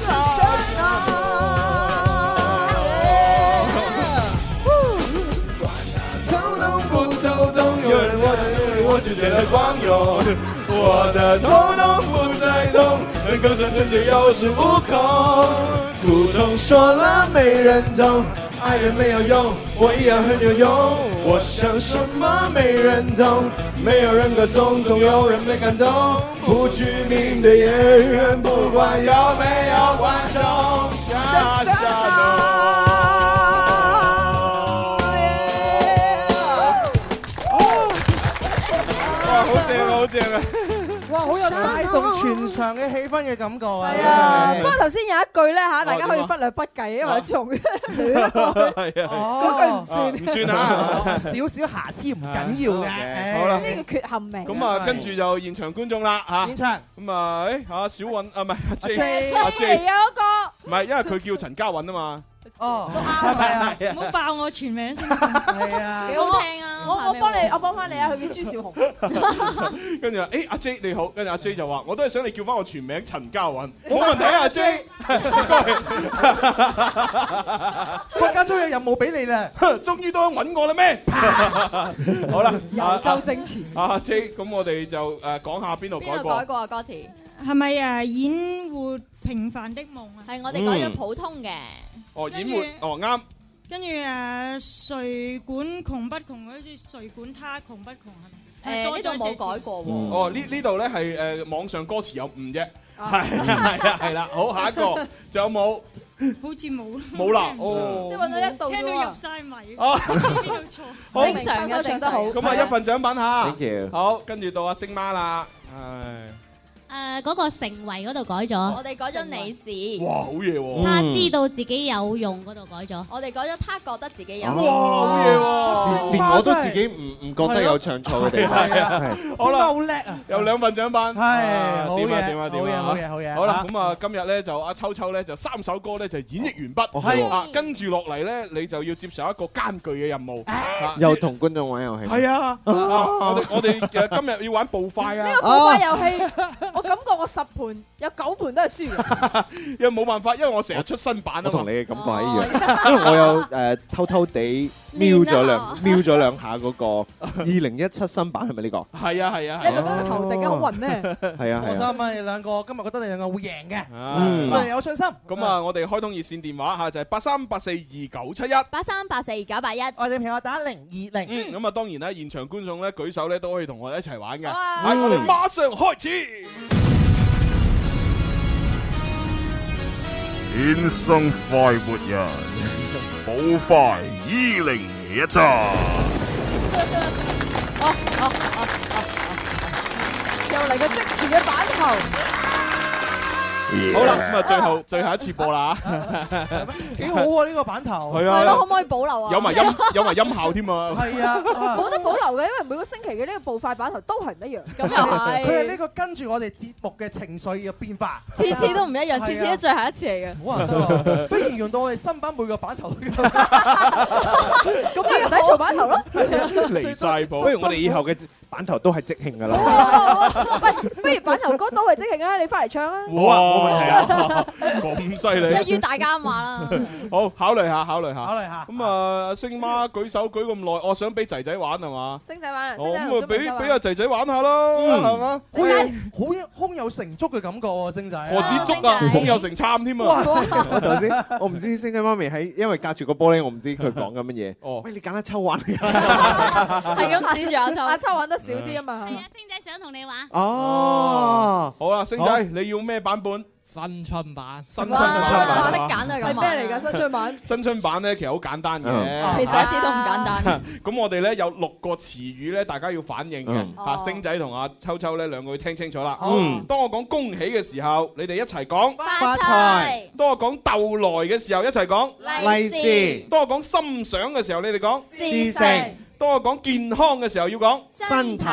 Speaker 8: 头痛不头痛，有人我的努力，我只觉得光荣。我的头痛不再痛，能够生存就有恃无恐。苦痛说了没人懂，爱人没有用，我一样很有用。我想什么没人懂，没有人歌颂，总有人被感动。不具名的演员，不管有没有观众，傻傻
Speaker 5: 哇，好正啊，好正啊！
Speaker 7: 哇，好有帶動全場嘅氣氛嘅感覺啊！
Speaker 6: 係啊，不過頭先有一句咧嚇，大家可以忽略不計，因為重
Speaker 5: 係啊，
Speaker 6: 嗰句唔算
Speaker 5: 唔算啊，
Speaker 7: 少少瑕疵唔緊要 嘅。
Speaker 5: 好啦
Speaker 6: 呢個缺陷名。
Speaker 5: 咁啊，跟住就現場觀眾啦嚇。現
Speaker 7: 場
Speaker 5: 咁啊，誒嚇小韻啊，唔係阿 J，
Speaker 6: J 嚟啊嗰個。
Speaker 5: 唔係，因為佢叫陳嘉韻啊 嘛。
Speaker 7: 哦，
Speaker 5: 係咪啊
Speaker 14: 唔好爆我全名先。
Speaker 7: 係啊
Speaker 6: 幾好聽啊！我我幫你，我幫翻你啊！佢叫朱兆雄，
Speaker 5: 跟住話，誒阿 J 你好，跟住阿 J 就話，我都係想你叫翻我全名陳嘉韻， 冇問題啊阿 J。
Speaker 7: 國家都有任務俾你啦，
Speaker 5: 終於都揾我啦咩？ 好 啦，啊
Speaker 6: 周星馳。
Speaker 5: 阿 J，咁我哋就誒講下邊度
Speaker 1: 邊
Speaker 5: 改
Speaker 1: 度改
Speaker 5: 過。
Speaker 1: 過啊歌詞？
Speaker 14: 係咪誒演活平凡的夢啊？
Speaker 1: 係我哋改咗普通嘅。
Speaker 5: 哦，演
Speaker 14: 跟住
Speaker 5: 活哦啱。
Speaker 14: 跟住誒，誰管窮不窮？好似誰管他窮不窮係咪？
Speaker 1: 誒呢度冇改過喎。
Speaker 5: 哦，呢呢度咧係誒網上歌詞有誤啫，係係啊係啦，好下一個， 仲有冇？
Speaker 14: 好似冇啦。
Speaker 5: 冇 啦
Speaker 14: 聽唔出
Speaker 5: 哦
Speaker 6: 即係揾到一度
Speaker 14: 聽
Speaker 6: 啫
Speaker 14: 到入
Speaker 6: 喎。
Speaker 14: 晒迷，
Speaker 5: 哦
Speaker 14: 邊度錯？
Speaker 5: 好
Speaker 6: 正常嘅唱得好
Speaker 5: 咁啊一份獎品嚇
Speaker 20: Thank you
Speaker 5: 好，跟住到阿星媽啦，唉，
Speaker 22: 誒嗰個成為嗰度改咗，
Speaker 1: 我哋改咗你是，
Speaker 5: 哇好嘢喎！
Speaker 22: 他知道自己有用嗰度改咗。
Speaker 1: 我哋改咗他覺得自己有。
Speaker 20: 哇好
Speaker 5: 嘢喎
Speaker 20: 連連我都自己唔唔覺得有唱錯嘅地方。
Speaker 5: 係啊
Speaker 20: 係
Speaker 5: 好啦，
Speaker 7: 好叻啊！
Speaker 5: 有兩份獎品，係
Speaker 7: 好
Speaker 5: 點啊
Speaker 7: 嘢
Speaker 5: 點啊
Speaker 7: 好嘢
Speaker 5: 點啊！
Speaker 7: 好嘢好嘢
Speaker 5: 好啦
Speaker 7: 啊，
Speaker 5: 咁啊，今日咧就阿秋秋咧就三首歌咧就演繹完畢，
Speaker 20: 係喎
Speaker 5: 啊，跟住落嚟咧你就要接受一個艱巨嘅任務，啊
Speaker 20: 又同觀眾玩遊戲。
Speaker 5: 係啊，啊我哋我哋誒今日要玩步快啊！
Speaker 6: 呢個古怪遊戲，我感覺我十盤有九盤都係輸嘅。
Speaker 5: 因為冇辦法，因為我成日出新版啊嘛。
Speaker 20: 我同你嘅感覺係一樣，因為我有誒偷偷地瞄咗
Speaker 5: 練
Speaker 20: 兩瞄咗兩下嗰 個二零一七新版係咪呢個？
Speaker 5: 係啊係啊，
Speaker 20: 你係咪覺得頭突然間好暈
Speaker 7: 咧？
Speaker 20: 係啊
Speaker 7: 我
Speaker 20: 係
Speaker 7: 想
Speaker 20: 啊，
Speaker 7: 問你兩個，今日覺得你兩個會贏嘅，
Speaker 5: 嗯
Speaker 7: 我哋有信心。
Speaker 5: 咁啊，我哋開通熱線電話嚇就係八三八四二九七一。
Speaker 1: 八三八四二九八一，
Speaker 7: 我哋朋友打零二
Speaker 5: 嗯，咁啊當然啦，現場觀眾咧舉手咧都可以同我哋一齊玩嘅。
Speaker 1: 哇
Speaker 5: 係，我哋馬上開始。
Speaker 26: 天生快活人，好快二零一七。
Speaker 6: 又嚟個即時嘅版頭，
Speaker 5: 好啦，咁啊最後最後一次播啦嚇。
Speaker 7: 幾好喎呢個版頭。
Speaker 5: 係啊係咯可唔
Speaker 6: 可以保留
Speaker 5: 有埋音有埋音效添啊！
Speaker 7: 係啊
Speaker 6: 冇得保留嘅，因為每個星期嘅呢個步快版頭都係唔一樣。咁
Speaker 7: 佢係呢個跟住我哋節目嘅情緒嘅變化，
Speaker 1: 次次都唔一樣，次次
Speaker 7: 係
Speaker 1: 都
Speaker 7: 啊
Speaker 1: 最後一次嚟嘅。
Speaker 7: 好難得啊！ 不如用到我哋新版每個 版頭，
Speaker 6: 咁你唔使做版頭咯。
Speaker 20: 離晒譜。不如我哋以後嘅版頭都係即興㗎 啦。
Speaker 6: 喂，不如版頭歌都係即興啊，你翻嚟唱啊。
Speaker 5: 好啊，冇問題 啊， 咁犀利。
Speaker 1: 一於大家咁話啦。
Speaker 5: 好，考慮下，考慮下，
Speaker 7: 考慮下。
Speaker 5: 咁啊，星媽舉手舉咁耐，我想俾仔仔玩係嘛？
Speaker 6: 星仔玩啊，
Speaker 5: 哦，
Speaker 6: 星仔
Speaker 5: 咁啊，俾俾阿
Speaker 6: 阿
Speaker 5: 仔仔玩下啦，
Speaker 20: 嗯
Speaker 7: 嗯
Speaker 5: 係嘛？
Speaker 7: 好有胸有成竹嘅感覺喎，星仔。
Speaker 5: 何止足啊，胸有成參添啊！
Speaker 20: 我頭先我唔知星仔媽咪喺，因為隔住個玻璃，我唔知佢講緊乜嘢。
Speaker 5: 哦，
Speaker 20: 喂，你揀得抽玩
Speaker 6: 係咁指住阿秋， 阿秋玩得少啲啊嘛。
Speaker 24: 星仔想同你玩。
Speaker 20: 哦，
Speaker 5: 好啦，星仔，你要咩版本？
Speaker 23: 新春版，
Speaker 5: 新春新春版，
Speaker 1: 啊
Speaker 6: 係咩嚟㗎？新春版
Speaker 5: 新春版咧，其實好簡單嘅。
Speaker 1: 其實一啲都唔 簡單。
Speaker 5: 咁我哋咧有六個詞語咧，大家要反應
Speaker 20: 嗯
Speaker 5: 嘅。嚇，啊星仔同阿秋秋咧兩個要聽清楚啦。
Speaker 20: 好嗯
Speaker 5: 當我講恭喜嘅時候，你哋一齊講
Speaker 20: 發財；
Speaker 5: 當我講鬥來嘅時候，一齊講
Speaker 20: 利是；
Speaker 5: 當我講心想嘅時候，你哋講
Speaker 20: 事成；
Speaker 5: 當我講健康嘅時候，要講身體；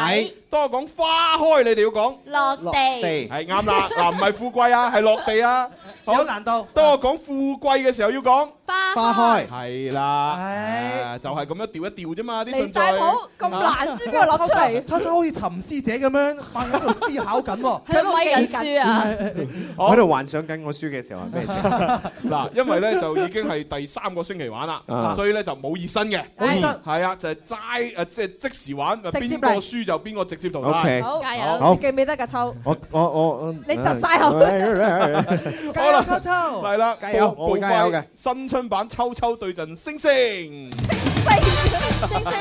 Speaker 5: 當我講花開，你哋要講
Speaker 1: 落地
Speaker 5: 係啱啦。 嗱，唔係富貴啊，係落地啊。有
Speaker 7: 難度。
Speaker 5: 當我講富貴嘅時候，要講。
Speaker 1: 花
Speaker 5: 開係啦，啊就係咁樣調一調啫嘛，啲啊
Speaker 6: 離
Speaker 5: 信
Speaker 6: 晒
Speaker 5: 在
Speaker 6: 譜咁難，知邊個
Speaker 7: 哇
Speaker 6: 諗出嚟？
Speaker 7: 秋秋秋秋好似沉思者咁樣，扮喺度思考緊喎。
Speaker 6: 喺度威緊書啊
Speaker 20: 我喺度幻想緊我輸嘅時候係咩啫？
Speaker 5: 嗱，因為咧就已經係第三個星期玩啦
Speaker 20: 啊，
Speaker 5: 所以咧就冇熱身嘅，
Speaker 20: 冇熱身
Speaker 5: 係啊，就係齋誒即係即時玩，啊
Speaker 6: 直接
Speaker 5: 邊
Speaker 6: 嚟
Speaker 5: 個輸就邊個直接淘汰。
Speaker 20: OK，
Speaker 6: 好加
Speaker 20: 好
Speaker 6: 油！你記唔記得㗎秋？
Speaker 20: 我我我，
Speaker 6: 你窒晒口
Speaker 5: 好啦，
Speaker 7: 秋秋
Speaker 5: 嚟啦，
Speaker 20: 加油
Speaker 5: 報
Speaker 20: 我會加油嘅。
Speaker 5: 報廢新春版秋秋對陣星星，
Speaker 1: 星星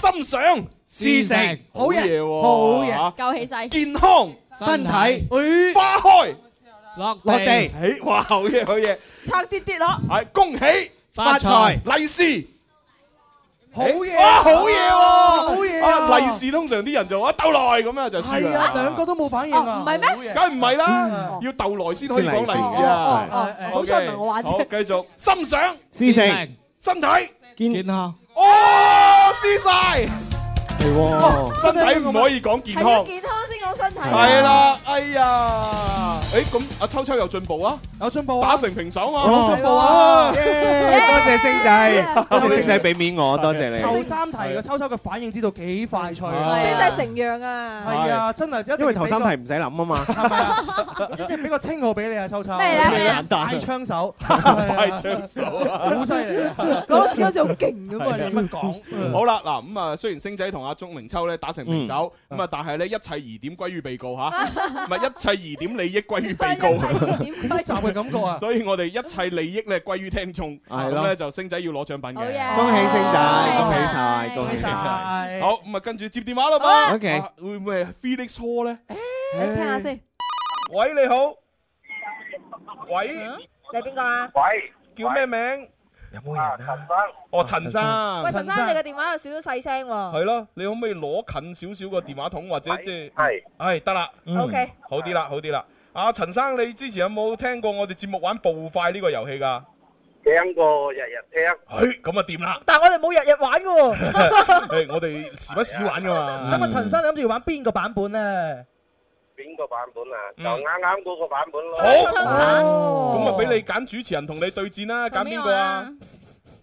Speaker 5: 心想
Speaker 20: 事成
Speaker 5: 好嘢喎，
Speaker 20: 好嘢
Speaker 5: 嚇
Speaker 1: 夠氣勢，
Speaker 5: 健康
Speaker 20: 身體
Speaker 5: 花開
Speaker 23: 落
Speaker 20: 落地
Speaker 5: 哎哇，好嘢好嘢，
Speaker 6: 拆跌跌落，
Speaker 5: 係恭喜
Speaker 23: 發財
Speaker 5: 利是。
Speaker 7: 好
Speaker 5: 嘢
Speaker 7: 嘢
Speaker 5: 啊！
Speaker 7: 啊
Speaker 5: 好嘢喎！
Speaker 7: 好嘢啊
Speaker 5: 啊！利是通常啲人就話鬥來咁樣就輸
Speaker 7: 係
Speaker 5: 啦
Speaker 7: 啊，。兩個都冇反應
Speaker 6: 哦
Speaker 7: 啊。
Speaker 6: 唔係咩？
Speaker 5: 梗唔係啦，要鬥來先可以講利是
Speaker 6: 哦
Speaker 5: 啊。
Speaker 6: 哦哦，好
Speaker 5: OK，
Speaker 6: 彩唔係我玩
Speaker 5: 好，
Speaker 6: 啫。
Speaker 5: 繼續心想
Speaker 20: 事成
Speaker 5: 身體
Speaker 20: 健
Speaker 23: 康
Speaker 5: 哦，輸晒
Speaker 20: 係喎。
Speaker 5: 身體唔可以講健
Speaker 6: 係要
Speaker 5: 康。
Speaker 6: 健康先講身體。
Speaker 5: 係啦，哎呀，誒咁阿秋秋有進步啊，
Speaker 7: 啊有進步
Speaker 5: 打成平手啊嘛，
Speaker 20: 哦
Speaker 7: 有進步啊
Speaker 20: 耶多謝星仔，多謝星仔俾面我，多謝
Speaker 7: 頭
Speaker 20: 你。
Speaker 7: 三題嘅秋秋嘅反應知道幾快脆啊！
Speaker 6: 星仔成樣啊！
Speaker 7: 係啊，真係一定要
Speaker 20: 因為頭三題
Speaker 7: 俾
Speaker 20: 唔使諗啊嘛，
Speaker 7: 個 一定要俾個稱號俾你啊，秋秋。
Speaker 6: 咩 咧咩咧
Speaker 7: 大槍手，
Speaker 5: 快唱手啊！
Speaker 7: 好犀利啊！
Speaker 6: 講到自己好似好勁咁啊！
Speaker 7: 乜講？
Speaker 5: 好啦，嗱咁啊，雖然星仔同阿鐘明秋咧打成平手，咁啊，但係咧一切疑點歸於被告吓，唔係一切疑點利益歸於被告，
Speaker 6: 點
Speaker 7: 複雜嘅感覺啊！
Speaker 5: 所以我哋一切利益咧歸於聽眾，
Speaker 20: 係
Speaker 5: 咁
Speaker 20: 咯
Speaker 5: 咧就星仔要攞獎品
Speaker 6: 好
Speaker 5: 嘅。
Speaker 6: 嘢！
Speaker 20: 恭喜星仔，恭喜晒，恭喜晒。
Speaker 7: 係
Speaker 5: 好，咁啊，跟住接電話啦噃。
Speaker 20: OK
Speaker 5: 啊會唔會係 Felix Ho 咧？
Speaker 6: 你聽下先，
Speaker 5: 喂，你好。喂，
Speaker 16: 你係邊個啊？
Speaker 5: 喂，叫咩名？
Speaker 20: 有冇人啊？
Speaker 5: 哦，陳生。
Speaker 6: 啊
Speaker 16: 喂，陳生，你個電話有少少細聲
Speaker 5: 係
Speaker 16: 喎。
Speaker 5: 咯，你可唔可以攞近少少個電話筒，或者即係係係得啦。
Speaker 16: OK。
Speaker 5: 好啲啦，好啲啦。阿陳生，你之前有冇聽過我哋節目玩步快呢個遊戲㗎？
Speaker 15: 聽過，日日聽。
Speaker 5: 係咁啊，掂啦
Speaker 16: 但係我哋冇日日玩嘅喎。
Speaker 5: 誒，我哋時不時玩㗎嘛。嗯
Speaker 7: 咁啊， 陳生諗住玩邊個版本咧？
Speaker 15: 邊個版本啊？就啱啱嗰個版本咯。
Speaker 5: 咁啊，俾你揀主持人同你對戰啦，揀邊個啊？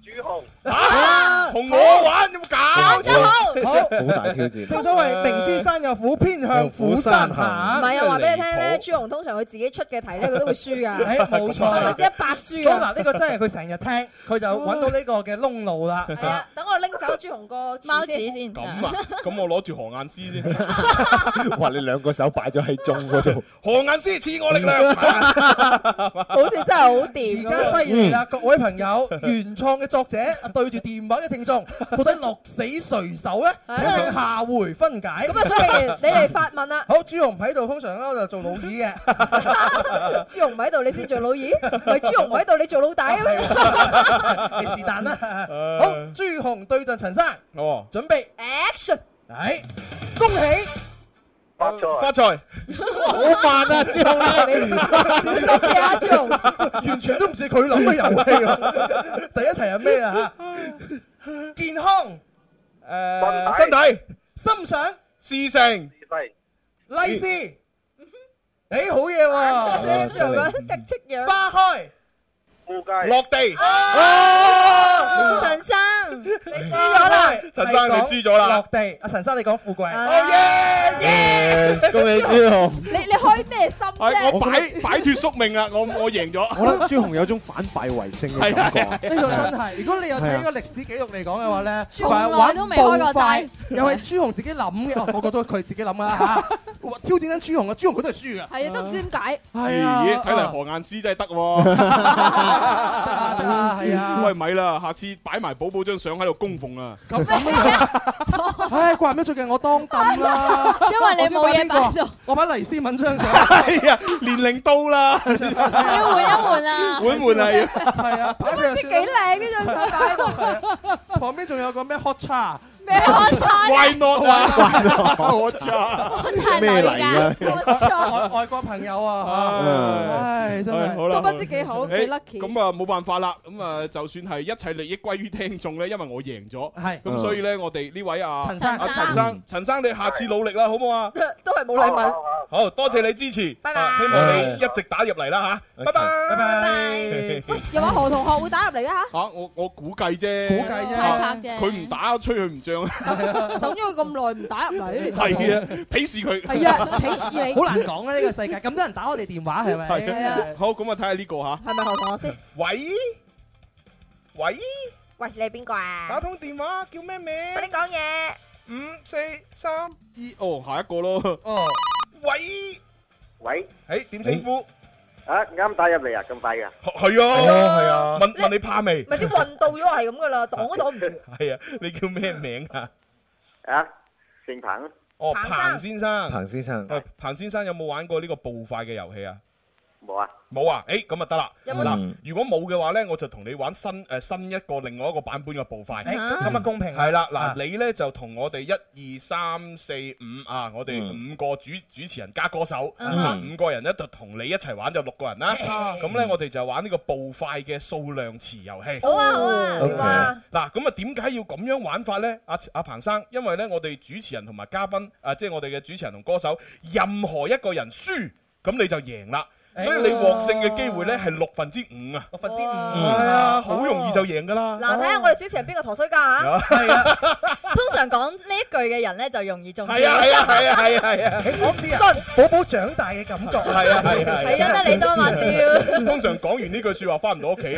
Speaker 15: 朱紅，
Speaker 5: 啊，同我玩有冇搞
Speaker 15: 搞
Speaker 5: 錯？
Speaker 20: 好大挑戰。
Speaker 7: 正所謂明知山有虎，偏向虎山行。
Speaker 16: 唔係啊，話俾你聽咧，朱紅通常佢自己出嘅題咧，佢都會輸 㗎。
Speaker 7: 係哎冇錯
Speaker 16: 百分之一百
Speaker 7: 所
Speaker 16: 輸啊
Speaker 7: 以
Speaker 16: 㗎。
Speaker 7: 嗱，呢個真係佢成日聽，佢就揾到呢個嘅窿路啦。
Speaker 16: 係啊，等我拎走朱紅個貓紙先。
Speaker 5: 咁啊，咁我攞住何雁詩先。
Speaker 19: 哇！你兩個手擺咗喺中嗰 度，
Speaker 5: 何雁詩賜我力量。
Speaker 16: 好似真係好掂。啊
Speaker 7: 而家犀利啦，各位朋友，原創嘅作者對住電話嘅聽眾，到底落死誰手咧？
Speaker 16: 係
Speaker 7: 請聽下回分解。咁
Speaker 16: 咁啊，雖然你 哋發問 啦，
Speaker 7: 好，朱紅唔喺度，通常咧我就做老二嘅。
Speaker 16: 朱紅唔喺度，你先做老二；唔係朱紅唔喺度，你 做老大啊嘛。
Speaker 7: 你是但啦。好，朱紅對陣陳生，
Speaker 5: 哦，
Speaker 7: 準備
Speaker 16: action，
Speaker 7: 嚟，恭喜！
Speaker 15: 發財，
Speaker 5: 發財，
Speaker 7: 好慢啊，朱紅
Speaker 16: 你小心啲啊朱紅
Speaker 7: 完全都唔似佢諗嘅遊戲喎。第一題係
Speaker 4: à,
Speaker 7: 咩啊？嚇，健康，
Speaker 5: 誒，身體，
Speaker 7: 心想，
Speaker 5: 事成，
Speaker 7: 利是，誒好嘢
Speaker 4: à.
Speaker 7: 喎！
Speaker 16: 做緊突出樣。
Speaker 7: 花開，
Speaker 5: 落地。
Speaker 16: 陳生，你輸咗
Speaker 7: 花
Speaker 16: 啦。
Speaker 7: 開
Speaker 5: 陳生你輸咗啦
Speaker 7: 落地，阿陳生你講富
Speaker 1: Ờ.
Speaker 7: 貴。
Speaker 20: 恭喜朱紅！
Speaker 16: 你你開咩心
Speaker 5: 係我
Speaker 16: 啫？
Speaker 5: 擺擺脱宿命啦，我我贏 咗。
Speaker 20: 我覺得 朱紅有種反敗為勝嘅感
Speaker 5: 係啊
Speaker 20: 覺。
Speaker 7: 呢個真係，如果你有睇呢個歷史記錄嚟講嘅話咧，
Speaker 1: 從來都未開過齋
Speaker 7: 又係朱紅自己諗嘅，哦個個都係佢自己諗㗎嚇。哇挑戰緊朱紅嘅，朱紅佢都係輸㗎。
Speaker 16: 係啊，都唔知點解。
Speaker 7: 係啊
Speaker 5: 咦，睇嚟何雁詩真係得喎。
Speaker 7: 係啊
Speaker 5: 喂，咪啦，下次擺埋寶寶張相喺度供奉啊。
Speaker 7: 咁唉，怪唔得最近我當凳啦，
Speaker 1: 因為你冇嘢
Speaker 7: 我
Speaker 1: 擺
Speaker 7: 知邊個我擺黎思敏張相，
Speaker 5: 係啊，年齡到啦，
Speaker 1: 要換一換啊！
Speaker 5: 換換係。
Speaker 7: 係啊，擺佢又
Speaker 16: 幾
Speaker 7: 算啦
Speaker 16: 靚呢張相擺喺度，
Speaker 7: 旁邊仲有個咩 hot 叉，
Speaker 16: 咩開叉
Speaker 5: Why not 啊？Hot 叉
Speaker 16: 真係
Speaker 20: 咩嚟㗎
Speaker 16: 我錯，
Speaker 7: 外外國朋友啊，
Speaker 5: 唉
Speaker 7: 唉，真係
Speaker 5: 好啦，
Speaker 16: 都不知幾好，幾
Speaker 5: 誒
Speaker 16: lucky。
Speaker 5: 咁啊冇辦法啦，咁啊就算係一切利益歸於聽眾咧，因為我贏咗，
Speaker 7: 係
Speaker 5: 咁所以咧我哋呢位啊
Speaker 7: 陳生
Speaker 5: 阿陳生，陳生你下次努力啦，好唔好啊？
Speaker 16: 都係冇 禮物。
Speaker 5: 好多謝你支持，
Speaker 16: 拜拜
Speaker 5: 啊希望你一直打入嚟啦吓，拜拜。
Speaker 7: 拜
Speaker 16: 拜
Speaker 7: 拜。
Speaker 16: 喂，又話何同學會打入嚟啊？
Speaker 5: 吓，我我估計啫，
Speaker 7: 估計啫
Speaker 16: 猜測啫
Speaker 5: 佢唔打，吹佢唔 漲，
Speaker 16: 等咗佢咁耐唔打入嚟，
Speaker 5: 係啊，鄙視佢。
Speaker 16: 係啊，鄙視你
Speaker 7: 好。難講啊呢個世界，咁多人打我哋電話係咪？
Speaker 5: 係
Speaker 16: 啊
Speaker 5: 好，咁啊睇下呢個吓，
Speaker 16: 係咪何同學先？
Speaker 5: 喂喂，
Speaker 16: 喂，你係邊個啊？
Speaker 5: 打通電話叫咩名？
Speaker 16: 快啲講嘢。
Speaker 4: Ừ,
Speaker 5: 五四三二，哦，下一個咯。
Speaker 7: 哦，
Speaker 5: 喂
Speaker 15: 喂，
Speaker 5: 誒點稱呼？
Speaker 15: 啊啱打入嚟啊，咁快噶？
Speaker 5: 係
Speaker 7: 哦
Speaker 5: 啊，係啊，問問你怕未？
Speaker 16: 咪啲運到咗係咁噶啦，擋都擋唔住。
Speaker 5: 係啊，你叫咩名啊？
Speaker 15: 啊，姓彭，
Speaker 5: 哦，
Speaker 16: 彭生
Speaker 5: 彭先生。
Speaker 20: 彭先生，
Speaker 5: 喂，呃彭先生有冇玩過呢個步快嘅遊戲啊？
Speaker 15: 冇啊，
Speaker 5: 冇啊？誒，咁啊得啦。
Speaker 16: 有冇
Speaker 7: 嗯
Speaker 5: 嗱，如果冇嘅話呢，我就同你玩新誒新一個另外一個版本嘅步快。
Speaker 7: 誒咁啊公平啊
Speaker 5: 係啦，
Speaker 7: 啊
Speaker 5: 嗱，你呢就同我哋一二三四五啊，我
Speaker 7: 嗯
Speaker 5: 哋五個主主持人加歌手
Speaker 16: 嗯
Speaker 5: 啊，五個人呢就同你一齊玩就六
Speaker 7: 啊
Speaker 5: 個人啦。咁呢，我哋就玩呢個步快嘅數量詞遊戲。
Speaker 16: 好啊好啊，點啊？
Speaker 5: 嗱，咁啊點解要咁樣玩法呢？阿阿彭生，因為呢，我哋主持人同埋嘉賓，啊，即係我哋嘅主持人同歌手，任何一個人輸，咁你就贏啦。所以你獲勝嘅機會呢係六分之五啊，
Speaker 7: 六分之五，
Speaker 5: 係啊，好容易就贏噶啦。
Speaker 16: 嗱，睇下我哋主持人邊個陀衰家嚇。
Speaker 7: 係啊，
Speaker 22: 通常講呢一句嘅人咧就容 易中招。
Speaker 5: 係啊，係啊，係啊，係啊，係啊，
Speaker 7: 我知啊，寶寶長大嘅感覺
Speaker 5: 係啊，係啊，
Speaker 22: 係啊，得你多嘛少。
Speaker 5: 通常講完呢句説話翻唔到屋企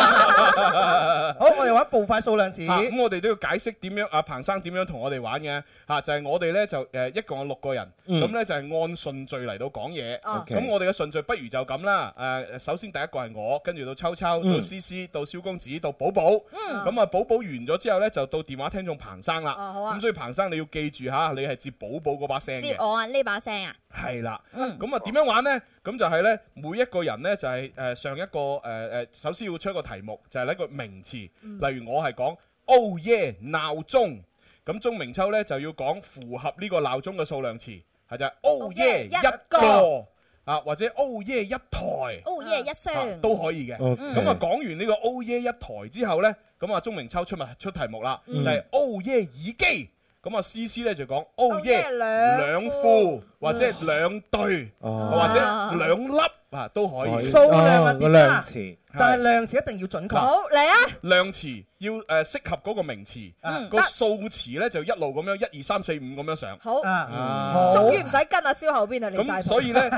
Speaker 5: 啊。
Speaker 7: 好，我哋玩步快數量詞，
Speaker 5: 啊咁我哋都要解釋點樣啊，彭生點樣同我哋玩嘅嚇，就係我哋咧就誒一共有六個人，
Speaker 20: 嗯
Speaker 5: 咁咧就係按順序嚟到講嘢。
Speaker 16: 哦
Speaker 5: 咁我哋嘅順序不如就咁啦。誒，首先第一個係我，跟住到秋秋，到
Speaker 20: 嗯
Speaker 5: 思思，到蕭公子，到寶寶。
Speaker 16: 嗯
Speaker 5: 咁啊，寶寶完咗之後咧，就到電話聽眾彭生啦。
Speaker 22: 哦好啊
Speaker 5: 咁所以彭生你要記住嚇，你係接寶寶嗰把聲
Speaker 22: 接
Speaker 5: 嘅。
Speaker 22: 我啊呢把聲啊，
Speaker 5: 係啦。
Speaker 22: 嗯，
Speaker 5: 咁啊點樣玩呢？咁就係呢，每一個人呢，就係、誒、上一個誒誒、首先要出一個題目，就係、呢一個名詞。例如我係講 Oh yeah 鬧鐘，咁鐘明秋呢，就要講符合呢個鬧鐘嘅數量詞，係就係 Oh yeah
Speaker 22: 一
Speaker 5: 一個啊，或者 Oh yeah 一台。
Speaker 22: 哦耶一
Speaker 5: 啊
Speaker 22: 雙，
Speaker 5: 都可以
Speaker 16: 嗯
Speaker 5: 嘅，
Speaker 20: OK
Speaker 5: 咁啊講完呢個 Oh yeah 一台之後呢，咁啊鐘明秋出咪出題目啦，
Speaker 16: 嗯
Speaker 5: 就係 Oh yeah 耳機，咁啊思思呢就講 Oh
Speaker 16: Oh
Speaker 5: yeah
Speaker 16: yeah，兩嗯
Speaker 5: 兩副或者兩對。
Speaker 20: 哦，
Speaker 5: 或者兩粒啊都可以。
Speaker 7: 數量啊點啊
Speaker 20: 量詞，
Speaker 7: 但係量詞一定要準確。
Speaker 16: 好嚟啊！
Speaker 5: 量詞要誒適合嗰個名詞啊
Speaker 16: 嗯，
Speaker 5: 個數詞咧就一路咁樣一二三四五咁樣上。
Speaker 16: 好
Speaker 5: 啊
Speaker 16: 終於唔使跟阿蕭後邊啊，你晒譜。
Speaker 5: 咁所以咧，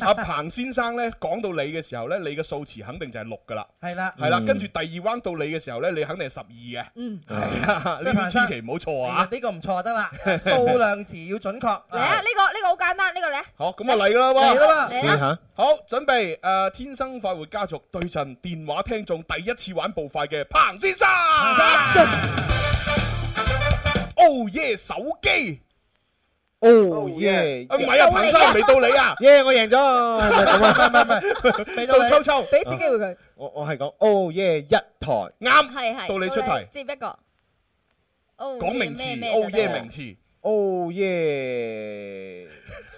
Speaker 5: 阿彭先生咧講到你嘅時候咧，你嘅數詞肯定就係六噶啦。
Speaker 7: 係啦
Speaker 5: 係啦，
Speaker 7: 嗯
Speaker 5: 跟住第二彎到你嘅時候咧，你肯定係十二嘅。
Speaker 16: 嗯，
Speaker 5: 係啊，
Speaker 7: 所以
Speaker 5: 呢
Speaker 7: 彭
Speaker 5: 啲千
Speaker 7: 生
Speaker 5: 祈唔好錯
Speaker 7: 係啊
Speaker 5: 啊！
Speaker 7: 呢個唔錯得啦，數量詞要準 確。
Speaker 16: 嚟啊！呢個呢個好簡單，呢個嚟啊。
Speaker 5: 好，咁啊嚟啦喎！
Speaker 7: 嚟啦喎
Speaker 16: 嚟
Speaker 7: 啦
Speaker 5: 好，準備誒天生快活家族對陣電話聽眾第一次玩步快嘅彭先生。Oh yeah，手機。
Speaker 20: Oh yeah！
Speaker 5: 啊唔係啊，彭生未到你啊！
Speaker 20: 耶！我贏咗，唔係
Speaker 4: Ờ.
Speaker 20: 咁啊
Speaker 5: 未 到秋秋，
Speaker 16: 俾
Speaker 20: Ờ.
Speaker 16: 次機會佢。
Speaker 20: 我我係講 Oh yeah 一台
Speaker 5: 啱
Speaker 16: 係係。接一個。哦
Speaker 20: 講
Speaker 16: 咩
Speaker 20: 名詞
Speaker 16: 咩
Speaker 20: ，Oh
Speaker 16: 就得
Speaker 20: yeah
Speaker 16: 啦
Speaker 20: 名
Speaker 5: 詞
Speaker 20: ，Oh yeah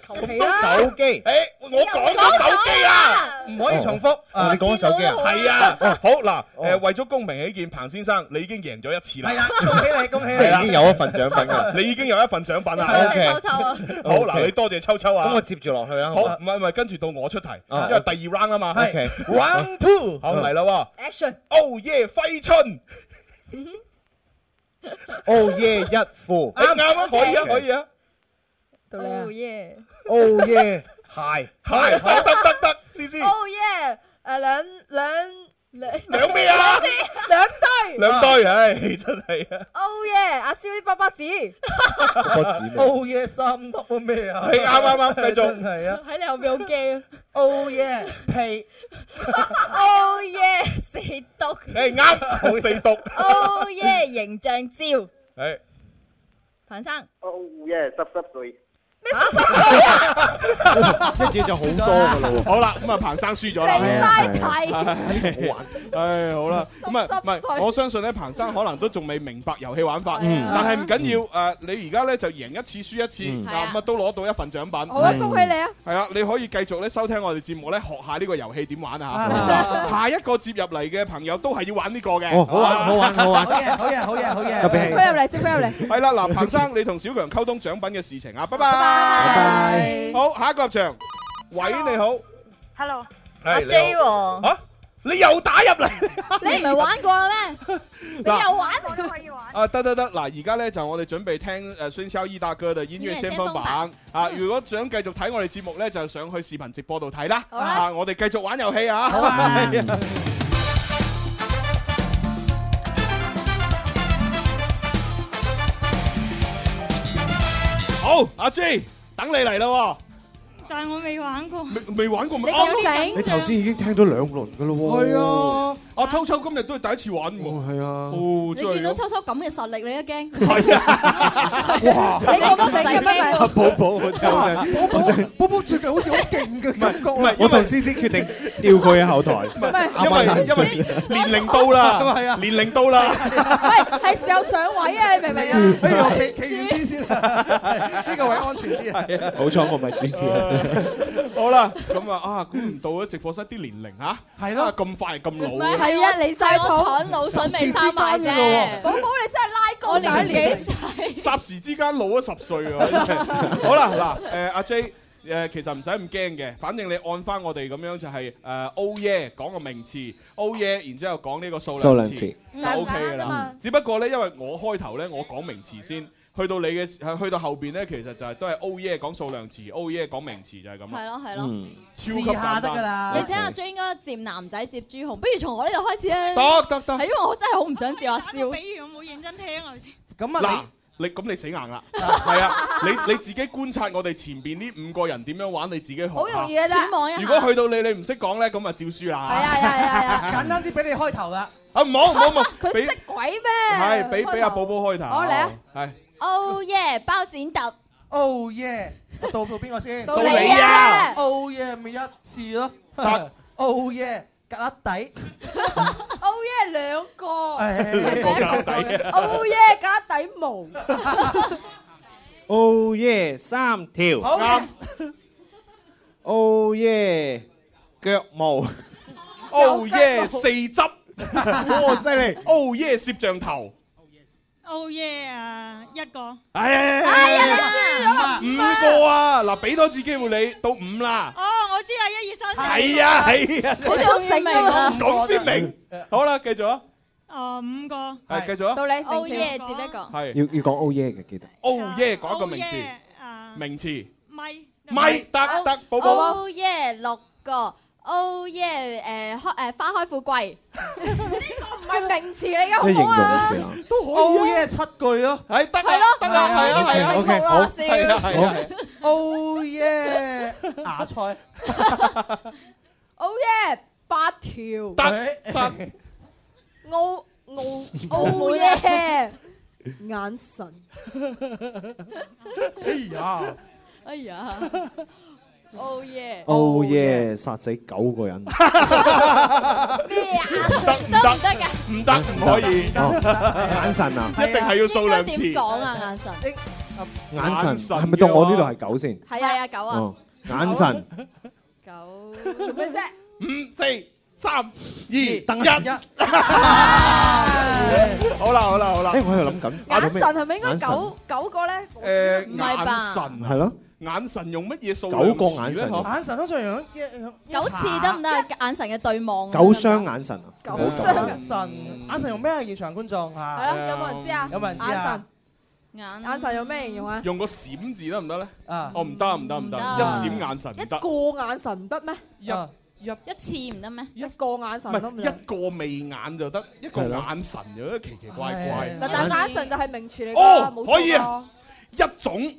Speaker 16: 求其啦
Speaker 20: 手 機，
Speaker 5: 誒我講咗手機
Speaker 4: à.
Speaker 5: 啊，
Speaker 7: 唔
Speaker 4: Ờ.
Speaker 7: 可以重複。
Speaker 5: Ờ,
Speaker 20: 哦你講咗手機啊
Speaker 5: 係啊，
Speaker 4: 哦
Speaker 5: 好嗱，誒為咗公平起見，彭先生你已經贏咗一次啦。
Speaker 7: 係啦，恭喜你，恭喜你。
Speaker 20: 即係已經有一份獎品㗎啦。
Speaker 5: 你已經有一份獎品啦。
Speaker 20: 多謝秋秋
Speaker 16: 啊
Speaker 5: 好嗱，你多謝秋秋啊。
Speaker 20: 咁我接住落去啊
Speaker 5: 好，
Speaker 20: 好
Speaker 5: 唔係唔係，跟住到我出題，因為第二 round 啊嘛。
Speaker 20: OK
Speaker 5: round two，好嚟啦喎。
Speaker 16: Action。
Speaker 5: Oh yeah，揮春。
Speaker 20: ，Oh yeah 一副
Speaker 5: 啱啱啊，可以啊，可以啊。
Speaker 16: Oh yeah。
Speaker 20: ，Oh yeah 鞋
Speaker 5: 係得得得得，思思。
Speaker 16: Oh yeah！誒兩兩兩
Speaker 5: 兩咩啊？
Speaker 16: 兩堆。
Speaker 4: À.
Speaker 6: Ờ.
Speaker 5: 兩堆，唉，真係啊。
Speaker 16: Oh yeah！阿蕭啲卜卜子。
Speaker 7: Oh yeah，三粒咩啊？
Speaker 5: 係啱啱啱繼續
Speaker 7: 真係啊！
Speaker 16: 喺你後邊好驚啊
Speaker 7: Oh yeah，屁。
Speaker 16: ！Oh
Speaker 1: 哦
Speaker 16: yeah！四毒。
Speaker 5: 誒啱，四讀。
Speaker 1: 哦
Speaker 16: Oh yeah！形象照。
Speaker 5: 誒。
Speaker 16: 彭生。
Speaker 15: Oh yeah，濕濕碎。
Speaker 5: 一嘢就好多噶咯。好啦，咁啊，彭生輸咗啦。
Speaker 16: 你快提
Speaker 5: 好玩。唉，好啦，咁啊，唔
Speaker 16: 濕碎
Speaker 5: 係，我相信咧，彭生可能都仲未明白遊戲玩法，
Speaker 16: 嗯
Speaker 5: 但係唔緊要。誒，你而家咧就贏一次輸一次，
Speaker 16: 係啊
Speaker 5: 啊咁啊都攞到一份獎品。
Speaker 16: 好啊恭喜你啊！
Speaker 5: 係啊，你可以繼續咧收聽我哋節目咧，學下呢個遊戲點玩啊。下一個接入嚟嘅朋友都係要玩呢個嘅。
Speaker 20: 哦好玩好玩 好玩好
Speaker 7: 嘢好嘢好嘢好嘢
Speaker 20: 特別係
Speaker 6: 佢入嚟，即佢入嚟。
Speaker 5: 係啦，嗱，彭生，你同小強溝通獎品嘅事情啊，拜拜。
Speaker 6: 拜
Speaker 5: 拜。好，下一個入場，喂，你好。
Speaker 27: Hello，
Speaker 5: 係
Speaker 27: 阿
Speaker 5: 你
Speaker 27: J
Speaker 5: 好
Speaker 27: 喎
Speaker 5: 啊，你又打入嚟。
Speaker 27: 你唔 係玩過啦咩？你
Speaker 4: Dạ.
Speaker 5: 嗱
Speaker 27: 又玩？我都可以玩。
Speaker 5: 啊，得得得，嗱，而家咧就我哋準備聽誒孫肖伊大哥嘅音樂先鋒版啊！如果想繼續睇我哋節目咧，就上去視頻直播度睇啦。
Speaker 27: 好啦
Speaker 5: 啊，我哋繼續玩遊戲啊！
Speaker 27: 好 啊
Speaker 5: 好，阿 J，等你嚟啦喎！
Speaker 14: 但係我未玩過。
Speaker 5: 未玩過咪
Speaker 14: 你咁
Speaker 5: 啱
Speaker 14: 醒
Speaker 5: 咯
Speaker 14: 你頭先
Speaker 20: 已經聽到兩輪噶咯喎
Speaker 5: 係啊，阿秋秋今日都係第一次玩喎。係啊，哦，
Speaker 24: 你
Speaker 5: 真係
Speaker 24: 見到
Speaker 5: 咯
Speaker 24: 秋秋咁嘅實力，你一驚。
Speaker 4: Ờ.
Speaker 5: 哇！
Speaker 24: 你咁
Speaker 7: 唔使
Speaker 24: 細
Speaker 7: 驚
Speaker 24: 嘅
Speaker 20: 寶寶，我真係
Speaker 7: 寶寶，寶寶最近好似好勁嘅感覺。唔
Speaker 20: 唔係 我同思思決定調佢喺後台，
Speaker 5: 因為因為年年齡到 啦，係啊，年齡到啦。
Speaker 6: 喂，係時候上位啊！你明唔
Speaker 16: à.
Speaker 6: 明啊？
Speaker 7: 哎呀，企企遠啲先啦，呢個位安全啲啊。
Speaker 20: 好彩我唔係主持人，
Speaker 5: 好啦，咁啊啊，估唔到啊，直播室啲年齡嚇，係咯，咁快咁
Speaker 24: 唔
Speaker 5: 老
Speaker 24: 係
Speaker 5: 啊。
Speaker 24: 係啊，你細我蠢老筍未生埋啫。
Speaker 6: 寶寶，你真係拉高晒年紀。
Speaker 5: 霎時之間老咗十歲啊！真係好 啦，嗱，誒阿 J。誒其實唔使咁驚嘅，反正你按翻我哋咁樣就係誒 Oh yeah 講個名詞，Oh yeah，然之後講呢個數
Speaker 20: 數
Speaker 5: 量
Speaker 20: 量
Speaker 5: 詞
Speaker 20: 詞
Speaker 5: 就 OK 㗎
Speaker 24: 簡單㗎
Speaker 5: 啦
Speaker 24: 嘛。
Speaker 5: 只不過咧，因為我開頭咧我講名詞先，去到你嘅去到後邊咧，其實就係都係 Oh yeah 講數量詞，Oh yeah 講名詞就係咁啦。
Speaker 24: 係咯係咯嗯
Speaker 5: 超級簡單。
Speaker 24: 你請阿 J 應該接男仔接朱紅，不如從我呢度開始啊。
Speaker 5: 得得得
Speaker 24: 係因為我真係好唔想接啊阿
Speaker 14: 打個
Speaker 24: 蕭。
Speaker 14: 比喻，我冇認真聽啊頭先。
Speaker 7: 咁
Speaker 5: 嗱，你咁你死硬啦， 係啊，你你自己觀察我哋前邊呢五個人點樣玩，你自己學下。
Speaker 6: 好容易嘅啫揣摩一下
Speaker 5: 如果去到你你唔識講咧，咁啊照輸啦。係啊係啊係啊。
Speaker 7: 簡單啲俾你開頭啦。
Speaker 5: 啊唔好唔好唔好，
Speaker 24: 佢
Speaker 5: 俾
Speaker 24: 識鬼咩？
Speaker 5: 係俾俾阿寶寶開頭。
Speaker 24: 好嚟啊！
Speaker 5: 係
Speaker 24: Oh yeah，包剪揼。
Speaker 7: Oh yeah，到到邊個先？
Speaker 24: 到你啊
Speaker 7: ！Oh yeah，咪一次咯
Speaker 5: 得。
Speaker 7: Oh yeah，格拉底。
Speaker 6: Oh yeah，兩個。
Speaker 5: 係
Speaker 20: 格底
Speaker 6: Oh yeah，加底毛。
Speaker 20: ，Oh yeah 三條，
Speaker 6: 好嘅
Speaker 20: Oh yeah 腳 毛，
Speaker 5: Oh yeah 四汁，
Speaker 20: 哇犀利
Speaker 5: ！Oh yeah 攝像頭，
Speaker 14: Oh yeah，啊一個。
Speaker 5: 哎
Speaker 14: 哎呀你輸咗啦
Speaker 5: 五個啊！嗱，俾多次機會你到五啦。
Speaker 14: 哦，我知啦，一二三四。
Speaker 5: 係啊係啊，
Speaker 14: 我終於明啦
Speaker 5: 咁先明。好啦，繼續啊，
Speaker 14: 哦，五個。
Speaker 5: 係繼續啊。
Speaker 1: 到你，Oh
Speaker 14: 明
Speaker 1: yeah，
Speaker 14: 朝
Speaker 1: 接一個。
Speaker 5: 係
Speaker 20: 要要講 O yeah 嘅，記得。
Speaker 5: Oh yeah，講一個名詞，名詞
Speaker 14: 咪
Speaker 5: 咪得得，寶寶。
Speaker 1: Oh yeah，六個。Oh yeah，誒開誒花開富貴。
Speaker 6: 唔係名詞嚟
Speaker 20: 你
Speaker 6: 嘅，
Speaker 20: 形
Speaker 6: 好
Speaker 20: 容
Speaker 6: 唔好啊
Speaker 20: 嘅？時候。
Speaker 7: 都可以嘅七句咯，
Speaker 5: 係得
Speaker 6: 係咯得啊係啊係啊
Speaker 7: O
Speaker 6: 係啊
Speaker 7: K，
Speaker 6: 好係啊係啊
Speaker 7: ，Oh yeah，芽菜
Speaker 6: 好嘢，八條。
Speaker 5: 得
Speaker 6: 澳澳澳門嘅眼神。
Speaker 7: 哎呀，
Speaker 6: 哎呀，Oh yeah！
Speaker 20: Oh yeah，殺死九個人。
Speaker 5: 得唔得？唔得，唔可以。
Speaker 20: 眼神啊，
Speaker 5: 一定係要數量
Speaker 1: 點
Speaker 5: 次。
Speaker 1: 講啊？眼神。
Speaker 20: 眼
Speaker 5: 眼
Speaker 20: 神
Speaker 5: 神
Speaker 20: 係咪到我呢度係九先？
Speaker 1: 係啊，九啊。
Speaker 20: 哦，眼神
Speaker 1: 做咩啫？
Speaker 5: 五、四、三、二、一。 好啦好啦好啦。
Speaker 20: 誒，我喺度諗緊。
Speaker 6: 眼神係咪應該九九個咧？
Speaker 5: 誒，
Speaker 6: 唔係吧
Speaker 5: 眼神
Speaker 20: 係咯，
Speaker 5: 眼神用乜嘢數
Speaker 20: 九
Speaker 5: 量
Speaker 20: 個
Speaker 5: 詞
Speaker 20: 眼
Speaker 5: 咧
Speaker 20: 神
Speaker 5: 嗬
Speaker 7: 眼神通常用一一
Speaker 1: 九次得唔得？眼神嘅對望。
Speaker 20: 九雙眼神啊。
Speaker 7: 九 雙神，眼神用咩啊？現場觀眾嚇，
Speaker 6: 係咯，有冇人知啊？
Speaker 7: 有冇人知
Speaker 6: 眼
Speaker 7: 啊
Speaker 6: 神？眼眼神用咩形容啊？
Speaker 5: 用個閃字得唔得咧？啊，哦唔得唔得唔得，一閃眼神唔得，
Speaker 6: 個眼神唔得咩？
Speaker 5: 一一唔
Speaker 1: 一次唔得咩？
Speaker 6: 一個眼神都
Speaker 5: 係
Speaker 6: 唔得。
Speaker 5: 一個眉眼就得，一個眼神就得，奇奇怪怪。
Speaker 6: 嗱，但眼神就係名詞嚟㗎，
Speaker 5: 哦
Speaker 6: 冇，
Speaker 5: 可以
Speaker 6: 錯
Speaker 5: 啊
Speaker 6: 啊。，
Speaker 5: 一種。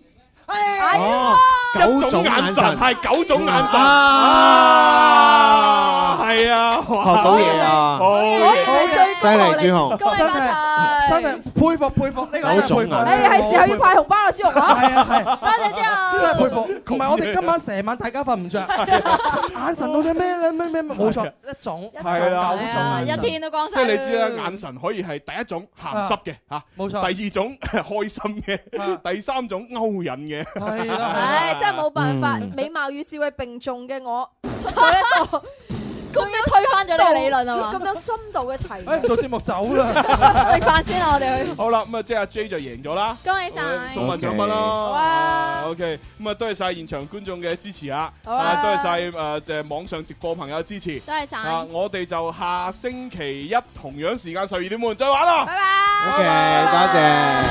Speaker 6: 哎
Speaker 5: 哦，一種眼神係九種眼神啊，係啊，學
Speaker 20: 學到嘢啊
Speaker 5: 好嘢，
Speaker 20: 犀利，朱紅。
Speaker 7: 真係真係佩服佩服呢個真係
Speaker 20: 九種
Speaker 7: 佩服
Speaker 4: 啊
Speaker 20: 眼
Speaker 6: 你係時候要發紅包啦，朱紅啊！
Speaker 7: 係啊係，
Speaker 6: 多謝
Speaker 7: 真係
Speaker 6: 朱
Speaker 7: 佩
Speaker 6: 紅。
Speaker 7: 服。同埋我哋今晚成晚大家瞓唔着，眼神到底咩咧？咩咩咩？冇錯，一種
Speaker 5: 係啊啦，
Speaker 7: 九種眼神
Speaker 1: 一天都光
Speaker 5: 即係
Speaker 1: 晒。
Speaker 5: 你知啦，眼神可以係第一種鹹濕嘅嚇，
Speaker 7: 嗯冇錯
Speaker 5: 第二種 開心嘅，第三種勾引嘅，
Speaker 7: 係
Speaker 6: 唉，真係冇辦法，
Speaker 5: 嗯
Speaker 6: 美貌與智慧並重嘅 我出咗一個咁樣
Speaker 1: 推翻咗呢個理論啊嘛哎
Speaker 6: 咁有深度嘅題
Speaker 7: 誒，
Speaker 6: 目，
Speaker 7: 哎到節目走啦。
Speaker 6: 食飯先啦，我哋去。
Speaker 5: 好啦，咁啊，即係阿 J 就贏咗啦。
Speaker 1: 恭喜晒。
Speaker 5: 送份獎品啦，OK，咁啊多謝晒現場觀眾嘅支持啊，
Speaker 1: 好啊
Speaker 5: 啊多謝晒誒就係網上直播朋友嘅支持，
Speaker 1: 多謝晒
Speaker 5: 啊我哋就下星期一同樣時間十二點半再玩啦，
Speaker 1: 拜拜。
Speaker 20: OK，多 謝。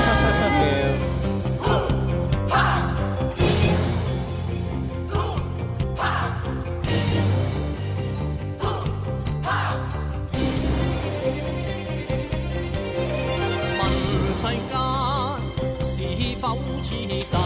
Speaker 4: 問世間是否痴心？